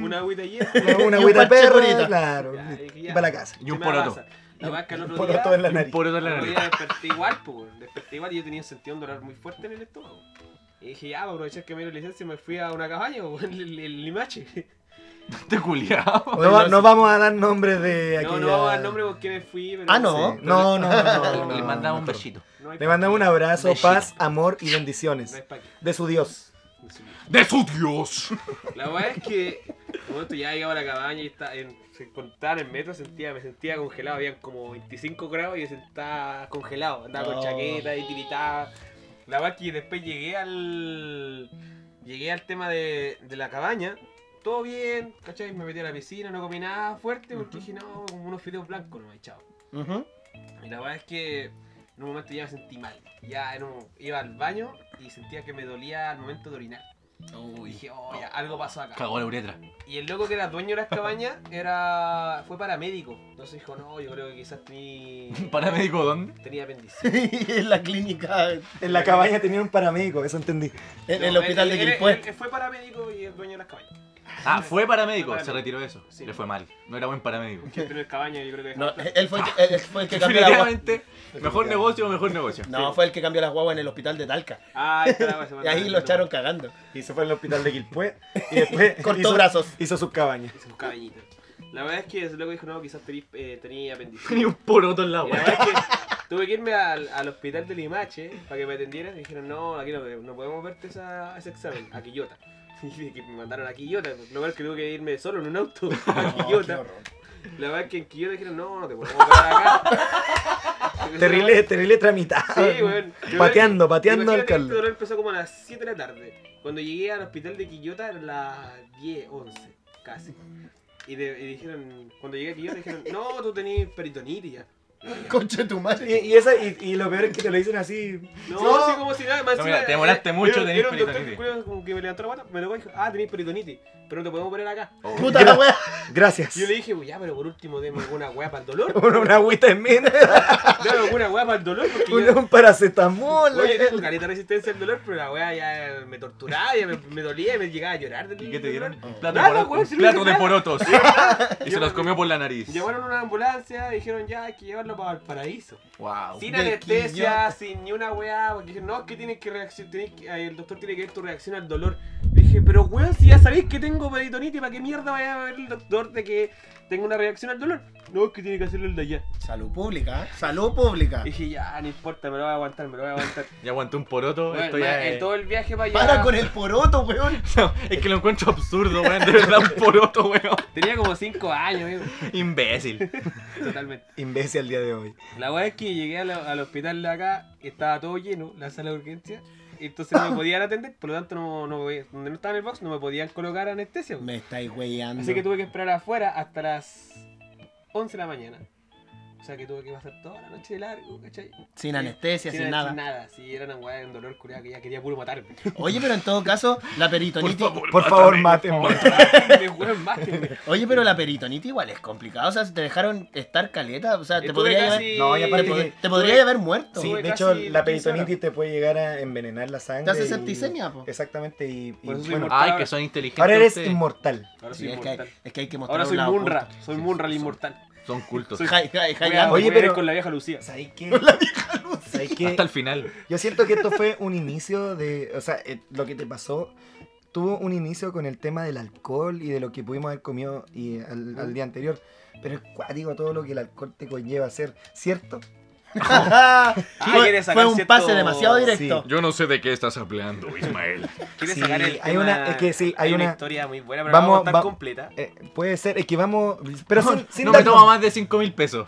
E: una agüita llena.
C: Una
F: Y un
C: agüita de
F: parche
C: <laughs> perro.
F: perrita.
C: Claro.
E: <laughs> Ya, y dije, ya.
C: Para la casa.
D: Y un
E: ¿Qué me va a
D: poroto.
E: pasar? La weá es que al otro
C: Por
E: día.
C: todo en la
E: al
C: nariz.
D: Por otro
E: otro
D: lado.
E: día desperté igual, pues, weón. Desperté igual y yo tenía sentido un dolor muy fuerte en el estómago. Y dije, ya, voy a aprovechar que me dio licencia y me fui a una cabaña, weón, <laughs> en el, el limache.
D: Te culiao.
C: No, va- no vamos a dar nombres de
E: No,
C: aquella-
E: no vamos al nombre porque me fui, pero.
F: Ah, no.
C: Sí. <laughs> No, no,
E: <laughs>
C: no, no,
D: Le
C: no,
D: mandaba un
C: mejor.
D: besito.
E: no hay
C: Le mandamos un abrazo,
D: Besito.
C: paz, amor y
E: No
C: bendiciones
E: hay pa' qué.
C: de su Dios.
E: No sé.
D: ¡De su Dios!
E: La weá es que cuando tú ya llegaba a la cabaña y está en, se encontraba en el metro, sentía, me sentía congelado, habían como 25 grados y yo estaba congelado, andaba
F: Oh.
E: con chaqueta y tiritaba. La weá es que después llegué al. Llegué al tema de, de la cabaña, todo bien, ¿cachai? Me metí a la piscina, no comí nada fuerte porque dije, no, como unos fideos blancos, no, y chao.
F: Ujú.
E: Y la verdad es que en un momento ya me sentí mal. Ya en un- iba al baño y sentía que me dolía al momento de orinar. Y dije, oh, ya, algo pasó acá.
D: Cagó la uretra.
E: Y el loco que era dueño de las cabañas era, fue paramédico. Entonces dijo, no, yo creo que
F: <laughs>
E: quizás tení,
D: <laughs> ¿Paramédico dónde?
E: tenía apendicitis.
F: <laughs> en la clínica, en,
C: En la cabaña tenían un paramédico, eso entendí.
F: <laughs> en el
E: No,
F: hospital
E: él-
F: de
E: él-
F: Quilpué.
E: él- él Fue paramédico y es dueño de
F: <laughs>
E: las cabañas.
D: Ah, fue paramédico.
E: Fue
D: Se retiró de eso.
E: Sí.
D: Le fue mal. No era buen paramédico.
E: Que tener cabaña yo creo que dejó
F: No,
E: plata.
F: él fue el que, él fue el que cambió la guagua.
D: Definitivamente, mejor negocio, mejor negocio.
F: <laughs> No, fue el que cambió las guaguas en el hospital de Talca.
E: Ah, ahí está la weá,
F: <laughs>
E: se
F: Y ahí
E: mandaron-
F: lo
C: <laughs>
F: echaron cagando.
C: Y se fue al hospital de Quilpué y después
F: Cortó
C: hizo,
F: brazos.
C: <laughs> hizo sus cabañas.
E: Se buscaba cabañita. La verdad es que ese loco dijo, no, quizás tení, eh, tenía apendicitis.
D: Tenía un poroto en la
E: Y la
D: wea.
E: verdad es
C: <laughs>
E: que tuve que irme al, al hospital de Limache para que me atendieran. Y dijeron, no, aquí no, no podemos verte esa, ese examen, a Quillota. <laughs> Y que me mandaron a Quillota. Lo peor es que tuve que irme solo en un auto
C: <laughs>
E: a Quillota. la verdad es que en Quillota dijeron, no, no te podemos operar acá.
C: <laughs> Terrible, terrible tramitado.
E: Sí, weón. Yo
C: Pateando, pateando al
E: creo que- imagínate que
C: Carlos.
E: Este dolor empezó como a las 7 de la tarde. Cuando llegué al hospital de Quillota eran las 10, 11, casi.
C: Mm.
E: Y, de- y dijeron, cuando llegué a Quillota dijeron, no, tú tenías peritonitis ya.
F: Concha de tu
C: Y,
F: madre.
C: y esa, y, y lo peor es que te lo dicen así.
E: No,
C: No.
E: así como si nada más.
D: No,
E: encima,
D: mira, te demoraste
E: eh,
D: mucho,
E: era-
D: tenés
E: era un doctor
D: peritonitis.
E: curioso, como que me levantó la guata, me lo dijo, ah, tenés peritonitis, pero no te podemos poner acá.
D: Oh,
F: Puta la wea.
C: Gracias.
E: Y yo le dije, pues ya, pero por último, deme alguna weá para el
C: <laughs>
E: dolor.
C: Una, una agüita de menta,
E: Dame alguna weá para el dolor, porque
C: un,
E: ya.
C: un paracetamol.
E: Oye, tengo caleta resistencia al dolor, pero la weá ya me torturaba, ya me, me dolía y me llegaba a llorar. del-
D: ¿Y qué te
E: del
D: dieron?
E: dolor.
D: Un plato,
E: Nada,
D: de, poro-
E: weón,
D: un
E: si no
D: plato
E: hice
D: de
E: nada.
D: porotos. y se
E: Yo-
D: los comió por la nariz.
E: Llamaron a una ambulancia y dijeron, ya, hay que llevarlo para Valparaíso.
D: Wow.
E: Sin
F: De
E: anestesia,
F: quillota.
E: sin ni una weá, porque dije, no, es que tienes que reaccionar, el doctor tiene que ver tu reacción al dolor. Le dije, pero weón, si ya sabéis que tengo peritonitis, ¿para qué mierda vaya a ver el doctor de que tengo una reacción al dolor? No, es que tiene que hacerlo el de allá.
F: Salud pública, ¿eh? salud pública.
E: dije, ya, no importa, me lo voy a aguantar, me lo voy a <laughs> aguantar.
D: Ya aguanté un poroto.
E: Weón,
D: esto ya
E: weón, en
D: es-
E: todo el viaje para allá.
F: Para con el poroto, weón.
D: es que lo encuentro absurdo, weón. De verdad, un poroto, weón.
E: Tenía como 5 años, amigo.
D: Imbécil.
E: Totalmente.
C: Imbécil al día de hoy.
E: La weá es que llegué a la- al hospital de acá, estaba todo lleno, la sala de urgencia. Entonces <coughs> no me podían atender, por lo tanto, no, no, podía- donde no estaba en el box, no me podían colocar anestesia. weón.
F: Me estáis weyando.
E: Así que tuve que esperar afuera hasta las 11 de la mañana. O sea que tuve que pasar toda la noche de largo, ¿cachai?
F: Sin anestesia, sin, nada.
E: nada. Sí, era una weá de un dolor curado que ya quería puro matarme. <laughs>
F: Oye, pero en todo caso, la peritonitis.
C: Por favor, mátenme.
E: Me weón, mátenme.
F: Oye, pero la peritonitis igual es complicada. O sea, si te dejaron estar caleta, o sea, te
E: Estuve
F: podría
E: casi-
F: haber-
C: No, y aparte
F: te pod-
C: que-
F: te podría haber muerto.
C: Sí,
E: Tuve
C: de
E: casi
C: hecho, la
E: 15 horas.
C: peritonitis te puede llegar a envenenar la sangre.
F: Te hace
C: y-
F: septicemia, po.
C: Exactamente, y, y
E: Por eso soy
C: bueno,
E: inmortal.
D: Ay, que son inteligentes.
C: ahora eres
D: ustedes.
C: inmortal.
E: Ahora soy
F: Sí, es, que hay,
E: inmortal.
F: es que hay que mostrar
E: Ahora
F: un
E: soy
F: lado
E: Munra.
F: oculto.
E: Soy
F: Sí,
E: Munra el
F: sí, sí.
E: inmortal.
D: Son cultos.
F: <laughs>
E: Soy-
F: Jai- jai-
E: Voy
F: jailambo.
E: a,
C: Oye,
E: voy a ir
C: pero-
E: con la vieja Lucía.
C: ¿Sabéis <laughs> qué? ¿Sabéis qué?
D: Hasta el final.
C: Yo siento que esto fue un inicio de. O sea, eh, lo que te pasó tuvo un inicio con el tema del alcohol y de lo que pudimos haber comido y al, al día anterior. Pero es cuático todo lo que el alcohol te conlleva hacer, ¿cierto?
E: Ah,
F: Fue,
E: ¿quieres sacar
F: fue un
E: cierto-
F: pase demasiado directo.
D: Yo no sé de qué estás hablando, Ismael.
E: ¿Quieres
C: Sí,
E: sacar el
C: hay
E: tema-
C: una- es que sí, hay
E: una
C: una-
E: historia muy buena, pero
C: Vamos-
E: vamos, a
C: va-
E: contar completa.
C: Eh, puede ser, es que vamos. Pero sin, sin
D: no
C: dar
D: me toma
C: nombres.
D: más de 5 mil
C: <laughs>
D: pesos.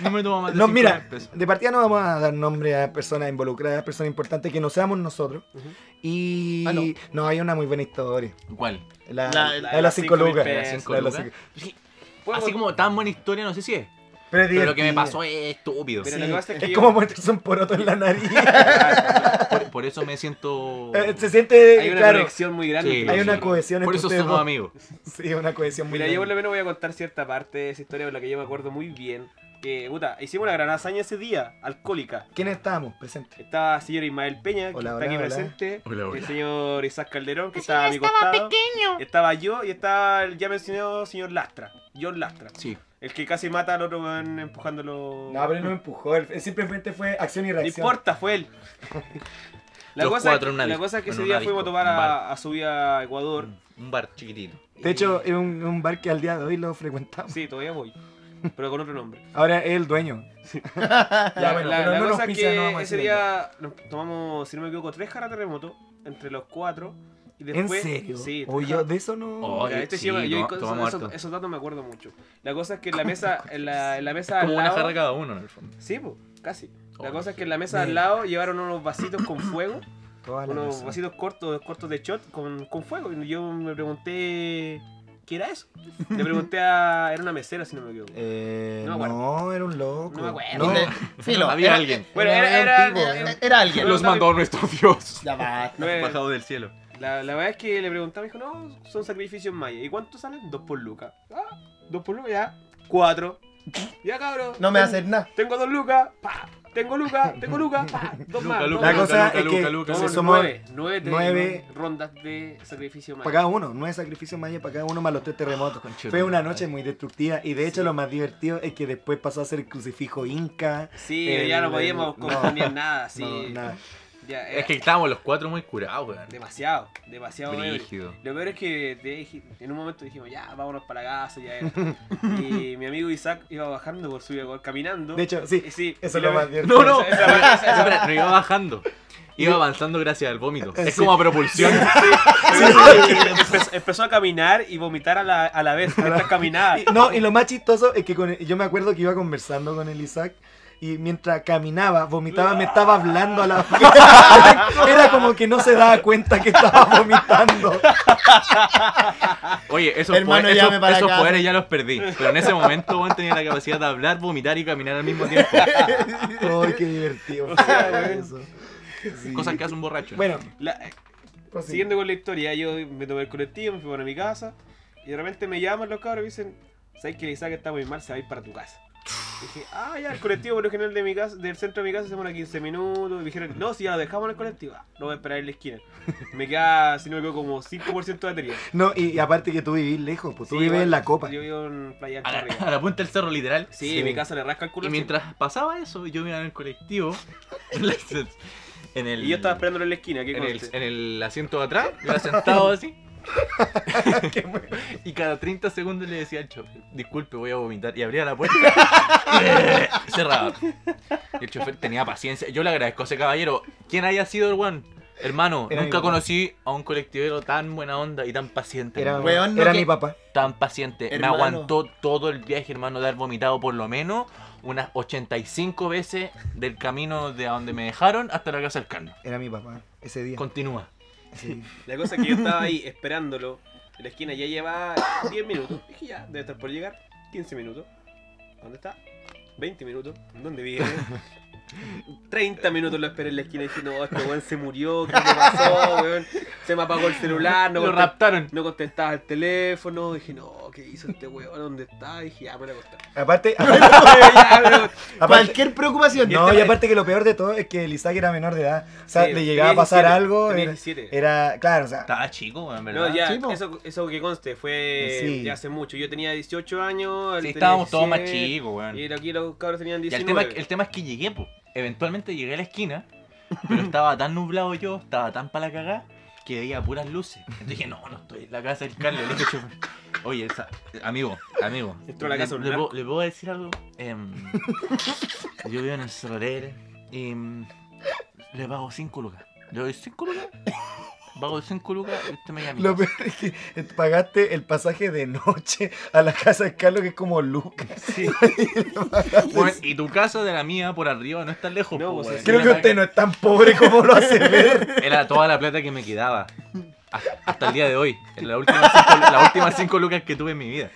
D: no me toma más de
C: No,
D: 5
C: mira,
D: mil pesos.
C: de partida no vamos a dar nombre a personas involucradas, personas importantes que no seamos nosotros.
E: Ujú.
C: Y.
F: Ah, no.
C: no, hay una muy buena historia.
D: ¿Cuál?
C: La,
F: La-
C: la
E: la
C: de las 5
E: mil
C: lucas.
E: pesos.
C: La de
D: Cinco
C: las
D: lucas.
C: cinco-
E: Podemos-
D: Así como tan buena historia, no sé si es.
C: Pero, es
D: Pero lo que me
C: divertida.
D: pasó es estúpido.
E: Pero lo que pasa es que
C: Es
E: yo-
C: como meterse un poroto en la nariz.
D: Por, por eso me siento.
C: <laughs> Eh, Se siente,
E: Hay una
C: claro,
E: conexión muy grande.
D: Sí,
E: entre
C: hay una
E: nosotros.
C: cohesión
D: Por
C: entre
D: eso
C: ustedes
D: somos
C: dos.
D: amigos.
C: Sí, una cohesión muy
E: Mira, yo por lo
C: grande.
E: menos voy a contar cierta parte de esa historia de la que yo me acuerdo muy bien. Que, puta, hicimos una gran hazaña ese día, alcohólica.
C: ¿Quién estábamos? Presente.
E: Estaba el señor Ismael Peña, que
C: Hola,
E: está
C: hola,
E: aquí
C: hola.
E: presente.
D: Hola, hola.
E: El señor Isaac Calderón, que
H: Así
E: estaba a mi
H: Pues estaba
E: costado.
H: pequeño.
E: Estaba yo y estaba el ya mencionado señor Lastra, John Lastra.
D: Sí.
E: El que casi mata al otro weón empujándolo.
C: No, pero él no me empujó. él- él simplemente fue acción y
E: No
C: reacción.
E: importa, fue
D: <laughs>
E: él. La
D: Los
E: cosa, es-
D: cuatro en una
E: la
D: disco,
E: cosa es que
D: en
E: ese
D: una
E: día
D: disco,
E: fuimos a tomar
D: un
E: a, a su vida a Ecuador.
D: Un bar chiquitito.
C: De hecho, es un, un bar que al día de hoy lo frecuentamos.
E: Sí, todavía voy. Pero con otro nombre.
C: Ahora es el dueño.
E: La,
C: bueno,
E: la-
C: pero
E: la
C: no nos
E: cosa es
C: pisa,
E: que
C: no vamos a
E: ese
C: decir
E: día nos tomamos, si no me equivoco, tres jarras de terremoto entre los cuatro. Y después,
C: ¿En serio?
E: Sí, tres
C: Oye,
E: jarras-
C: de eso no.
D: Oh,
E: Mira, este
D: sí,
E: sí, yo- yo-
D: toma-
E: esos-
D: tomamos
E: esos,
D: harto.
E: esos datos me acuerdo mucho. La cosa es que en la mesa, en la, en la mesa
D: Como
E: al
D: una
E: lado.
D: jarra cada uno en el fondo.
E: Sí, po, casi. La
D: Oh,
E: cosa es que en la mesa al lado llevaron unos vasitos con fuego,
C: Toda la
E: unos
C: razón.
E: vasitos cortos, cortos de shot con, con fuego. Y yo me pregunté qué era eso. Le pregunté a. Era una mesera, si no me equivoco.
C: Eh,
E: No
C: no,
E: me
C: era un loco.
E: No me acuerdo.
C: No,
F: Le- Filo,
D: <laughs> Había
F: era-
D: alguien.
E: Bueno, era-
F: era, un
E: era-
F: tipo,
E: era-
F: era alguien.
E: Los- mandó
D: nuestro Dios.
F: Ya va.
E: No es-
D: Bajado del cielo.
E: La, la verdad es que le preguntaba, me dijo, no, son sacrificios mayas. ¿Y cuánto salen? Dos por lucas. Ah, dos por lucas, ya. Cuatro. Ya, cabrón.
F: No me
E: Ten-
F: haces nada.
E: Tengo dos lucas, pa. Tengo lucas, tengo lucas,
D: <laughs>
E: pa. Dos más.
D: Luca,
E: dos
D: Luca,
C: La
E: más.
C: cosa
D: Luca,
C: es
D: Luca,
C: que
D: Luca,
E: Son
D: Luca.
C: se sumó
E: nueve, nueve, de-
C: nueve-
E: rondas de sacrificio
C: para
E: maya.
C: cada uno, nueve sacrificios mayas para cada uno más los tres terremotos.
D: Conchetumare.
C: Fue una noche muy destructiva y de hecho lo más divertido es que después pasó a ser el crucifijo inca.
E: Sí,
C: El-
E: ya no podíamos
C: el- Eh, no.
E: comprender nada, sí.
C: No, nada.
E: Ya, era
D: Es que estábamos los cuatro muy curados, weón.
E: demasiado, demasiado. ebrio.
D: Brígido.
E: Lo peor es que te dije- en un momento dijimos, ya, vámonos para la casa,
C: <laughs>
E: ya era. Y mi amigo Isaac iba bajando por su vida, caminando.
C: De hecho, sí,
E: Y sí,
C: eso
E: y
C: es lo
E: lo-
C: más divertido.
D: Eh, No, no.
E: Esa- esa- esa-
D: Espera, no iba bajando. Iba avanzando gracias al vómito. Es
C: Sí.
D: como a propulsión.
E: empezó, empezó a caminar y vomitar a la, a la vez. Estas caminadas.
C: <laughs> No, y lo más chistoso es que con yo me acuerdo que iba conversando con el Isaac y mientras caminaba, vomitaba, me estaba hablando a la <laughs> Era como que no se daba cuenta que estaba vomitando.
D: Oye, esos,
F: Hermano,
D: poderes,
F: llame
D: esos-
F: para
D: esos
F: acá.
D: poderes ya los perdí. Pero en ese momento, weón, tenía la capacidad de hablar, vomitar y caminar al mismo tiempo.
C: Ay, Oh, qué divertido. fue eso. Sí.
D: Cosas que hace un borracho.
C: Bueno,
E: La-
C: <laughs> pues sí.
E: siguiendo con la historia, yo me tomé el colectivo, me fui para mi casa. Y de repente me llaman los cabros y me dicen: ¿Sabes que el Isaac está muy mal? Se va a ir para tu casa. Dije, ah, ya, el colectivo por lo general de mi casa, del centro de mi casa se demora 15 minutos. Me dijeron, no, si ya lo dejamos en el colectivo, ah, lo voy a esperar en la esquina. Me queda, si no me quedo, como 5% de batería.
C: No, y, y aparte que tú vivís lejos, pues tú
E: Sí,
C: vives
E: igual,
C: en la copa.
E: Yo vivo en Playa
D: a,
E: Ancha
D: la,
E: arriba.
D: a la punta del cerro, literal.
E: Sí,
C: Sí.
E: mi casa le rasca el culo.
D: Y mientras pasaba eso, yo iba en el colectivo. <laughs> en la- en el,
E: siempre. Y yo estaba esperándolo en la esquina. ¿qué
D: en el,
E: conste?
D: en el asiento de atrás, yo era sentado
E: <laughs>
D: así. y cada 30 segundos le decía al chofer, disculpe, voy a vomitar. Y abría la
E: <laughs>
D: puerta. Cerraba. Y el chofer tenía paciencia. Yo le agradezco a ese caballero. Quien haya sido el one? Hermano,
C: Era mi
D: nunca
C: papá.
D: conocí a un colectivero tan buena onda y tan paciente.
C: Era,
D: hermano.
F: Weón, no
C: era
F: que-
C: mi papá.
D: Tan paciente.
F: Hermano.
D: Me aguantó todo el viaje, hermano, de haber vomitado por lo menos unas 85 veces del camino de a donde me dejaron hasta la casa del Carlos.
C: Era mi papá. Ese día.
D: Continúa.
C: Sí.
E: La cosa es que yo
C: <laughs>
E: estaba ahí esperándolo en la esquina, ya lleva 10 minutos. Dije ya, debe estar por llegar. 15 minutos. ¿Dónde está? 20 minutos. ¿Dónde viene? 30 minutos lo esperé en la esquina diciendo, oh, este weón se murió, ¿qué le pasó, weón? Se me apagó el celular, no,
D: Lo
E: contest-
D: raptaron.
E: no contestaba el teléfono. Dije, no, ¿qué hizo este weón? ¿Dónde está? Dije, ya, me voy
C: <laughs>
E: a acostar.
C: Aparte,
E: <laughs> Ya, me voy a acostar.
C: aparte-
F: Cualquier preocupación.
C: No,
E: este-
C: y aparte que lo peor de todo es que el Isaac era menor de edad. O sea,
E: Sí,
C: le llegaba a
E: tenía
C: pasar
E: 17,
C: algo.
E: tenía
C: Era,
E: 17.
C: era- claro, o sea,
D: Estaba chico, en verdad.
E: No, ya,
F: Sí, po.
E: eso, eso que conste fue
C: Sí.
E: ya hace mucho. Yo tenía 18 años. él
D: Sí,
E: tenía
D: estábamos todos más
E: 17,
D: chicos, weón.
E: Y aquí los cabros tenían
D: Ya,
E: 19.
D: el, tema, es que- el tema es que llegué, po. Eventualmente llegué a la esquina, pero estaba tan nublado yo, estaba tan para la cagá, que veía puras luces. Entonces dije, no, no estoy en la casa del Carlos. Le dije, al chofer, oye, esa- amigo, amigo.
E: Entró a la
D: ¿le-
E: casa un
D: ¿le,
E: narco.
D: puedo, le puedo decir algo? Em, yo vivo en el Cerro Alegre y mm, le pago 5 lucas. Le doy 5 lucas. Pago 5 lucas y usted me llama.
C: lo peor es que pagaste el pasaje de noche a la casa de Carlos, que es como Lucas.
D: Bueno, y tu casa de la mía por arriba no es tan lejos.
E: No,
D: po,
E: pues,
D: weón.
C: Creo
D: Era
C: que
D: la-
C: usted no es tan pobre como lo hace ver.
D: Era toda la plata que me quedaba. Hasta, hasta el día de hoy. En la última cinco, las últimas cinco lucas que tuve en mi vida.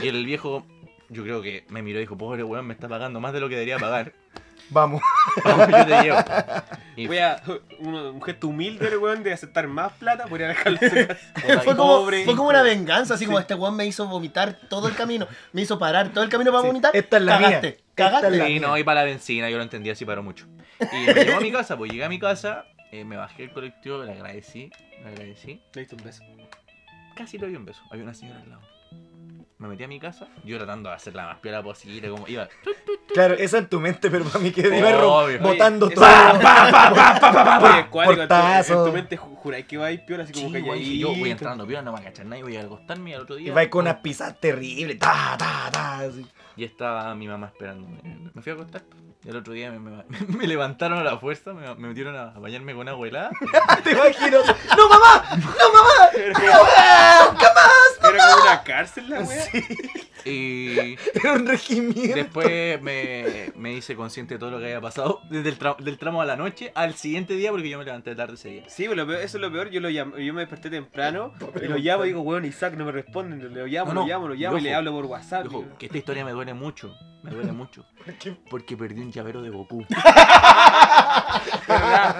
D: Y el viejo, yo creo que me miró y dijo, pobre weón, me está pagando más de lo que debería pagar.
C: Vamos.
D: yo te llevo. Y
E: Voy a, <laughs> un, un gesto humilde del weón de aceptar más plata por ir a dejarlo
C: <laughs>
E: en su casa.
F: <laughs> Fue como,
E: Pobre.
F: fue como una venganza, así como este weón me hizo vomitar todo el camino, me hizo parar todo el camino para vomitar.
C: esta es la mía.
F: cagaste,
C: Esta es la
F: cagaste.
D: Sí, no, y para la benzina, yo lo entendía así, paró mucho. Y me llevó a mi casa, pues llegué a mi casa, eh, me bajé el colectivo, le agradecí, le agradecí.
E: Le diste un beso.
D: Casi le doy un beso, había una señora al lado. me metí a mi casa, yo tratando de hacer la más piola posible, como
C: <laughs>
D: iba.
C: Claro, esa en tu mente, pero para mí que iba
D: Obvio.
C: ro- botando
E: Oye,
C: todo.
E: esa-
C: pa,
E: Oye, cuático, en tu- en
C: portazo.
E: tu mente ju- juráis que vais piola así como
D: Sí,
E: que
D: güey, dije,
E: ahí.
D: yo
E: <laughs>
D: voy entrando piola, no me va a cachar nadie, voy a acostarme y al otro
C: Y
D: día.
C: va con unas pisadas terribles. Ta, ta, ta. así. <laughs>
D: Y estaba mi mamá esperándome. Me fui a acostar. Y el otro día me, me- <laughs> me levantaron a la fuerza, me, me metieron a bañarme con
C: <laughs>
D: agua helada.
C: Te imagino. ¡No, mamá! ¡No, mamá! ¡Ah!
E: Era como una cárcel la wea.
D: Y
C: Era un regimiento.
D: después me, me hice consciente de todo lo que había pasado desde el tra- del tramo a la noche al siguiente día, porque yo me levanté tarde ese día.
E: Sí, pues, lo peor- eso es lo peor. Yo, lo llam- yo me
C: <laughs>
E: desperté temprano y lo llamo y digo, weón, Isaac no me responde. Lo llamo,
D: No, no.
E: lo llamo, lo llamo y
D: Y
E: le
D: ojo,
E: hablo por WhatsApp.
D: Ojo, que esta historia me duele mucho. Me
C: <laughs>
D: duele mucho. Porque perdí un llavero de Goku.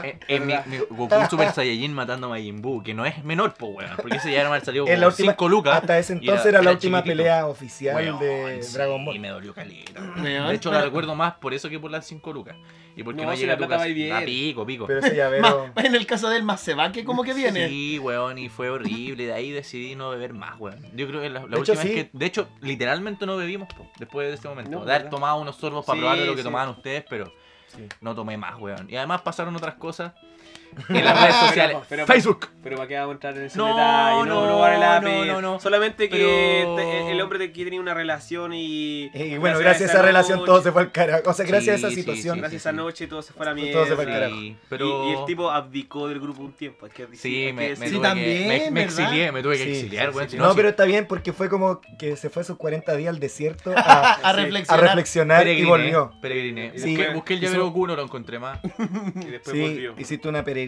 D: Eh, eh, mi- mi Goku Super Saiyajin matando a Majin Buu, que no es menor, po, weón. Porque ese ya era mal salido
C: Es la
D: con
C: última-
D: 5 lucas.
C: Hasta ese
D: y
C: entonces era, la última
D: chiquitito.
C: pelea oficial
D: Weón,
C: de
D: sí,
C: Dragon Ball.
D: Y me dolió caleta.
E: Weón.
D: De hecho, la recuerdo más por eso que por las 5 lucas. Y porque
E: No,
D: no,
E: si
D: llega
E: la plata
D: Lucas.
E: va bien.
D: Ah, pico, pico.
C: Pero
F: <laughs>
C: ese llavero.
F: En el caso del más se va que como que viene.
D: Sí, weón, y fue horrible. De ahí decidí no beber más, weón. Yo creo que la, la
C: De hecho,
D: última vez
C: sí.
D: que. De hecho, literalmente no bebimos po, después de ese momento.
E: No,
D: de haber
E: ¿verdad?
D: tomado unos sorbos para
E: Sí,
D: probar de lo que
E: sí.
D: tomaban ustedes, pero
C: Sí.
D: no tomé más, weón. Y además pasaron otras cosas en las redes sociales.
E: Pero- pero-
D: Facebook.
E: Pero para qué vamos a entrar en ese
D: No,
E: detalle, no,
D: no,
E: no vale la
D: no,
E: pena.
D: no, no.
E: Solamente que
D: Pero-
E: te- el hombre de que tenía una relación y.
C: Eh, Y bueno, gracias a esa relación
E: noche-
C: todo se fue al carajo. O sea, gracias
D: Sí,
C: a esa
D: sí,
C: situación.
D: sí,
E: Gracias a esa noche todo se fue a la mierda.
C: Todo se fue al carajo.
D: Sí,
E: pero...
D: pero...
E: y, el tipo abdicó del grupo un tiempo. hay que decir-
D: Sí,
E: hay
D: me,
E: que
D: me
E: decir-
D: tuve
F: también,
D: que, me, me
F: ¿verdad?
D: exilié, me tuve que
C: Sí,
D: exiliar, weón. si
C: No,
D: si-
C: pero está bien porque fue como que se fue sus 40 días al
D: <laughs>
C: desierto a,
F: A
C: sí,
F: reflexionar.
C: a reflexionar y
D: peregriné,
C: volvió.
D: Peregriné.
E: Sí.
D: Busqué, busqué el
C: Hizo-
D: llavero Goku, no lo encontré más.
E: y después
C: Sí,
E: volvió.
C: hiciste una peregrinación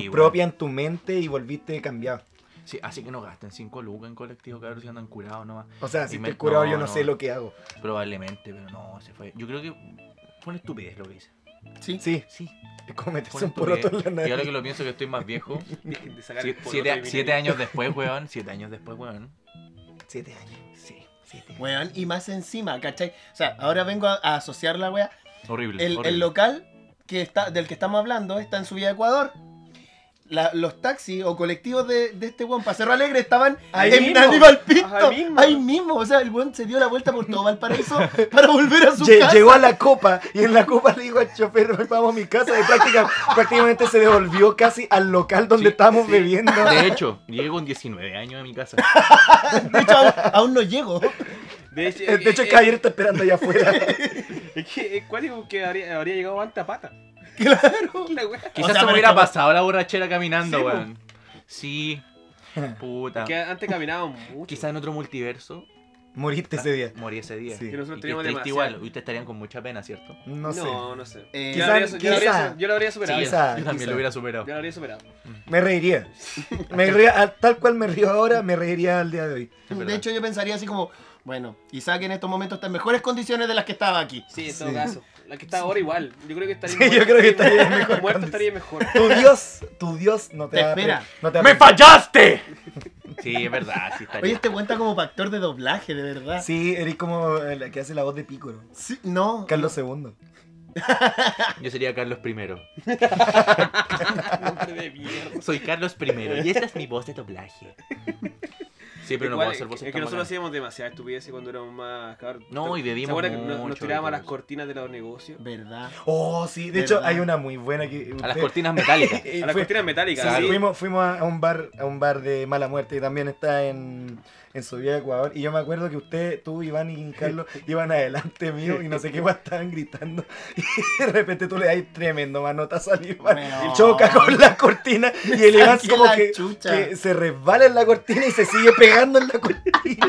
D: Sí,
C: propia en tu mente y volviste cambiado.
D: Sí, así que no gasten 5 lucas en colectivo, cabros, si andan curados nomás.
C: O sea,
D: Y
C: si
D: me-
C: te el curado
D: no,
C: yo no,
D: no.
C: sé lo que hago.
D: Probablemente, pero no, se fue. Yo creo que fue una estupidez lo que hice.
C: Sí,
D: Sí,
C: es como meterse
D: fue una
C: un poroto en la
D: estupidez. Y ahora que
C: nariz.
D: lo pienso que estoy
E: <laughs>
D: más viejo.
E: Dejen <laughs> de sacar el
D: siete,
E: poloto
D: siete-
E: de mi
D: siete
E: nariz.
D: años después, weón. Siete años después, weón.
C: Siete años.
D: Sí.
F: Weón, y más encima, ¿cachai? O sea, ahora vengo a, a asociar la wea.
C: Mm,
D: Horrible.
F: El,
D: horrible.
F: el local que está, del que estamos hablando está en su vía a Ecuador. La- los taxis o colectivos de, de este weón para Cerro Alegre estaban
E: Ahí
F: en
E: mismo.
F: Aníbal Pinto.
E: Ajá, ahí mismo.
F: Ahí mismo. O sea, el weón se dio la vuelta por todo Valparaíso <laughs> para volver a su
C: Lle-
F: casa.
C: Llegó a la copa y en la copa le digo al chofer, vamos a mi casa. Y
D: <laughs>
C: práctica- prácticamente se devolvió casi al local donde
D: Sí,
C: estábamos
D: sí.
F: <laughs>
C: bebiendo.
D: De hecho, llegué con 19 años a
C: <laughs>
D: mi casa.
F: <laughs> De hecho, aún, aún no llego.
E: De hecho,
C: De hecho,
E: eh,
C: el caballero está esperando allá afuera.
D: <laughs>
E: eh, Es que es cuático que habría, habría llegado antes a pata. Claro. <laughs> La wea.
D: Quizás
F: O sea,
D: se me
F: pero
D: hubiera
F: estamos-
D: pasado la borrachera caminando,
E: Sí, po.
D: weón.
C: <laughs>
D: Sí. Puta.
E: Que antes caminaban mucho.
D: Quizás en otro multiverso
C: Moriste ese día.
D: morí ese día.
C: Sí.
D: Y
E: Que nosotros
D: que
E: teníamos
D: triste
E: demasiado.
D: igual, ustedes estarían con mucha pena, ¿cierto?
C: No,
E: No,
C: sé.
E: no sé.
F: Eh,
E: yo,
F: quizá-
E: la habría, yo la habría-
C: quizá.
E: yo la habría superado.
D: Sí,
E: yo
C: quizá,
D: yo también
C: quizá.
D: lo hubiera superado.
E: la habría superado.
C: Me reiría. Me reiría, a- tal cual me río ahora, me reiría al día de hoy.
F: De hecho, yo pensaría así como, bueno, Isaac en estos momentos está en mejores condiciones de las que estaba aquí.
E: Sí, en todo
C: Sí.
E: caso. La que está ahora igual. Yo creo que estaría
C: Sí, yo creo que estaría en
E: mejor.
C: mejor
E: Muerto estaría mejor.
C: Tu Dios, tu Dios no te,
F: Te
C: va a pre-
F: espera.
C: no te va a
D: ¡Me
C: pre- <laughs>
D: fallaste! Sí, es verdad, sí
F: Oye,
D: estaría.
F: este weón está como para actor de doblaje, de verdad.
C: Sí, eres como la que hace la voz de Pícoro.
F: Sí, no.
C: Carlos II.
D: Yo sería Carlos I.
E: <laughs> Hombre de mierda.
D: Soy Carlos I y esta es mi voz de doblaje. Sí, pero no
E: Igual,
D: puedo hacer voces
E: es que
D: tan
E: nosotros
D: bacanas.
E: hacíamos demasiada estupidez cuando éramos más cabros.
D: No, y
E: ¿Se
D: bebimos
E: acuerdan que nos, nos
D: mucho,
E: tirábamos a las
D: bebimos.
E: cortinas de los negocios?
F: ¿Verdad?
C: Oh, sí. De hecho,
F: ¿Verdad?
C: hay una muy buena que.
D: A las
C: usted-
D: cortinas metálicas.
C: eh,
E: A las
C: fue-
E: cortinas
C: sí,
E: metálicas. sí.
C: fuimos, fuimos a a un bar a un bar de mala muerte que también está en, en su vida de Ecuador. Y yo me acuerdo que usted, tú, Iván y
F: <laughs>
C: Carlos iban adelante mío y no sé qué guay estaban gritando. <laughs> Y de repente tú le das tremendo manotazo al Iván.
F: Bueno.
C: Y choca con la cortina y el Iván
F: saqué
C: como
F: la
C: que,
F: chucha.
C: que se resbala en la cortina y se sigue pegando en la cortina.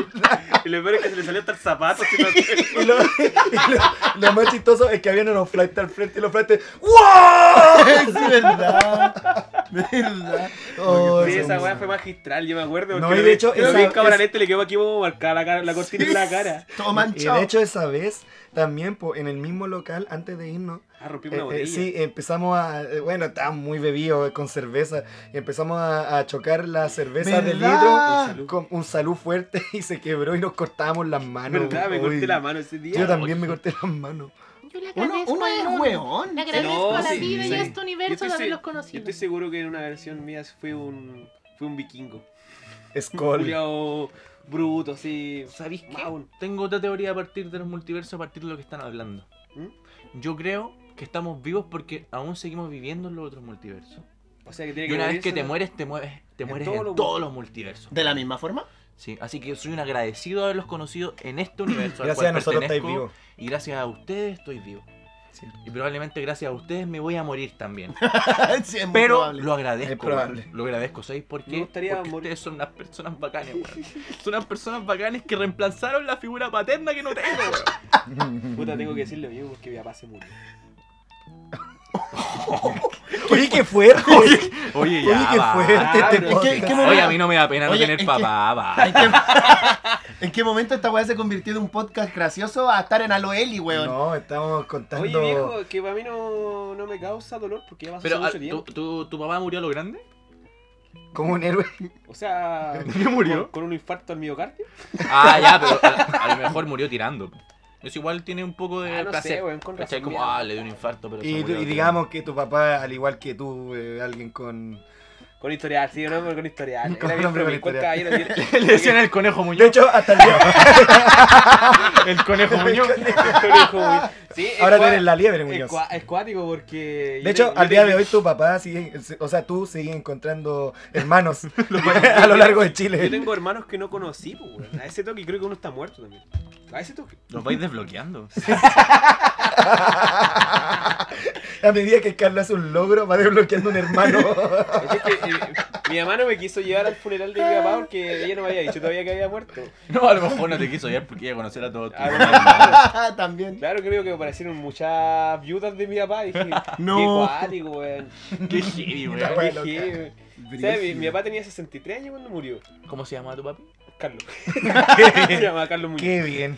C: <laughs>
E: Y lo peor es que se le salió hasta el zapato. si no-
C: Y lo, y lo- lo más chistoso es que habían unos flights al frente y los flights
F: <laughs>
C: ¡Wow! <laughs>
F: Es verdad. ¿Verdad? Oh,
E: Sí,
C: Son
E: esa
C: muy
E: weá
C: buenos.
E: fue magistral, yo me acuerdo.
C: No,
E: porque
C: y
E: lo
C: de
E: vi-
C: hecho,
E: Lo
C: esa-
E: vi en cámara
C: es-
E: lenta y le quedó aquí como marcada la, cara, la cortina en la cara.
F: Todo
C: Y de
F: manchado.
C: hecho esa vez también po, en el mismo local antes de irnos
E: Ah, rompí
C: eh,
E: una
C: eh,
E: botella.
C: sí empezamos a eh, bueno estábamos muy bebidos eh, con cerveza y empezamos a, a chocar la cerveza de
F: ¿Verdad?
C: litro con un salud fuerte <laughs> y se quebró y nos cortábamos las manos.
E: ¿Verdad? Me
C: ah, Uy.
E: corté la mano ese día.
C: Yo también me corté las manos.
H: Yo le
F: Uno,
H: agradezco
F: uno
H: al
F: es
H: mundo.
F: weón.
H: Le agradezco
E: No,
H: a la
E: sí,
H: vida
E: sí.
H: y a este
E: Yo
H: universo
E: estoy
H: de
E: se-
H: haberlos
E: Yo
H: conocido.
E: estoy seguro que en una versión mía fue un, fue un vikingo.
F: Skull.
D: Culiao bruto, sí. ¿Sabéis qué?
E: Maul.
D: Tengo otra teoría a partir de los multiversos, a partir de lo que están hablando. Yo creo que estamos vivos porque aún seguimos viviendo en los otros multiversos.
E: O sea que tiene
D: Y
E: que
D: una vez que
E: morirse-
D: te mueres, te mueves, te
E: en
D: mueres
E: todos
D: en
E: los-
D: todos los multiversos.
F: ¿De la misma forma? <laughs>
D: Sí, así que soy un agradecido de haberlos conocido en este universo. al
C: Gracias
D: cual
C: a nosotros estáis
D: pertenezco,
C: vivos.
D: Y gracias a ustedes estoy vivo.
C: Sí.
D: Y probablemente gracias a ustedes me voy a morir también.
F: sí, es muy
D: Pero
F: probable.
D: lo agradezco.
F: Es probable.
D: weón. Lo agradezco. ¿Sabéis por qué?
E: Me gustaría
D: Porque
E: morir.
D: ustedes son unas personas bacanes, weón. Son unas personas bacanes que reemplazaron la figura paterna que no tengo, weón.
E: Puta, tengo que decirlo yo porque mi papá se murió.
C: Oye,
E: <laughs>
C: qué fuerte. Oye,
D: Oye, ya.
C: qué
D: va.
C: fuerte este
E: bro.
C: podcast.
F: ¿Qué- qué
D: Oye, a mí no me da
F: Oye,
D: pena no
F: es
D: tener
F: que-
D: papá, va.
F: ¿En qué, en qué momento esta weá se convirtió de un podcast gracioso a estar en Aloeli, weón?
C: No, estamos
E: Oye,
C: contando.
E: viejo, que para mí no, no me causa dolor porque ya pasó
D: Pero,
E: hace
D: ah,
E: mucho
D: ¿tu,
E: tiempo.
D: tu, tu papá murió a lo grande?
C: como un héroe. <laughs>
E: O sea,
D: qué murió?
E: Con, con un infarto al miocardio.
D: Ah, ya, pero a, a lo mejor murió tirando. Es igual tiene un poco de
E: Ah, no
D: placer.
E: sé, weón, con
D: ¿Cachai?
E: razón,
D: Como,
E: mira.
D: ah, le dio un infarto, pero se
C: Y,
D: murió
C: y
D: tirando.
C: digamos que tu papá, al igual que tú, eh, alguien con.
E: Con historial, sí, un hombre con historial.
C: Con
E: Era bien
C: hombre con
E: promiscuo el
C: historial.
E: caballero,
C: <laughs>
E: bien-
D: Le decían el conejo
C: De
D: Muñoz.
C: hecho, hasta el día.
D: <laughs> El
E: <laughs>
D: conejo Muñoz.
E: Conejo, güey. Sí, es
C: Ahora tú
E: cua-
C: eres la liebre,
E: es
C: Muñoz.
E: cua- Es cuático porque.
C: De hecho, al día de hoy tu papá sigue, se- o sea, tú sigues encontrando hermanos
D: <laughs>
C: <laughs> a lo largo de
E: Yo
C: Chile.
E: tengo hermanos que no conocí, pues, güey. A ese toque creo que uno está muerto también. A ese toque.
D: Los vais desbloqueando.
C: A medida que Carlos hace un logro, va desbloqueando un hermano.
E: Es que, eh, mi mamá no me quiso llevar al funeral de mi papá porque ella no me había dicho todavía que había muerto.
D: <laughs> No, a lo mejor no te quiso llevar porque iba a conocer a todos. tus
E: Ah,
F: <laughs>
D: hermanos.
F: También.
E: Claro, creo que aparecieron muchas viudas de mi papá. Y dije,
F: No.
E: qué cuático, weón.
D: Qué heavy,
C: La
E: <laughs>
D: weón.
C: wea
E: Qué
C: loca.
E: heavy. O sea, mi, mi papá tenía 63 años cuando murió.
D: ¿Cómo se llama tu papi?
E: <laughs> Carlos. Se llamaba Carlos Muñoz.
C: Qué bien.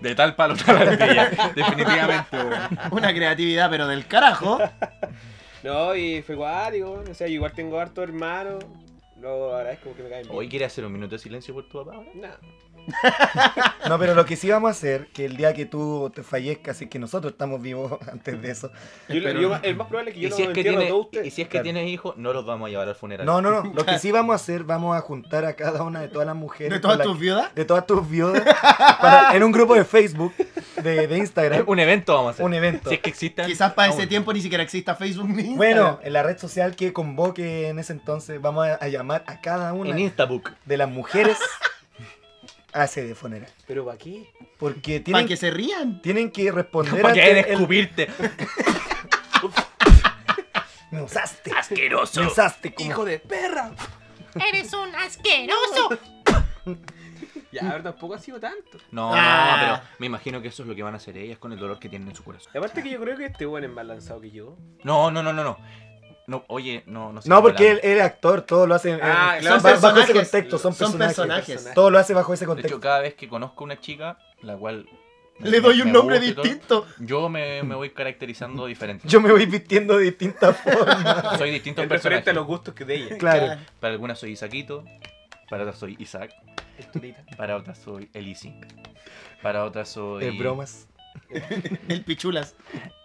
D: De tal palo, tal astilla. Definitivamente, weón.
F: Una creatividad, pero
C: <laughs>
F: del carajo.
E: No, y fue cuático, weón. O sea, igual tengo harto hermano. Lo agradezco porque me caen bien.
D: Hoy quieres hacer un minuto de silencio por tu papá, weón?
E: Nah.
C: No, pero lo que sí vamos a hacer, que el día que tú te fallezcas, y que nosotros estamos vivos <laughs> antes de eso.
E: Yo- yo- el más probable es que yo
D: Y
E: lo
D: si es que
E: entierro a
D: tiene-
E: todos ustedes.
D: y si es que
C: Claro.
D: tienes hijos, no los vamos a llevar al funeral.
C: No, no, no. Lo que sí vamos a hacer, vamos a juntar a cada una de todas las mujeres.
F: ¿De todas
C: con la-
F: tus viudas?
C: De todas tus viudas. para- en un grupo de Facebook, de, de Instagram.
D: <laughs> Un evento vamos a hacer.
C: Un evento.
D: Si es que existe.
F: Quizás para ese tiempo ni siquiera exista Facebook ni
C: Bueno,
F: Instagram.
C: en la red social que convoque en ese entonces, vamos a, a llamar a cada una
D: En Instabook.
C: de las mujeres <laughs> a ese de funeral.
E: Pero para qué?
C: Porque
F: Para
C: tienen,
F: que se rían.
C: tienen que responder
D: ¿Para qué
C: ante el-
D: descubrirte?
C: Me usaste.
D: Asqueroso.
C: Me usaste como-
E: ¡Hijo de perra!
H: Eres
E: <laughs>
H: un asqueroso.
E: Ya, a ver, tampoco ha sido tanto.
D: No,
F: Ah.
D: no, pero me imagino que eso es lo que van a hacer ellas con el dolor que tienen en su corazón.
E: Y aparte que yo creo que este weón es más lanzado que <laughs> yo.
D: No, no, no, no, no. No, oye, no, no sé.
C: No, porque él él es actor, todo lo hace en-
E: Ah,
C: en-
E: claro.
C: ba- bajo ese
F: personajes.
C: contexto, son
F: Son
C: personajes.
F: personajes.
C: Todo lo hace bajo ese
D: De hecho,
C: contexto.
D: cada vez que conozco una chica, la cual.
F: Le doy un nombre
D: gusta y todo,
F: distinto.
D: Yo me, me voy caracterizando diferente.
C: Yo me voy vistiendo de distintas formas.
D: <laughs> soy distinto
E: Es referente a
D: personaje.
E: los gustos que de ella.
C: Claro.
D: Para algunas soy Isaquito, para otras soy Isaac, para otras soy Elisi, para otras soy.
C: Es bromas. <laughs>
F: El pichulas.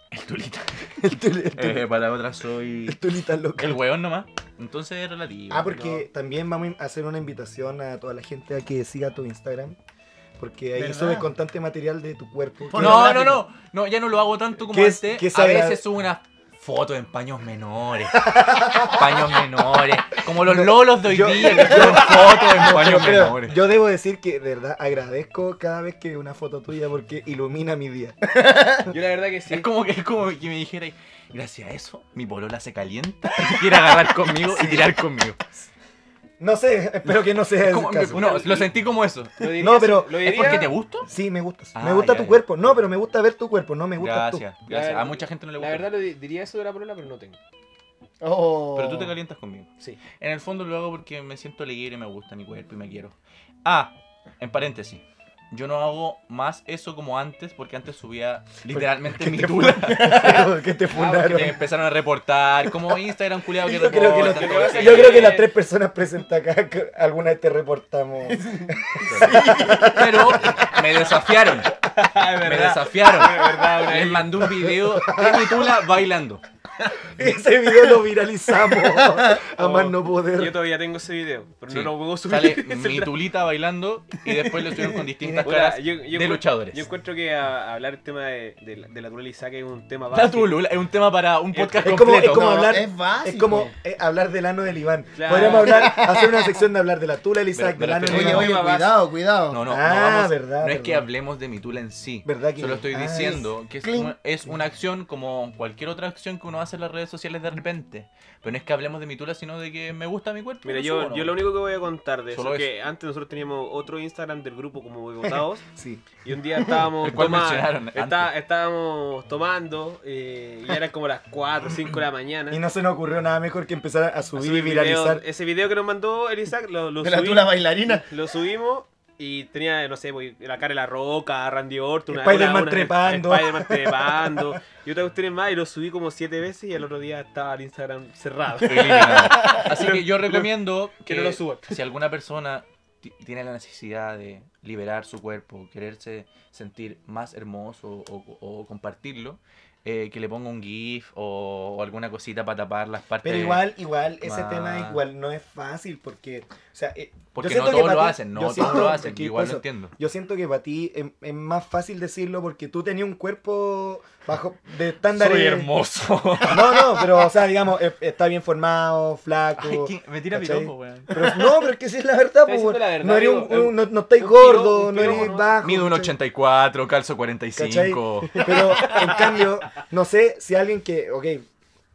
D: El <laughs> Tulita.
C: El tuli- el tuli-
D: Eh, para otras soy.
C: el tulita loca.
D: El hueón nomás. Entonces es relativo.
C: Ah, porque también vamos a hacer una invitación a toda la gente a que siga tu Instagram. Porque ahí
F: ¿Verdad?
C: subes constante material de tu cuerpo.
F: Por
D: No, no,
F: pornográfico.
D: no, no, ya no lo hago tanto como
C: ¿Qué es-
D: antes.
C: qué es
D: a
C: agra-
D: veces subo unas fotos en paños menores. paños menores. Como los lolos de hoy
C: yo-
D: día que suben fotos
C: <laughs>
D: en
C: Pero,
D: paños
C: pero,
D: menores.
C: yo debo decir que de verdad agradezco cada vez que veo una foto tuya porque ilumina mi día.
E: Yo la verdad que sí.
D: Es como que es como que me dijera, gracias a eso, mi polola se calienta y quiere agarrar conmigo y tirar conmigo.
C: No sé, <laughs> espero que no sea
D: Es
C: el
D: como-
C: caso.
D: no, lo sentí como eso.
E: Lo diría-
C: No, pero
E: lo
D: ¿Es
E: diría-
D: porque te gusta?
C: Sí, me gustas.
D: Ah,
C: me gusta
D: ya,
C: tu
D: ya.
C: cuerpo. No, pero me gusta ver tu cuerpo. No, me gusta
D: Gracias,
E: La
D: gracias.
E: verdad-
D: A mucha gente no le
E: La
D: gusta.
E: verdad lo di- diría eso de la polola, pero no tengo.
F: Oh.
D: Pero tú te calientas conmigo.
E: Sí.
D: En el fondo lo hago porque me siento alegre, me gusta mi cuerpo y me quiero. Ah, en paréntesis. Yo no hago más eso como antes porque antes subía literalmente mi tula.
C: tú. <laughs> que te
D: Que
E: Ah,
C: fundaron.
D: <laughs> me empezaron a reportar. Como Instagram culiado que
C: Yo creo que,
D: reporta.
C: los-
E: Lo que pasa es
C: yo creo
E: que-
C: que las tres
D: Pues.
C: personas presentes acá, que alguna vez te
D: <laughs>
C: reportamos. <laughs>
D: Pero me desafiaron. Me desafiaron. Les mandé un video de mi tula bailando.
C: Ese video lo
D: <laughs>
C: viralizamos. A más
D: Oh,
C: no
E: Yo
C: poder.
E: todavía tengo ese video, pero
D: Sí.
E: no lo puedo subir.
D: Sale
E: <laughs> Es el
D: mi tulita bailando y después lo subieron con distintas
E: Puta,
D: caras
E: yo- yo
D: de
E: encuent-
D: luchadores.
E: Yo encuentro que a- hablar el tema de, de, la- de la Tula Lizaca es un tema
D: La
E: básico.
D: tulula es un tema para un podcast
C: Es como, es
D: completo.
C: como
F: No,
C: hablar.
F: es
C: Es,
F: básico.
C: como eh, hablar del ano del Iván.
E: Claro.
C: Podríamos
D: <laughs>
C: hablar, hacer una sección de hablar de la tula, el Isaac,
D: de
C: del
D: la
C: ano del
F: pues. Oye,
C: Iván.
F: oye,
E: Tema
F: cuidado, cuidado.
D: No, no, no,
C: Ah,
D: vamos-
C: verdad,
D: no es que
C: verdad.
D: hablemos de mi tula en sí.
C: ¿Verdad que
D: Solo estoy
C: ah, es
D: diciendo que es
C: clean.
D: una, es una acción como cualquier otra acción que uno hace en las redes sociales de repente. Pero no es que hablemos de mi tula, sino de que me gusta mi cuerpo.
E: Mira,
D: lo
E: yo,
D: subo,
E: yo
D: ¿no?
E: lo único que voy a contar de eso,
D: Solo
E: es que antes nosotros teníamos otro Instagram del grupo
D: <laughs>
E: como Bogotados
C: Sí.
E: y un día estábamos,
D: El cual
E: toma-
D: mencionaron antes.
E: está- estábamos tomando eh, y eran como las 4 5 de la mañana.
C: Y no se nos ocurrió nada mejor que empezar a
E: A
C: subir,
E: subir
C: y viralizar.
E: videos. Ese video que nos mandó el Isaac lo, lo
F: De la
E: subí-
F: tula bailarina.
E: <laughs> Lo subimos y tenía, no sé, pues, la cara de la roca, Randy Orton, una-
C: Spider-Man
E: una- una-
C: trepando.
E: Spider-Man trepando. Y otra cuestión más, y lo subí como siete veces y al otro día estaba el Instagram cerrado.
D: Eliminado. <laughs> Así que yo recomiendo
E: que no lo suban.
D: si alguna persona ti- tiene la necesidad de liberar su cuerpo, quererse sentir más hermoso o, o compartirlo, eh, que le ponga un GIF o, o alguna cosita para tapar las partes.
C: Pero igual, igual, ese
D: Ah.
C: tema igual no es fácil porque, o sea, eh,
D: Porque
C: yo
D: no
C: siento que
D: todos
C: para
D: lo
C: ti-
D: hacen, no
C: yo
D: todos
C: siento
D: lo hacen.
C: que-
D: igual
C: por
D: lo
C: eso,
D: entiendo.
C: Yo siento que para ti es, es más fácil decirlo porque tú tenías un cuerpo bajo de estándares.
D: Soy hermoso.
C: No, no, pero o sea, digamos, es- está bien formado, flaco.
D: Ay, <laughs> ¿quién? me tira
C: ¿cachai?
D: piropo, weón.
C: Pero no, pero es que sí es la verdad,
E: Estoy
C: pues,
E: diciendo
C: bueno,
E: la verdad,
C: no, eres
E: digo,
C: un- un- no, no
E: un
C: estáis
E: piro-
C: gordo,
E: un
C: no
E: piropo,
C: eres
E: ¿no?
C: bajo.
D: Mido un
C: Ah, ¿cachai?
D: 84, calzo 45.
C: Pero en cambio, no sé si alguien que, ok,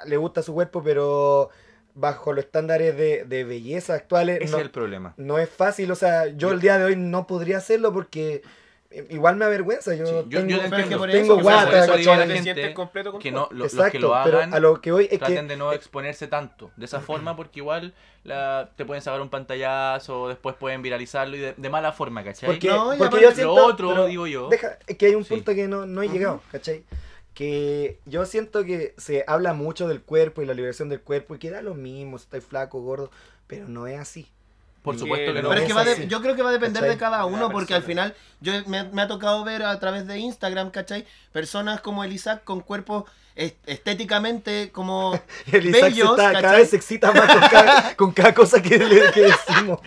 C: le gusta su cuerpo, pero bajo los estándares de, de belleza actuales,
D: Ese
C: no,
D: es el problema.
C: no es fácil. O sea, yo el día de hoy no podría hacerlo porque eh, igual me avergüenza. Yo
D: Sí, yo- yo
C: tengo, tengo
D: te entiendo.
F: Tengo
C: tengo
F: Por
C: guata,
D: eso digo a la
C: ¿cachai?
E: Te
D: gente
E: sientes completo con
D: que
E: todo.
D: no, lo- los que
C: Exacto,
D: lo hagan.
C: pero a lo que eh, hoy es
D: traten
C: que
D: de no exponerse tanto
C: <clears throat>
D: de esa forma porque igual la, te pueden sacar un pantallazo, después pueden viralizarlo y de, de mala forma, ¿cachai?
C: Porque,
F: No, y
C: porque
F: aparte
C: yo
D: lo
C: siento,
D: otro,
C: pero
D: digo yo.
C: deja- es que hay un
D: Sí.
C: punto que no, no he llegado, ¿cachai? Que yo siento que se habla mucho del cuerpo y la liberación del cuerpo y que da lo mismo, si estoy flaco, gordo, pero no es así. <laughs>
D: Por supuesto que
E: Pero
D: no.
F: Pero es que va de-
C: Sí.
F: yo creo que va a depender
C: ¿Cachai?
F: de cada
E: Cada
F: uno, porque
E: persona.
F: al final yo me, me ha tocado ver a través de Instagram, ¿cachai? Personas como el Isaac con cuerpos est- estéticamente como
C: El Isaac se
F: bellos,
C: está- cada
F: ¿cachai?
C: vez se excita más con cada, con cada cosa que, le, que decimos.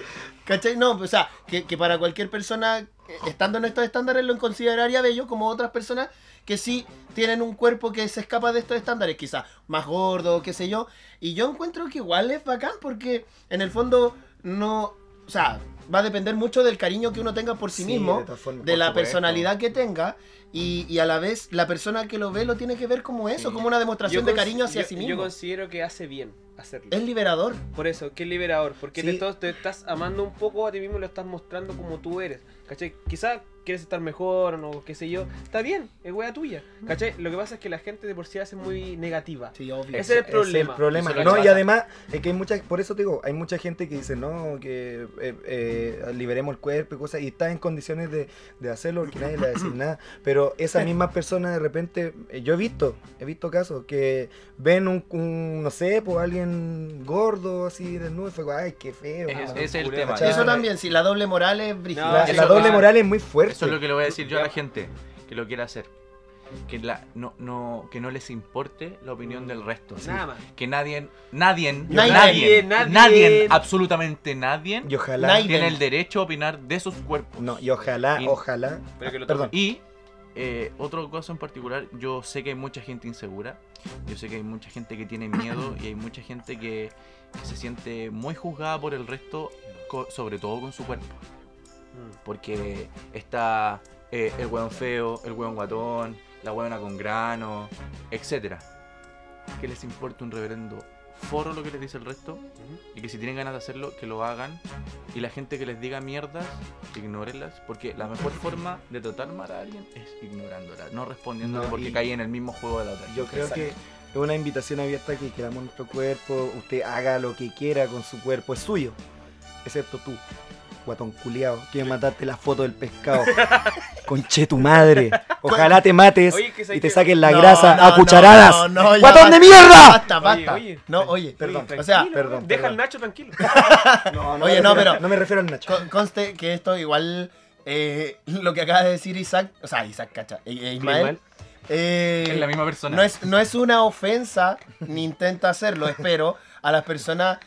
F: ¿Cachai? No, o sea, que, que para cualquier persona, eh, estando en estos estándares, lo consideraría bello, como otras personas que sí tienen un cuerpo que se escapa de estos estándares, quizás más gordo, qué sé yo. Y yo encuentro que igual es bacán, porque en el fondo no. O sea, va a depender mucho del cariño que uno tenga por sí, mismo,
C: de todas formas,
F: de
C: por
F: la
C: supuesto.
F: personalidad que tenga, y, y a la vez la persona que lo ve lo tiene que ver como eso,
D: Sí.
F: como una demostración de
E: cons-
F: cariño hacia
E: yo-
F: sí
E: Yo
F: mismo.
E: considero que hace bien hacerlo.
F: Es liberador.
E: Por eso, que es liberador, porque te,
C: Sí.
E: estás- te estás amando un poco a ti mismo y lo estás mostrando como tú eres. ¿Cachai? Quizás quieres estar mejor o qué sé yo. Está bien, es wea tuya. ¿Cachai? Lo que pasa es que la gente de por sí hace muy negativa.
F: Sí, obvio.
E: Ese es el
C: Ese
E: problema.
C: Es el problema.
D: Eso es lo
C: No,
D: que
C: y
D: pasa.
C: además, es que hay mucha, por eso te digo, hay mucha gente que dice, no, que eh, eh, liberemos el cuerpo y cosas, y está en condiciones de, de hacerlo porque nadie le va a decir nada. Pero esa misma persona de repente, eh, yo he visto, he visto casos que ven un, un, no sé, pues alguien gordo así desnudo, y fue, como, ay, qué feo.
D: Es-
C: ¿no?
D: ese es el
E: culero,
D: tema.
C: ¿cachai?
F: Eso también, si la doble moral es brígida.
C: la,
E: eso
C: la
E: es
C: doble
E: claro.
C: moral es muy fuerte.
D: Eso es lo que le voy a decir yo a la gente que lo quiera hacer. Que, la, no, no, que no les importe la opinión del resto. ¿sí?
E: Nada más.
D: Que nadie, nadie, nadie,
F: Nadie,
D: nadie,
E: nadie.
D: absolutamente nadie,
C: Y ojalá.
F: Nadie.
D: tiene el derecho a opinar de sus cuerpos.
C: No, y ojalá,
D: Y-
C: ojalá.
E: Pero que lo
C: Perdón.
D: Y eh, otra cosa en particular, yo sé que hay mucha gente insegura, yo sé que hay mucha gente que tiene miedo y hay mucha gente que, que se siente muy juzgada por el resto, co- sobre todo con su cuerpo. Porque está eh, el hueón feo, el hueón guatón, la hueona con grano, etc. Que les importa un reverendo foro lo que les dice el resto y que si tienen ganas de hacerlo, que lo hagan. Y la gente que les diga mierdas, ignórenlas. Porque la mejor forma de tratar mal a alguien es ignorándola, no respondiéndole
C: No,
D: porque
C: y-
D: caí en el mismo juego de la otra.
C: Yo creo
D: Exacto.
C: que es una invitación abierta que queramos nuestro cuerpo, usted haga lo que quiera con su cuerpo, es suyo, excepto tú, guatón culiao, que mataste la foto del pescado. Conche tu madre, ojalá te mates
E: Oye, que sabes
C: y te
E: que-
C: saquen la
F: No,
C: grasa
F: no,
C: a
F: no,
C: cucharadas.
F: no, no, ya
C: ¡Guatón de
F: basta,
C: mierda!
F: Basta, basta.
E: Oye, oye,
F: no, oye,
C: perdón,
F: o sea,
E: Tranquilo,
C: perdón,
E: weón, Deja
C: perdón.
E: al Nacho tranquilo. <laughs>
F: Oye, no, pero-
C: No me refiero al Nacho.
F: con- conste que <laughs> esto igual, eh, lo que acaba de decir Isaac, o sea, Isaac, cacha, eh, eh, e-, Ismael, eh,
D: Es la misma persona.
F: no es, no es una ofensa, ni intenta hacerlo, espero, a las personas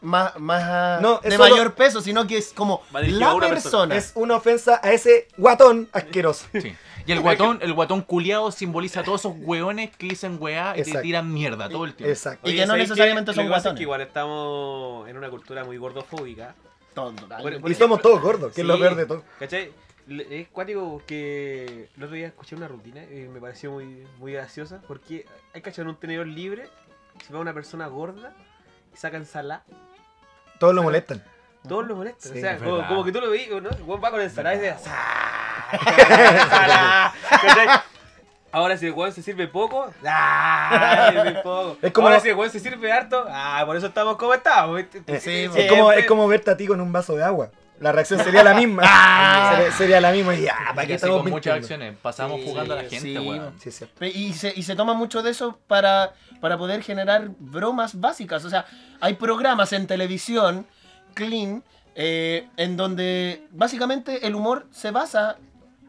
F: más, más ah,
C: No, es
F: de
C: solo-
F: mayor peso, sino que es como
I: Va dirigido a
F: la
I: una
F: persona.
I: persona.
C: Es una ofensa a ese guatón asqueroso. <laughs>
D: Sí. Y el guatón, el guatón culiado simboliza a todos esos hueones que dicen weá y
C: Exacto.
D: te tiran mierda todo el tiempo.
C: Exacto.
F: Y que no
I: ¿sabes
F: necesariamente
I: qué?
F: son
I: Lo que pasa es
F: guatones.
I: que igual estamos en una cultura muy gordofóbica.
F: Tonto,
I: Por- por
C: Y somos
I: ejemplo-
C: todos gordos, que es lo
I: Sí,
C: peor de todo.
I: ¿Cachai? Le- Es cuático que el otro día escuché una rutina y me pareció muy, muy graciosa porque hay que echar un tenedor libre, se va una persona gorda y sacan ensalada,
C: Todos lo molestan.
I: todos lo molestan.
C: Sí,
I: o sea,
D: es
I: como,
D: verdad.
I: como que tú lo veis, ¿no? El weón va con ensalada y dice
D: <laughs>
I: "Sa- ensalada", ¿cachai? Ahora si el weón se sirve
E: <laughs>
I: poco,
D: <laughs>
I: ¡ah! se sirve poco.
C: Es como-
I: Ahora si el weón se sirve harto, ¡ah! Por eso estamos como estamos.
D: Eh,
C: Eh, es, como, es como verte a ti con un vaso de agua. La reacción sería la
D: <laughs>
C: misma. sería, sería la misma. Y ah, ¿para
D: Y
C: qué
D: así
C: estamos
D: con muchas
C: mintiendo?
D: acciones. Pasamos
I: Sí,
D: jugando a la
I: sí,
D: gente, weón.
C: Sí, es cierto.
F: Pe- Y se, y se toma mucho de eso para, para poder generar bromas básicas. O sea, hay programas en televisión, clean, eh, en donde básicamente el humor se basa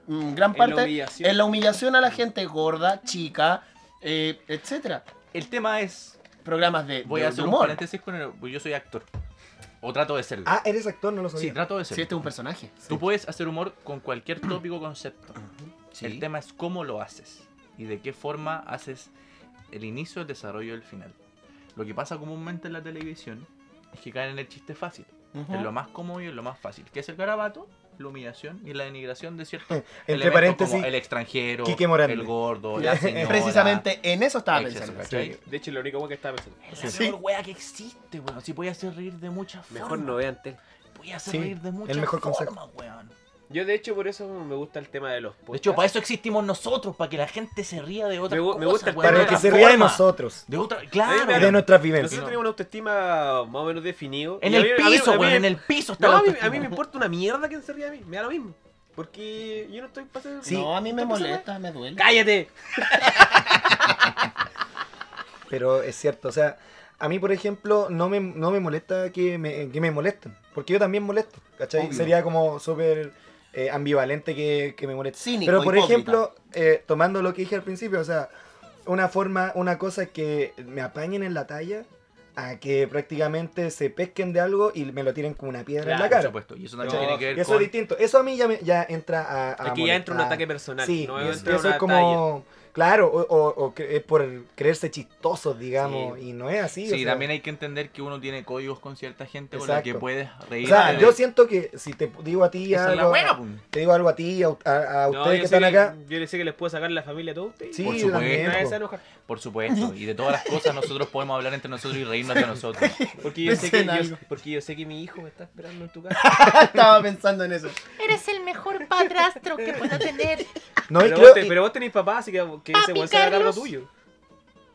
F: mm, gran
I: la
F: parte
I: humillación.
F: en la humillación a la gente gorda, chica, eh, etcétera.
D: El tema es.
F: Programas de,
D: Voy
F: de-
D: a
F: de
D: hacer un
F: humor.
D: paréntesis con el. Yo soy actor. O trato de serlo.
C: Ah, eres actor, no lo
D: sí,
C: sabía.
D: trato de
F: Si
D: serlo.
F: este es un personaje.
D: Tú puedes hacer humor con cualquier tópico
C: <clears throat>
D: o concepto. El tema es cómo lo haces y de qué forma haces el inicio, el desarrollo y el final. Lo que pasa comúnmente en la televisión es que caen en el chiste fácil, en lo más cómodo y en lo más fácil, que es el garabato, la humillación y la denigración de ciertos
C: <laughs> Entre
D: elementos
C: paréntesis,
D: como el extranjero,
C: Quique Morandi.
D: el
C: <laughs>
D: gordo, la señora,
F: Precisamente en eso estaba
D: etcétera,
F: pensando.
D: ¿cachai?
E: De hecho, lo único bueno que estaba pensando.
D: Es la mejor wea que existe, weón. Si voy a hacer reír de muchas formas.
E: Mejor no vean tele.
D: Voy a hacer
C: Sí,
D: reír de muchas
C: mejor consejo.
D: formas, weón.
E: Yo, de hecho, por eso me gusta el tema de los podcasts.
D: De hecho, para eso existimos nosotros, para que la gente se ría de otras
E: Me gu-
D: cosas.
E: me gusta el
D: weón,
E: tema
C: Para
E: de
D: otra
C: que se ría de
D: forma,
C: nosotros.
D: De otra,
E: A mí
D: claro.
E: me-
C: Y de nuestras vivencias.
E: Nosotros tenemos una autoestima más o menos definido.
D: En
E: y a
D: el
E: mí- a mí-
D: piso,
E: a mí-
D: weón, en el piso está
E: No,
D: la
E: a mí, a
D: autoestima.
E: mí me importa una mierda que se ría de mí. Me da lo mismo. Porque yo no estoy pasando.
C: Sí.
F: No, a mí me
E: ¿Qué pasa,
F: molesta, me duele.
E: ¡Cállate!
C: Pero es cierto, o sea, a mí, por ejemplo, no me, no me molesta que me, que me molesten, porque yo también molesto, ¿cachai?
F: Obvio.
C: Sería como súper eh, ambivalente que, que me moleste.
F: Cínico,
C: Pero, por
F: hipócrita.
C: ejemplo, eh, tomando lo que dije al principio, o sea, una forma, una cosa es que me apañen en la talla a que prácticamente se pesquen de algo y me lo tiren como una piedra en la
D: Por
C: cara.
D: supuesto, y eso también tiene que ver
C: Y eso
D: con...
C: es distinto. Eso a mí ya, me- ya entra a, a
E: Aquí ya entra un
C: molestar.
E: ataque personal.
C: Sí,
E: no
C: y
E: entra
C: eso,
E: una
C: eso es como,
E: talla.
C: claro, o, o- o cre- es por creerse chistosos, digamos,
E: Sí.
C: y no es así.
D: Sí,
C: o sea,
D: también hay que entender que uno tiene códigos con cierta gente con la que
C: Exacto.
D: puedes
C: O
D: reír.
C: sea, yo siento que si te digo a ti
D: Esa es la pues,
C: algo,
D: buena, pum.
C: te digo algo a ti, a, a- a
E: No,
C: ustedes
E: yo
C: que
E: sé
C: están acá,
E: Yo les sé que les puedo sacar la familia a todos ustedes.
C: sí,
D: Por supuesto.
C: también, po.
E: Nadie se va a enojar.
D: Por supuesto, y de todas las cosas nosotros podemos hablar entre nosotros y
C: <laughs>
D: reírnos de nosotros.
E: Porque yo, sé
F: Pensé
E: que,
F: en
E: yo-
F: algo.
E: porque yo sé que mi hijo me está esperando en tu casa.
F: estaba pensando en eso.
H: Eres el mejor padrastro que pueda tener.
C: <laughs> No, y
E: pero,
C: creo-
E: vos te-
C: y-
E: pero vos tenés papá, así que que
H: Papi
E: ese weón se va a cargo
H: Carlos.
E: tuyo.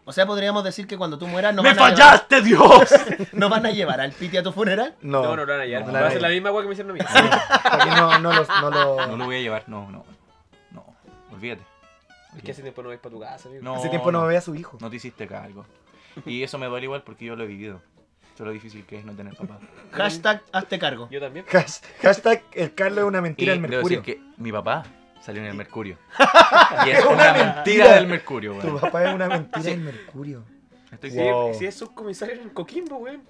F: O sea, podríamos decir que cuando tú mueras no,
D: ¡Me
F: van, a llevar,
D: fallaste, Dios!
F: <laughs> no van a llevar al piti a tu funeral.
D: <laughs>
C: no,
E: No, no, lo van a llevar.
C: no,
E: va a
C: no,
E: hacer
C: no.
E: la misma weá que me hicieron a mí.
C: Aquí <laughs> no, no los- no lo-
D: No lo voy a llevar, no, no. No, olvídate.
E: Es que hace tiempo no vais para tu casa, amigo.
D: No,
C: Hace tiempo no, veía a su hijo.
D: No te hiciste cargo. Y eso me duele igual porque yo lo he vivido. Eso es lo difícil que es no tener
E: <laughs>
D: papá.
F: Hashtag hazte cargo.
E: Yo también.
C: Has- Hashtag el Carlos es una
D: Y
C: mentira del
D: debo
C: Mercurio.
D: decir que mi papá salió en
E: <laughs>
D: el Mercurio. Y es una mentira del Mercurio,
C: Tu
D: weón.
C: papá es una mentira del Mercurio.
D: Estoy
E: Si,
C: Wow.
E: si es subcomisario en Coquimbo, weón.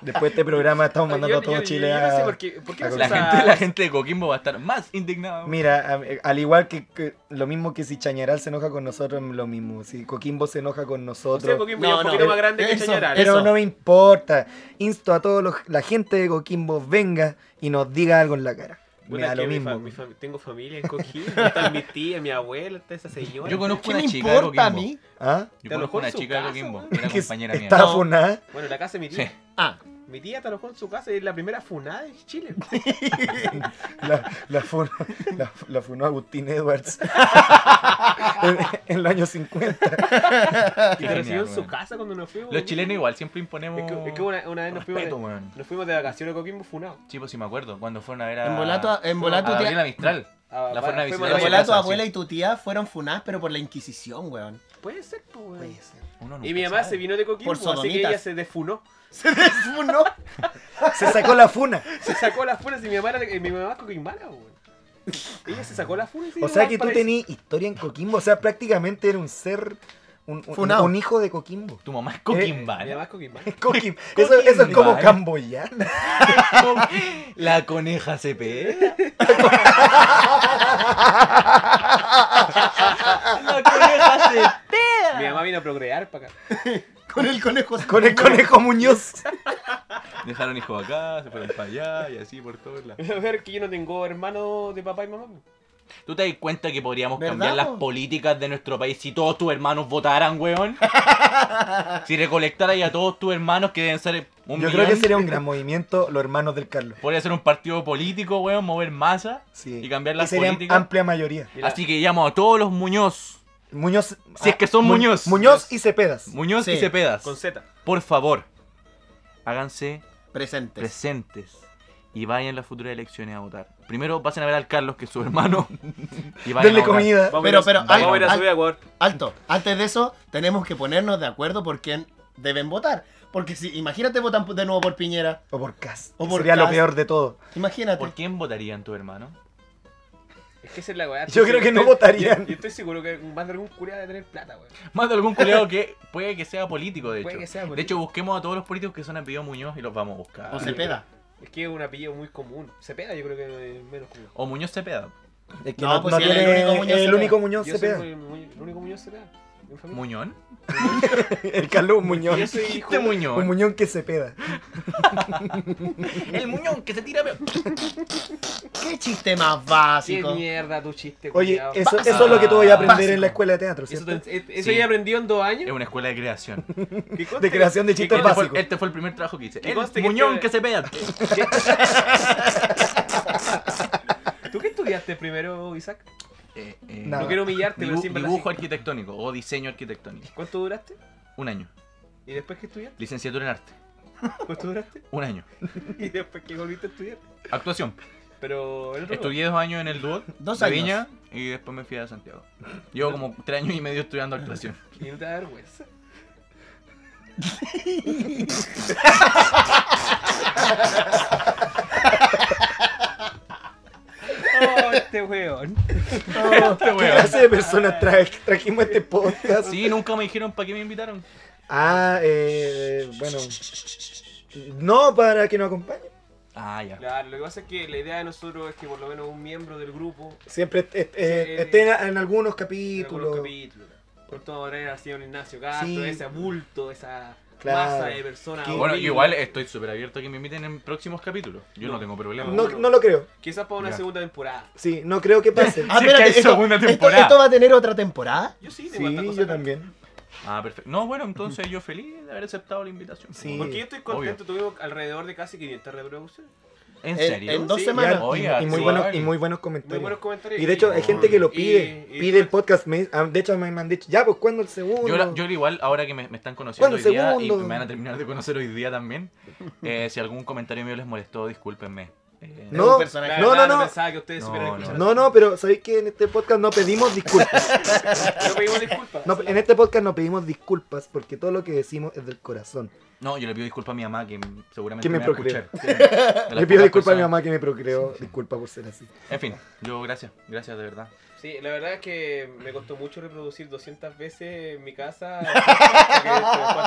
C: Después de este programa estamos
E: Yo-
C: mandando a
E: yo-
C: todo
E: yo-
C: Chile
E: yo no sé
C: a-
E: por qué- por qué
C: a
E: no se
D: La
E: usa-
D: gente, la gente de Coquimbo va a estar más indignada.
C: Mira, a- al igual que, que- lo mismo que si Chañaral se enoja con nosotros, lo mismo. Si Coquimbo se enoja con
E: O sea,
C: nosotros.
E: Coquimbo
F: No,
E: ya es un
F: no.
E: poquito más grande que
F: Eso,
E: Chañaral.
C: Pero
F: eso.
C: no me importa. Insto a todos los, la gente de Coquimbo venga y nos diga algo en la cara. Me
E: Puta,
C: da
E: es
C: lo
E: que mi fa-
C: mismo.
E: mi fam- tengo familia en Coquimbo, <laughs> están mis tías, mi abuela, está esa señora.
D: Yo conozco
F: ¿Qué
D: una
F: me
D: chica de
F: importa a
D: Coquimbo.
F: mí?
C: ¿Ah?
D: Yo
E: Te alojó
D: conozco
E: en
D: una
E: su
D: chica de
E: casa,
D: Coquimbo,
E: weón.
D: que era
C: Que
D: compañera mía.
C: está
F: No.
C: funada.
E: Bueno, la casa de mi <laughs>
D: Sí.
E: tía.
F: Ah,
E: Mi tía te alojó en su casa y es la primera funada de
D: <laughs>
E: Chile.
C: La, la, fun- la- la funó Agustín
D: <laughs>
C: Edwards. en, en los años 50.
E: y
D: Qué
E: te recibió
D: genial,
E: en su
D: weón.
E: casa cuando nos fuimos.
D: Los chilenos igual siempre imponemos.
E: Es que, es que una, una vez nos fuimos,
D: respeto,
E: de,
D: weón.
E: nos fuimos de vacaciones a Coquimbo funados.
D: Sí, pues sí me acuerdo, cuando fueron a ver a.
F: en Volato, en
D: a
F: Volato,
D: Gabriela
F: tía,
D: Mistral.
E: Ah,
D: La
E: va-
D: fueron a
E: fuimos
D: visitar.
F: en
D: a
E: de
D: su
F: Volato,
D: casa,
F: abuela
D: sí.
F: y tu tía fueron funadas, pero por la Inquisición, weón.
E: Puede ser, pues, weón.
D: Uno
E: Y
D: nunca
E: mi mamá
D: sabe.
E: se vino de Coquimbo,
F: Por
E: así que
F: sodomitas.
E: ella se defunó. <laughs>
F: Se desfunó.
C: Se sacó la funa.
E: Se sacó las fuerzas y mi mamá, era de- eh, mi mamá es coquimbana, weón. Ella se sacó la funa y se
C: O
E: dio
C: sea
E: para
C: que tú
E: Valparaíso.
C: tenías historia en Coquimbo, o sea, prácticamente era un ser, un, un-
F: Funao.
C: un hijo de Coquimbo.
D: Tu mamá es Coquimba.
E: Eh, Mi mamá es Coquimbo.
C: Coquim- <laughs> Eso, eso es como
D: Coquimbo. <laughs>
C: camboyana.
D: La coneja se pega. La coneja se
E: Mi mamá vino a procrear para acá. <laughs>
F: Con el conejo.
C: Con el conejo Muñoz.
D: Dejaron hijos acá, se fueron para allá y así por todos lados.
E: A ver, que yo no tengo hermano de papá y mamá.
D: ¿Tú te das cuenta que podríamos
F: ¿Verdad,
D: cambiar las
F: po?
D: políticas de nuestro país si todos tus hermanos
F: <laughs>
D: votaran, weón? si recolectaras a todos tus hermanos que deben ser un
C: Yo creo
D: millón,
C: que sería un gran movimiento los hermanos del Carlos.
D: podría ser un partido político, weón, mover masa
C: Sí.
D: y cambiar
C: Y
D: las
C: sería
D: políticas.
C: amplia mayoría.
E: Mira,
D: Así que llamo a todos los Muñoz,
C: Muñoz. ah,
D: Si es que son
C: Mu-
D: Muñoz.
C: Muñoz y Cepedas.
D: Muñoz y
F: Sí,
D: Cepedas,
E: Con Z.
D: por favor, háganse
F: Presentes.
D: presentes y vayan las futuras elecciones a votar. Primero pasen a ver al Carlos, que es su hermano, y vayan
C: Denle
D: a votar.
C: comida.
J: Vamos
F: Pero,
J: a ir a-
F: pero,
J: vamos a
F: al-
J: ir a
F: al-
J: subir a Ecuador.
F: Alto. Antes de eso, tenemos que ponernos de acuerdo por quién deben votar. Porque si, imagínate, votan de nuevo por Piñera.
C: O por Cas.
F: O por
C: sería lo
F: Cas.
C: peor de todo.
F: Imagínate.
D: ¿Por quién votarían tu hermano?
E: Es que esa es la weá.
C: Yo creo que no votarían.
E: Yo, estoy seguro que más de algún curia de tener plata, weón.
D: Más de algún culiado que puede que sea político, de hecho.
E: Puede que sea
D: De hecho,
E: político.
D: busquemos a todos los políticos que son apellidos Muñoz y los vamos a buscar.
F: O Cepeda.
E: Es que es un apellido muy común. Cepeda, yo creo que es menos común.
D: O Muñoz Cepeda.
C: Es que
F: No,
C: no,
F: pues
C: no
F: si él es el
C: tiene-
F: único Muñoz
C: es el
F: Cepeda.
C: único Muñoz Cepeda.
E: Yo soy el, mu- el único Muñoz Cepeda. de mi familia.
D: ¿Muñón?
C: El Carlos Muñoz.
E: Yo soy hijo.
D: Este Muñón.
C: Un Muñón que Cepeda.
D: El Muñón que se tira. pe-
F: ¿Qué chiste más
E: Qué
F: básico?
E: mierda tu chiste,
C: Oye,
E: culiao.
C: eso,
D: Básico.
C: eso es lo que tú voy a aprender en la
F: Básico.
C: escuela de teatro,
E: Eso,
C: ¿cierto?
E: te- eh, eso
D: Sí.
E: ya aprendió en dos
D: Es
E: años.
D: una escuela de creación.
E: Que conste-
C: De creación de chistes
D: Este fue,
C: básicos.
D: este fue el primer trabajo que hice.
E: Que
D: El
E: conste que
D: Muñón
E: este-
D: que se pega.
E: ¿Tú qué estudiaste primero, Isaac?
D: Eh, eh,
C: Nada.
E: No quiero humillarte, pero
D: dibu-
E: siempre la
D: dibujo
E: hacía.
D: arquitectónico o diseño arquitectónico.
E: ¿Cuánto duraste?
D: Un año.
E: ¿Y después qué estudiaste?
D: Licenciatura en arte.
E: ¿Cuánto duraste?
D: Un año.
E: ¿Y después qué volviste a estudiar?
D: Actuación.
E: Pero el otro no.
D: Estudié dos años en el Duoc.
F: Dos
D: de
F: años.
D: Viña y después me fui a Santiago. Llevo como tres años y medio
C: <laughs>
D: estudiando actuación.
E: Y no te da vergüenza. oh, este weón.
D: <laughs> Este
C: Oh, ¿Qué
D: weón.
C: clase de personas tra- trajimos a este podcast?
D: Sí, nunca me dijeron para qué me invitaron.
C: Ah, eh, bueno. No, para que nos acompañe.
D: Ah, ya.
E: Claro, lo que pasa es que la idea de nosotros es que por lo menos un miembro del grupo
C: Siempre est- est- eh,
E: Sí.
C: estén a- en algunos
E: en algunos
C: capítulos.
E: capítulos. Por todo ahora era sido Ignacio Castro,
C: Sí.
E: ese bulto, esa
C: Claro.
E: masa de personas.
C: Que-
D: Bueno,
E: horribles.
D: igual estoy súper abierto a que me inviten en próximos capítulos. Yo no,
E: No.
D: tengo problema.
C: No, no lo creo.
E: Quizás para una
D: Ya.
E: segunda temporada.
C: Sí, no creo que pase.
F: Ah,
D: Si es que hay segunda
F: esto-
D: temporada.
F: esto va a tener otra temporada?
E: Yo sí, tengo
C: Sí,
E: hartas cosas
C: yo
E: acá.
C: también.
D: Ah, perfecto. No, bueno, entonces yo feliz de haber aceptado la invitación.
C: Sí.
E: Porque yo estoy contento, tuvimos alrededor de casi 500 reproducciones.
D: ¿En
F: En-
D: serio?
F: en dos
E: Sí,
F: semanas.
D: ya, Oiga,
C: Y- y, muy
D: sí,
C: buenos,
D: vale.
C: y muy buenos
E: Muy
C: comentarios.
E: buenos comentarios.
C: Y de hecho hay gente que lo pide.
E: y- y-
C: pide el podcast. Me, ah, de hecho me, me han dicho, ya, pues ¿cuándo el segundo?
D: Yo, la- yo al igual, ahora que me, me están conociendo hoy
C: Bueno,
D: día y
C: segundo.
D: me van a terminar de conocer hoy
C: <laughs>
D: día también, eh, si algún comentario mío les molestó, discúlpenme. Eh,
F: Es
C: no,
F: un personaje.
C: no, no,
E: no
C: no.
E: pensaba que ustedes
D: No,
E: supieran
D: no.
E: escuchar. <laughs>
C: No, no, pero sabéis que en este podcast no pedimos disculpas.
E: No pedimos disculpas.
C: No, en este podcast no pedimos disculpas porque todo lo que decimos es del corazón.
D: No, yo le pido disculpas a mi mamá que m- seguramente
C: Que me
D: me, va a
C: procreó.
D: escuchar.
C: <laughs>
D: De las
C: Le pido
D: pocas
C: disculpas a mi
D: personas.
C: mamá que me procreó. Disculpa por ser así.
D: En fin, yo gracias, gracias de verdad.
E: Sí, la verdad es que me costó mucho reproducir 200 veces en mi casa. <laughs> porque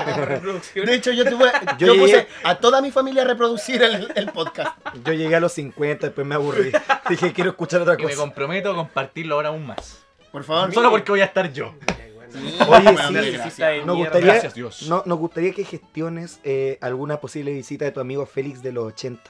E: tengo
F: <laughs> De
E: reproducciones.
F: hecho, yo, tuve,
C: Yo
F: yo
C: llegué-
F: puse a toda mi familia a reproducir el, el podcast.
C: Yo llegué a los 50, después me
D: <laughs>
C: aburrí. Dije, quiero escuchar otra
D: Y me
C: cosa.
D: comprometo a compartirlo ahora aún más.
F: Por favor.
D: Solo porque voy a estar yo.
E: Ay, bueno.
C: Oye,
F: Bueno,
C: sí,
F: gracias.
E: Necesita de
C: Nos
E: mierda.
C: gustaría,
D: Gracias, Dios.
C: no- nos gustaría que gestiones eh, alguna posible visita de tu amigo Félix de los 80.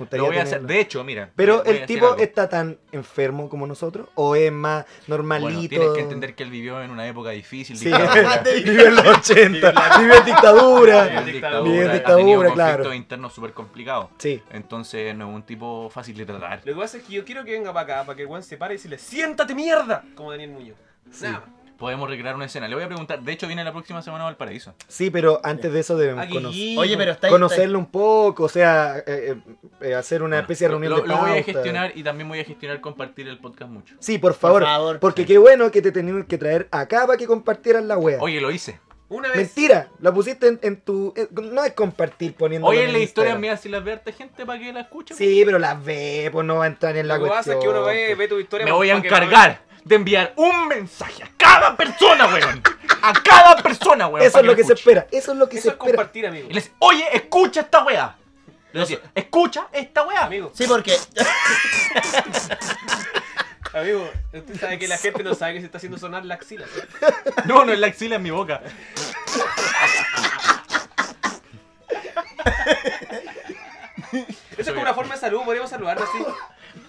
C: Me gustaría
D: Lo voy a hacer.
C: tenerlo.
D: De hecho, mira.
C: Pero
D: voy a
C: el
D: decir
C: tipo
D: algo.
C: está tan enfermo como nosotros o es más normalito.
D: Bueno, tienes que entender que él vivió en una época difícil.
C: Sí, <laughs>
D: dictadura.
C: vive en los 80, vive en
E: Vive
C: dictadura.
E: en
D: dictadura,
C: Vivió en
D: ha
C: dictadura,
D: tenido
C: claro.
D: conflictos internos súper complicados.
C: Sí,
D: Entonces no es un tipo fácil de tratar.
E: Lo que pasa es que yo quiero que venga para acá, para que el weón se pare y decirle, ¡siéntate mierda! Como Daniel Muñoz. Nada más.
D: Podemos recrear una escena. Le voy a preguntar. De hecho, viene la próxima semana a Valparaíso.
C: sí, pero antes de eso debemos
E: Aquí,
C: conocer-
F: Oye, pero está ahí.
C: conocerlo un poco, o sea, eh, eh, hacer una
D: Bueno,
C: especie de
D: lo-
C: reunión
D: lo,
C: de
D: lo voy a
C: pauta.
D: gestionar y también voy a gestionar compartir el podcast mucho.
C: Sí, por favor,
F: favor.
C: porque
D: Sí.
C: qué bueno que te tenemos que traer acá para que compartieras la wea.
D: Oye, lo hice.
E: Una vez.
C: Mentira, la pusiste en, en tu. eh, no es compartir poniendo.
D: Oye, en la historia mía, si las ve harta gente para que la escuche.
C: Sí, pero las ve, pues no va a entrar en la
E: Lo que pasa
C: cuestión.
E: es que uno ve, ve tu historia.
D: Me
E: pa-
D: voy a
E: pa' que no-
D: encargar de enviar un mensaje a cada persona, weón. A cada persona, weón.
C: Eso
D: pa'
C: es lo que se
D: escuche.
C: espera, eso es lo que
E: Eso
C: se
E: es
C: espera.
E: compartir, amigo.
D: Y le dice, oye, escucha esta weá. Le decía, escucha esta weá.
E: Amigo,
F: Sí, porque <laughs>
E: amigo.
I: Usted sabe que la gente no sabe que se está haciendo sonar la axila.
D: No, no es la axila, en mi boca.
E: Eso es como una forma de salud. Podríamos saludarlo así.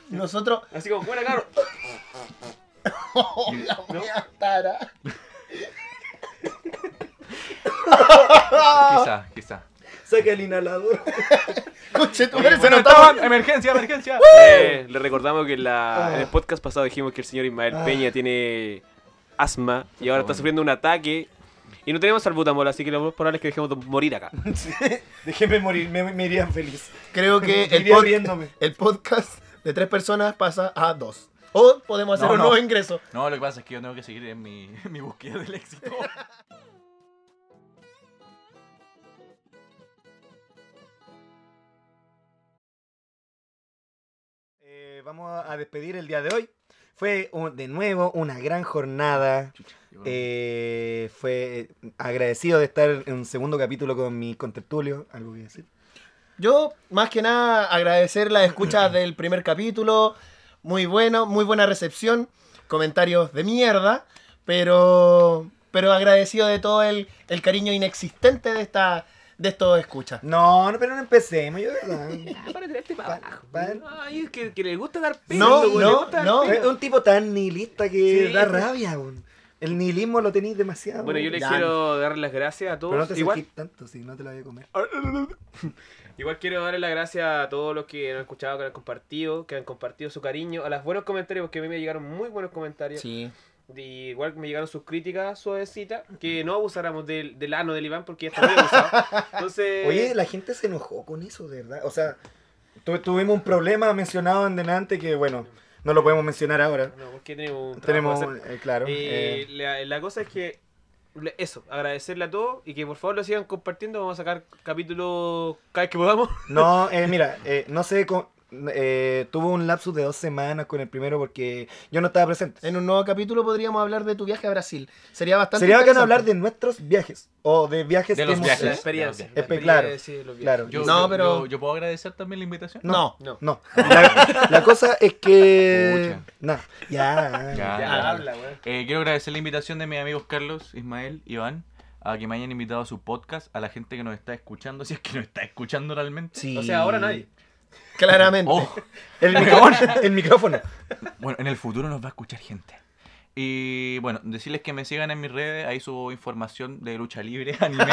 F: nosotros.
E: Así como, bueno, claro.
F: Oh, la wea tara.
D: Quizá, quizá.
C: Saca el inhalador.
F: Conche, tu
D: Oye,
F: madre, se
D: bueno,
F: notaba.
D: estaban- emergencia, emergencia.
E: Eh, le recordamos que en, la-
F: Ah.
E: en el podcast pasado dijimos que el señor Ismael Peña tiene asma y ahora está sufriendo un ataque. Y no tenemos salbutamol, así que lo más probable es que dejemos de morir
F: <laughs>
E: acá.
C: Déjeme morir, me, me irían feliz.
F: Creo que el,
C: Iría
F: pod-
C: riéndome.
F: el podcast de tres personas pasa a dos. O podemos hacer
D: No,
F: un
D: no.
F: nuevo ingreso.
D: No, lo que pasa es que yo tengo que seguir en mi, en mi búsqueda del éxito.
C: Eh, vamos a, a despedir el día de hoy. Fue un- de nuevo una gran jornada. Eh, fue eh, agradecido de estar en un segundo capítulo con mi contertulio. ¿Algo que decir?
F: Yo, más que nada, agradecer las escuchas del primer capítulo. Muy bueno, muy buena recepción. Comentarios de mierda. Pero. Pero agradecido de todo el, el cariño inexistente de esta. de estos escuchas.
C: No, no, pero no empecemos. Yo, de verdad.
I: Para tirarte para abajo.
C: Pan.
I: este Ay, es que, que le gusta dar pena.
F: No,
I: güey, le
F: no,
I: gusta dar
F: no.
I: pena.
C: Es un tipo tan nihilista que
I: Sí.
C: da rabia. weón. El nihilismo lo tenéis demasiado.
I: Bueno, yo le
F: Ya.
I: quiero dar las gracias a todos.
C: Pero no te
I: igual,
C: acerquís tanto, si no te lo voy a comer.
I: igual quiero darle las gracias a todos los que han escuchado, que han compartido, que han compartido su cariño, a los buenos comentarios, porque a mí me llegaron muy buenos comentarios.
F: Sí.
I: Y igual me llegaron sus críticas suavecitas, que no abusáramos del, del ano del Iván porque ya está muy abusado. Entonces,
C: <laughs> Oye, la gente se enojó con eso, de verdad. O sea, tu- tuvimos un problema mencionado en delante que, bueno, no lo podemos mencionar ahora.
I: no, porque tenemos un trabajo
C: Tenemos,
I: que hacer.
C: eh, claro.
I: Eh,
C: eh,
I: la, la cosa es que le- eso, agradecerle a todos y que por favor lo sigan compartiendo. Vamos a sacar capítulos cada vez que podamos.
D: <laughs>
C: no, eh, mira, eh, no sé, co- eh, tuvo un lapsus de dos semanas con el primero porque yo no estaba presente.
F: En un nuevo capítulo podríamos hablar de tu viaje a Brasil. Sería bastante.
C: Sería bacán
F: interesante.
C: hablar de nuestros viajes o de viajes
D: De
C: que
D: los
C: hemos
D: viajes.
I: La
C: hecho.
I: experiencia.
D: Ya,
I: la
C: ok. Eh, claro,
I: experiencia y los viajes.
C: Claro.
D: Yo,
F: No,
D: yo-
F: pero-
D: yo, yo puedo agradecer también la invitación.
F: No.
I: No.
C: No, la, la cosa es que...
D: Pucha.
C: No, ya.
D: Ya,
I: Ya,
D: ya.
I: habla, weón.
D: Eh, quiero agradecer la invitación de mis amigos Carlos, Ismael, Iván, a que me hayan invitado a su podcast, a la gente que nos está escuchando, si es que nos está escuchando realmente.
C: Sí.
I: O sea, ahora nadie.
F: Claramente.
D: Oh,
C: El micrófono. El micrófono.
D: <laughs> bueno, en el futuro nos va a escuchar gente. Y bueno, decirles que me sigan en mis redes, ahí subo información de lucha libre,
I: <laughs>
D: <laughs> anime.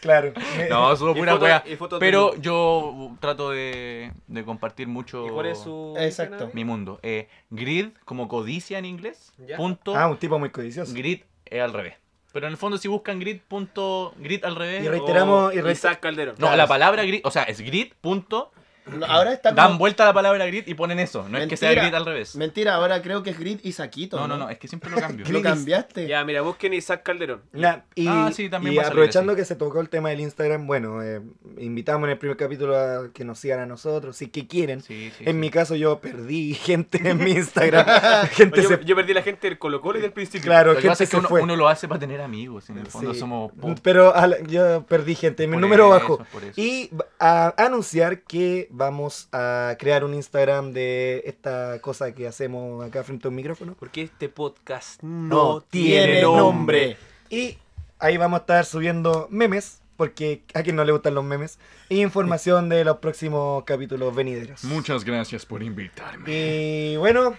C: Claro.
D: no, subo
I: Y
D: pura
I: fotos-
D: wea.
I: y fotos de
D: Pero
I: nudo.
D: yo trato de, de compartir mucho
I: ¿Y cuál es su.
F: Exacto.
D: mi mundo. Eh, grid, como codicia en inglés,
I: Ya.
D: punto
C: Ah, un tipo muy codicioso.
D: grid eh, al revés. Pero en el fondo si buscan grid punto grid al revés.
C: Y
D: No,
C: re- Reiteramos y re-
I: Oh, Isaac Calderón.
D: la palabra grid, o sea, es grid punto.
F: No, Ahora está.
D: Dan
F: como-
D: vuelta a la palabra grid y ponen eso. No es que sea
F: Mentira.
D: grid al revés.
F: Mentira, ahora creo que es Grid y Saquito.
D: No, no, no, es que siempre lo cambio.
F: Lo cambiaste.
I: Ya, mira, busquen Isaac Calderón.
C: Ya, y,
D: Ah, sí, también
C: y
D: va a salir
C: aprovechando
D: así.
C: que se tocó el tema del Instagram, bueno, eh, invitamos en el primer capítulo a que nos sigan a nosotros, si que quieren.
D: Sí, sí,
C: en
D: sí.
C: mi caso yo perdí <laughs> gente en mi
D: <laughs>
C: Instagram, gente
I: Yo,
C: se...
I: yo perdí la gente del Colo Colo y del principio.
C: Claro,
D: Lo que
C: gente
D: pasa es
C: se
D: que uno,
C: fue.
D: uno lo hace para tener amigos. En el fondo
C: Sí.
D: somos po-
C: Pero a la- yo perdí gente, mi
D: Por
C: número
D: eso,
C: bajó.
D: por eso.
C: Y va- a anunciar que vamos a crear un Instagram de esta cosa que hacemos acá frente a un micrófono.
I: Porque este podcast
C: No
I: no,
C: tiene
I: tiene nombre.
C: Y ahí vamos a estar subiendo memes, porque a quien no le gustan los memes, e información de los próximos capítulos venideros.
D: Muchas gracias por invitarme.
C: Y bueno,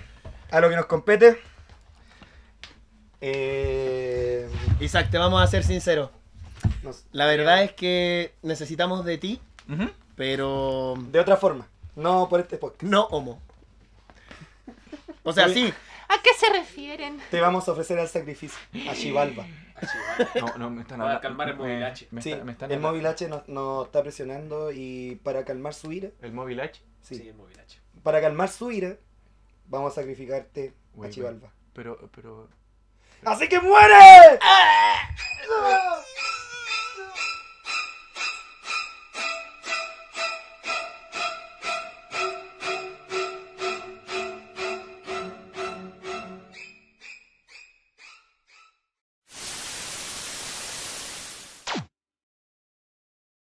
C: a lo que nos compete. eh,
F: Isaac, te vamos a ser sincero.
C: nos-
F: La verdad es que necesitamos de ti,
D: Ujú.
F: pero
C: de otra forma, no por este podcast.
F: no homo. O sea,
C: Oye.
F: sí,
H: ¿A qué se refieren?
C: Te vamos a ofrecer al sacrificio, a Chivalba.
D: No, no, me están
I: Para
D: hablando.
I: calmar el
D: me-
I: móvil H.
D: Me,
C: Sí,
D: está- me están
C: el
D: hablando.
C: móvil H nos, nos está presionando y para calmar su ira,
D: El móvil H.
C: sí,
I: Sí, es móvil H.
C: para calmar su ira, vamos a sacrificarte
D: Güey,
C: a
D: güey.
C: Chivalba.
D: Pero, pero.
C: ¡Así que muere! mierda!